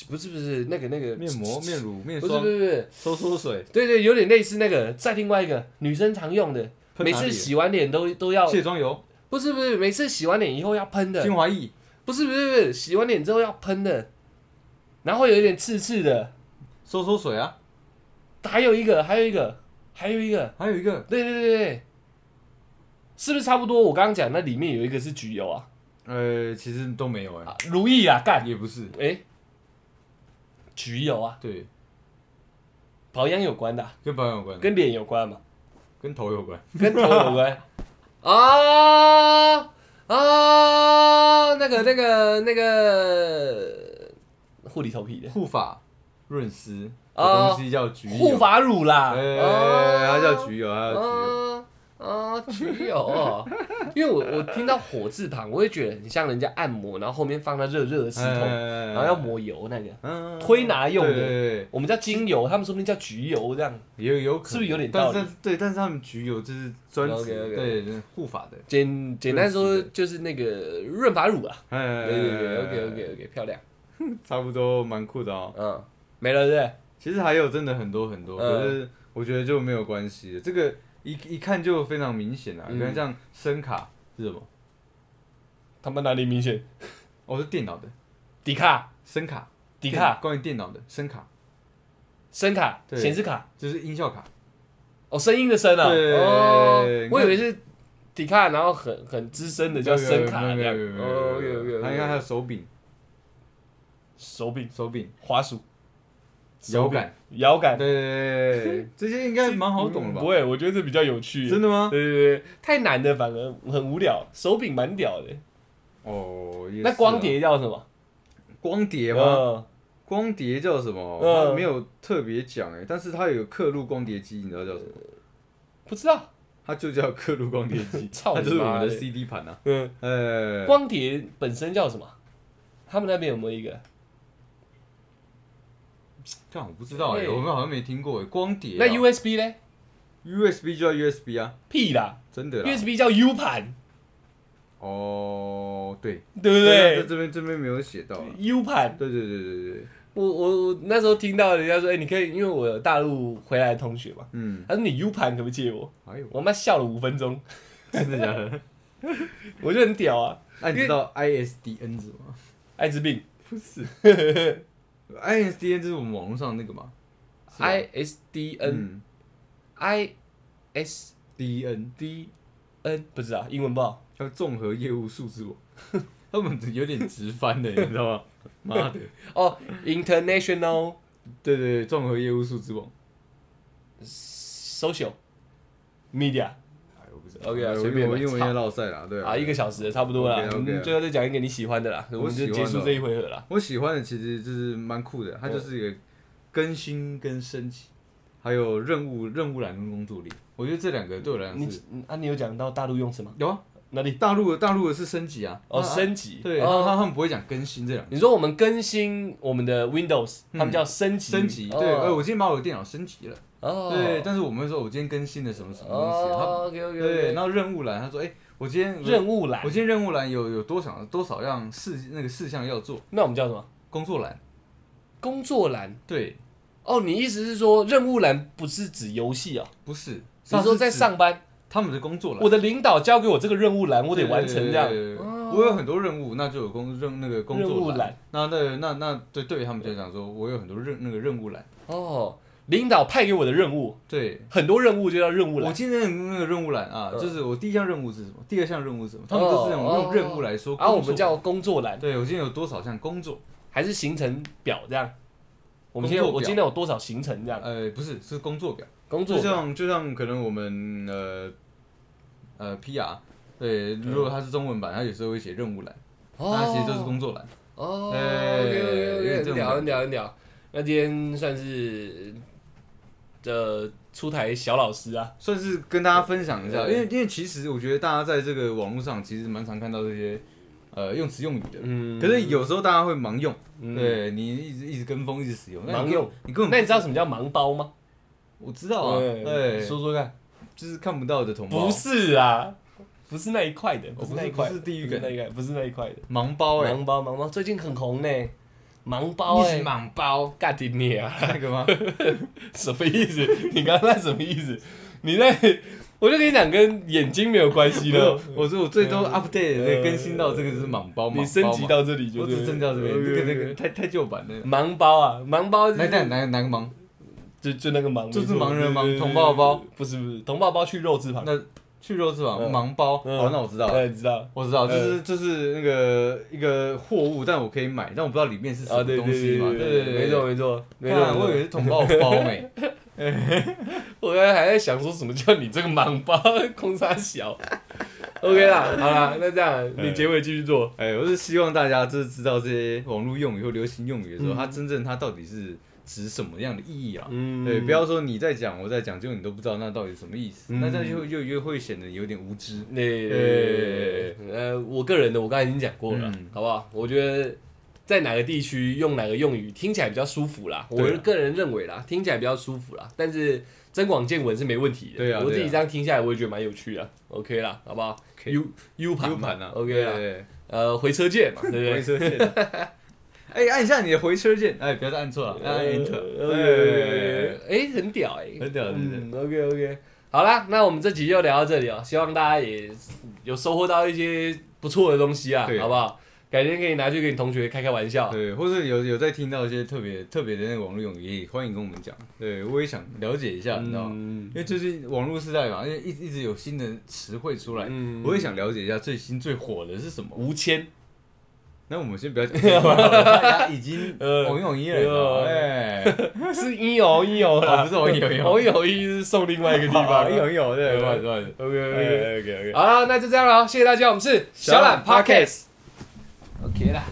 Speaker 1: 不是不是那个那个
Speaker 2: 面膜、面乳、面
Speaker 1: 不是不
Speaker 2: 霜、
Speaker 1: 是不是，
Speaker 2: 收缩水、
Speaker 1: 对对，有点类似那个。再另外一个女生常用的，
Speaker 2: 喷
Speaker 1: 每
Speaker 2: 哪
Speaker 1: 次
Speaker 2: 里啊
Speaker 1: 洗完脸都都要
Speaker 2: 卸妆油、
Speaker 1: 不是不是，每次洗完脸以后要喷的
Speaker 2: 精，华液。
Speaker 1: 不是不是不是，洗完脸之后要喷的，然后有一点刺刺的，
Speaker 2: 收缩水啊，
Speaker 1: 还有一个还有一个还有一个，
Speaker 2: 还有一个，
Speaker 1: 对对对对，是不是差不多？我刚刚讲那里面有一个是橘油啊，
Speaker 2: 呃，其实都没有哎、
Speaker 1: 啊如意啊，干，
Speaker 2: 也不是，
Speaker 1: 哎，橘油啊，
Speaker 2: 对，
Speaker 1: 保养有关的啊、啊
Speaker 2: 跟保养有关。
Speaker 1: 跟脸有关嘛，
Speaker 2: 跟头有关。
Speaker 1: 跟头有关啊啊，那个那个那个护理头皮的
Speaker 2: 护发润湿
Speaker 1: 哦
Speaker 2: 的东西叫菊
Speaker 1: 护
Speaker 2: 油，
Speaker 1: 发乳啦，
Speaker 2: 哎，
Speaker 1: 啊
Speaker 2: 它叫菊油，它叫菊油。
Speaker 1: 啊啊，橘油哦，因为我我听到火字旁，我会觉得很像人家按摩，然后后面放那热热的石头，
Speaker 2: 哎
Speaker 1: 然后要抹油那个，
Speaker 2: 嗯
Speaker 1: 推拿用的
Speaker 2: 对对对
Speaker 1: 我们叫精油，他们说不定叫橘油这样。
Speaker 2: 也有可能
Speaker 1: 是不是有点道
Speaker 2: 但
Speaker 1: 理
Speaker 2: 是对，但是他们局有就是专职
Speaker 1: OK，OK
Speaker 2: 对对护法的，
Speaker 1: 简简单说
Speaker 2: 润湿
Speaker 1: 就是那个润发乳啊，
Speaker 2: 哎，
Speaker 1: 对对对，OK OK OK，漂亮，
Speaker 2: 差不多蛮酷的哦。
Speaker 1: 嗯，没了对不对？
Speaker 2: 其实还有真的很多很
Speaker 1: 嗯
Speaker 2: 多，可是我觉得就没有关系了，这个一一看就非常明显啊。
Speaker 1: 嗯
Speaker 2: 你看像声卡是什么？
Speaker 1: 他们哪里明显？
Speaker 2: 哦，是电脑的
Speaker 1: 迪卡、
Speaker 2: 声卡，
Speaker 1: 迪
Speaker 2: 电
Speaker 1: 卡、
Speaker 2: 关于电脑的声卡
Speaker 1: 声卡、
Speaker 2: 对
Speaker 1: 显示卡，
Speaker 2: 就是音效卡，
Speaker 1: 哦，声音的声啊，
Speaker 2: 对
Speaker 1: 哦
Speaker 2: 你看，
Speaker 1: 我以为是迪卡，然后很很资深的叫声卡
Speaker 2: 没有
Speaker 1: 这
Speaker 2: 没
Speaker 1: 样
Speaker 2: 有没有没有没有
Speaker 1: 哦，OK
Speaker 2: 没有
Speaker 1: OK，
Speaker 2: 还有还有手柄
Speaker 1: 手柄。
Speaker 2: 手柄
Speaker 1: 滑鼠、
Speaker 2: 摇杆，
Speaker 1: 摇
Speaker 2: 对
Speaker 1: 杆，
Speaker 2: 对对对 对，这些应该蛮好
Speaker 1: 嗯
Speaker 2: 懂的吧
Speaker 1: 不？会，我觉得这比较有趣。
Speaker 2: 真的吗？
Speaker 1: 对对对，太难的反而很无聊。手柄蛮屌的。
Speaker 2: 哦，也
Speaker 1: 嗯那
Speaker 2: 是啊
Speaker 1: 光碟叫什么？
Speaker 2: 光碟吗？
Speaker 1: 嗯，
Speaker 2: 光碟叫什么？
Speaker 1: 嗯
Speaker 2: 他没有特别讲哎，但是它有刻录光碟机，你知道叫什么？
Speaker 1: 不知道。，
Speaker 2: 它就叫刻录光碟 机
Speaker 1: 操
Speaker 2: 它
Speaker 1: 你妈的
Speaker 2: 就是我们的 CD 盘啊呐。
Speaker 1: 嗯，
Speaker 2: 呃，
Speaker 1: 光碟本身叫什么？他们那边有没有一个？
Speaker 2: 但我不知道哎，
Speaker 1: 哎
Speaker 2: 我们好像没听过哎。光碟啊，
Speaker 1: 那 USB 呢？
Speaker 2: USB 就叫 USB 啊，
Speaker 1: 屁啦
Speaker 2: 真的啦。
Speaker 1: ，USB 叫 U 盘，
Speaker 2: 哦，对，
Speaker 1: 对不
Speaker 2: 在
Speaker 1: 对
Speaker 2: 这边这边没有写到啊。
Speaker 1: ？U 盘，
Speaker 2: 对对对对对，
Speaker 1: 我我我那时候听到人家说，哎，你可以，因为我有大陆回来的同学嘛，
Speaker 2: 嗯，
Speaker 1: 他说你 U 盘可不可以借我？
Speaker 2: 哎呦，
Speaker 1: 我妈笑了五分钟，
Speaker 2: 真的假 的？
Speaker 1: 我就很屌啊，
Speaker 2: 那你知道 ISDN 是什么吗？
Speaker 1: 艾滋病
Speaker 2: 不是，ISDN 就是我们网络上那个嘛是吧
Speaker 1: ，ISDN
Speaker 2: 嗯
Speaker 1: I S
Speaker 2: ，DN
Speaker 1: D N 不知道英文不好，
Speaker 2: 叫综合业务数字网， 他们有点直翻的，你知道 吗？妈的，
Speaker 1: 哦、i n t e r n a t i o n a l
Speaker 2: 对对对，综合业务数字网，
Speaker 1: Social Media
Speaker 2: 哎，我不知
Speaker 1: 道 OK 啊
Speaker 2: 我
Speaker 1: 随便吧
Speaker 2: 我英文
Speaker 1: 操
Speaker 2: 也落赛啦，对
Speaker 1: 啊，一个小时了差不多了
Speaker 2: OK，OK 啊
Speaker 1: 我们最后再讲一个你喜欢的啦，我们就结束这一回合啦。
Speaker 2: 我喜欢的其实就是蛮酷的，它就是一个更新跟升级，还有任务任务栏跟工作力，我觉得这两个对我来
Speaker 1: 你
Speaker 2: 讲是
Speaker 1: 你啊，你有讲到大陆用词吗？
Speaker 2: 有啊，
Speaker 1: 哪里？
Speaker 2: 大陆的大陆的是升级啊，
Speaker 1: 哦，
Speaker 2: 那
Speaker 1: 升级。
Speaker 2: 对，他
Speaker 1: 哦，
Speaker 2: 他们不会讲更新这两个
Speaker 1: 你说我们更新我们的 Windows，他们叫升级。
Speaker 2: 嗯升级，
Speaker 1: 哦
Speaker 2: 对，哎，我今天把我的电脑升级了，
Speaker 1: 哦，
Speaker 2: 对，但是我们会说我今天更新了什么什么东西，啊他
Speaker 1: 哦，OK OK
Speaker 2: 对，
Speaker 1: OK。
Speaker 2: 然后任务栏，他说，哎、我今天
Speaker 1: 任务栏
Speaker 2: 我，今天任务栏有有多少多少样事那个事项要做，
Speaker 1: 那我们叫什么？
Speaker 2: 工作栏，
Speaker 1: 工作栏。
Speaker 2: 对，
Speaker 1: 哦，你意思是说任务栏不是指游戏哦？
Speaker 2: 不是，
Speaker 1: 你说在
Speaker 2: 是指
Speaker 1: 上班，
Speaker 2: 他们的工作栏，
Speaker 1: 我的领导交给我这个任务栏，我得完成这样哦
Speaker 2: 对。对对对我有很多任务，那就有工任那个工
Speaker 1: 任务
Speaker 2: 作
Speaker 1: 栏
Speaker 2: 栏，那那那那对对于他们就讲说，我有很多任那个任务栏，
Speaker 1: 哦，领导派给我的任务，
Speaker 2: 对。
Speaker 1: 很多任务就叫任务
Speaker 2: 我
Speaker 1: 栏。
Speaker 2: 今天的那个任务栏啊，
Speaker 1: 嗯
Speaker 2: 就是我第一项任务是什么，第二项任务是什么，他们都是那种
Speaker 1: 哦
Speaker 2: 用任务来说工
Speaker 1: 啊，
Speaker 2: 作。
Speaker 1: 我们叫工作栏，
Speaker 2: 对，我今天有多少项工作？
Speaker 1: 还是行程表这样？我们今天
Speaker 2: 工作
Speaker 1: 我
Speaker 2: 表
Speaker 1: 今天有多少行程这样？
Speaker 2: 呃，不是，是工作表。
Speaker 1: 工作
Speaker 2: 就
Speaker 1: 表
Speaker 2: 像就像可能我们呃呃 PR，对，哦如果它是中文版，它有时候会写任务栏，那它其实就是工作栏。
Speaker 1: 哦
Speaker 2: 哎
Speaker 1: ，OK OK
Speaker 2: 有点
Speaker 1: OK，很
Speaker 2: 这种
Speaker 1: 屌
Speaker 2: 感
Speaker 1: 很屌很屌。那今天算是呃出台小老师啊，
Speaker 2: 算是跟大家分享一下，
Speaker 1: 对
Speaker 2: 因为因为其实我觉得大家在这个网络上其实蛮常看到这些呃用词用语的，
Speaker 1: 嗯，
Speaker 2: 可是有时候大家会盲用，
Speaker 1: 嗯，
Speaker 2: 对你一直一直跟风，一直使用，那你
Speaker 1: 盲
Speaker 2: 根
Speaker 1: 用，
Speaker 2: 你根
Speaker 1: 那
Speaker 2: 本
Speaker 1: 你知道什么叫盲包吗？
Speaker 2: 我知道啊，对，
Speaker 1: 说说看，
Speaker 2: 就是看不到的同胞，
Speaker 1: 不是啊，不是那一块的，
Speaker 2: 哦
Speaker 1: 是那一块的，
Speaker 2: 不是地狱
Speaker 1: 不是那
Speaker 2: 梗
Speaker 1: 一块，不是那一块的。
Speaker 2: 盲包哎、
Speaker 1: 盲包盲包最近很红呢，盲包
Speaker 2: 你
Speaker 1: 哎
Speaker 2: 是，盲包
Speaker 1: 干你啊！
Speaker 2: 那 个吗？
Speaker 1: 什么意思？你刚刚那什么意思？你那， 我就跟你讲，跟眼睛没有关系了。
Speaker 2: 我说我最多 update 的更新到这个就是盲包，
Speaker 1: 你
Speaker 2: 盲包
Speaker 1: 升
Speaker 2: 嘛
Speaker 1: 级到这里就
Speaker 2: 我
Speaker 1: 对了
Speaker 2: 只升级到这边，这
Speaker 1: OK，OK，OK
Speaker 2: 个那个太太旧版的。
Speaker 1: 盲包啊，盲包就
Speaker 2: 来，
Speaker 1: 是
Speaker 2: 哪哪哪个盲？
Speaker 1: 就就那个盲，
Speaker 2: 就是
Speaker 1: 没错
Speaker 2: 盲人盲
Speaker 1: 对对对
Speaker 2: 同胞包
Speaker 1: 不是不是同胞包去肉字旁，
Speaker 2: 那去肉翅膀
Speaker 1: 嗯
Speaker 2: 盲包。哦
Speaker 1: 嗯
Speaker 2: 好，那我知道了。
Speaker 1: 哎，你知道
Speaker 2: 我知道，就是就是那个一个货物，但我可以买，但我不知道里面是什
Speaker 1: 啊？
Speaker 2: 么
Speaker 1: 对
Speaker 2: 东
Speaker 1: 对
Speaker 2: 西嘛。
Speaker 1: 对
Speaker 2: 对对，
Speaker 1: 没错没错没
Speaker 2: 看啊
Speaker 1: 错，
Speaker 2: 我以为是同胞包呢。
Speaker 1: 我刚才还在想说什么叫你这个盲包， 空差 小。OK 啦，好啦，那这样
Speaker 2: 嗯
Speaker 1: 你结尾继续做。
Speaker 2: 哎，我是希望大家就是知道这些网络用语或流行用语的时候，它真正它到底是指什么样的意义啊？
Speaker 1: 嗯
Speaker 2: 对，不要说你在讲，我在讲，结果你都不知道那到底什么意思，那这样就又又会显得有点无知。
Speaker 1: 那、呃，我个人的我刚才已经讲过
Speaker 2: 嗯
Speaker 1: 了，好不好？我觉得在哪个地区用哪个用语听起来比较舒服啦，我
Speaker 2: 对啊
Speaker 1: 个人认为啦，听起来比较舒服啦，但是增广见闻是没问题的。
Speaker 2: 对啊
Speaker 1: 我自
Speaker 2: 对
Speaker 1: 己
Speaker 2: 啊
Speaker 1: 这样听下来，我也觉得蛮有趣的，OK 啦，好不好
Speaker 2: OK
Speaker 1: ？U U 盘
Speaker 2: U
Speaker 1: 嘛
Speaker 2: 盘啊
Speaker 1: ，OK
Speaker 2: 对
Speaker 1: 啦，
Speaker 2: 对
Speaker 1: 呃，回车键嘛，对不
Speaker 2: 对，
Speaker 1: 对？
Speaker 2: 回车键。哎，按一下你的回车键，哎，不要再按错了，按 Enter。哎
Speaker 1: 呃，哎，很屌哎、
Speaker 2: 很屌很屌
Speaker 1: 嗯，OK OK，好啦，那我们这集就聊到这里哦，希望大家也有收获到一些不错的东西啊
Speaker 2: 对，
Speaker 1: 好不好？改天可以拿去给你同学开开玩笑。
Speaker 2: 对，或是有有在听到一些特别特别的那个网络用语，也欢迎跟我们讲。对，我也想了解一下，你知道吗？
Speaker 1: 嗯
Speaker 2: 因为最近网络时代嘛，因为一直一直有新的词汇出来，
Speaker 1: 嗯
Speaker 2: 我也想了解一下最新最火的是什么。
Speaker 1: 吴谦，
Speaker 2: 那我们先不要讲这个好了，大家已经
Speaker 1: 呃
Speaker 2: 网友一人了，哎，
Speaker 1: 是一偶一偶啦，
Speaker 2: 哦不是偶一偶一偶
Speaker 1: 偶一偶一是送另外一个地
Speaker 2: 好
Speaker 1: 方。啊
Speaker 2: 有有对，不好意思不好意思
Speaker 1: OK OK，
Speaker 2: ，OK OK OK。
Speaker 1: 好啦，那就这样了哦，谢谢大家，我们是
Speaker 2: 小懒
Speaker 1: Podcast。
Speaker 2: OK 啦。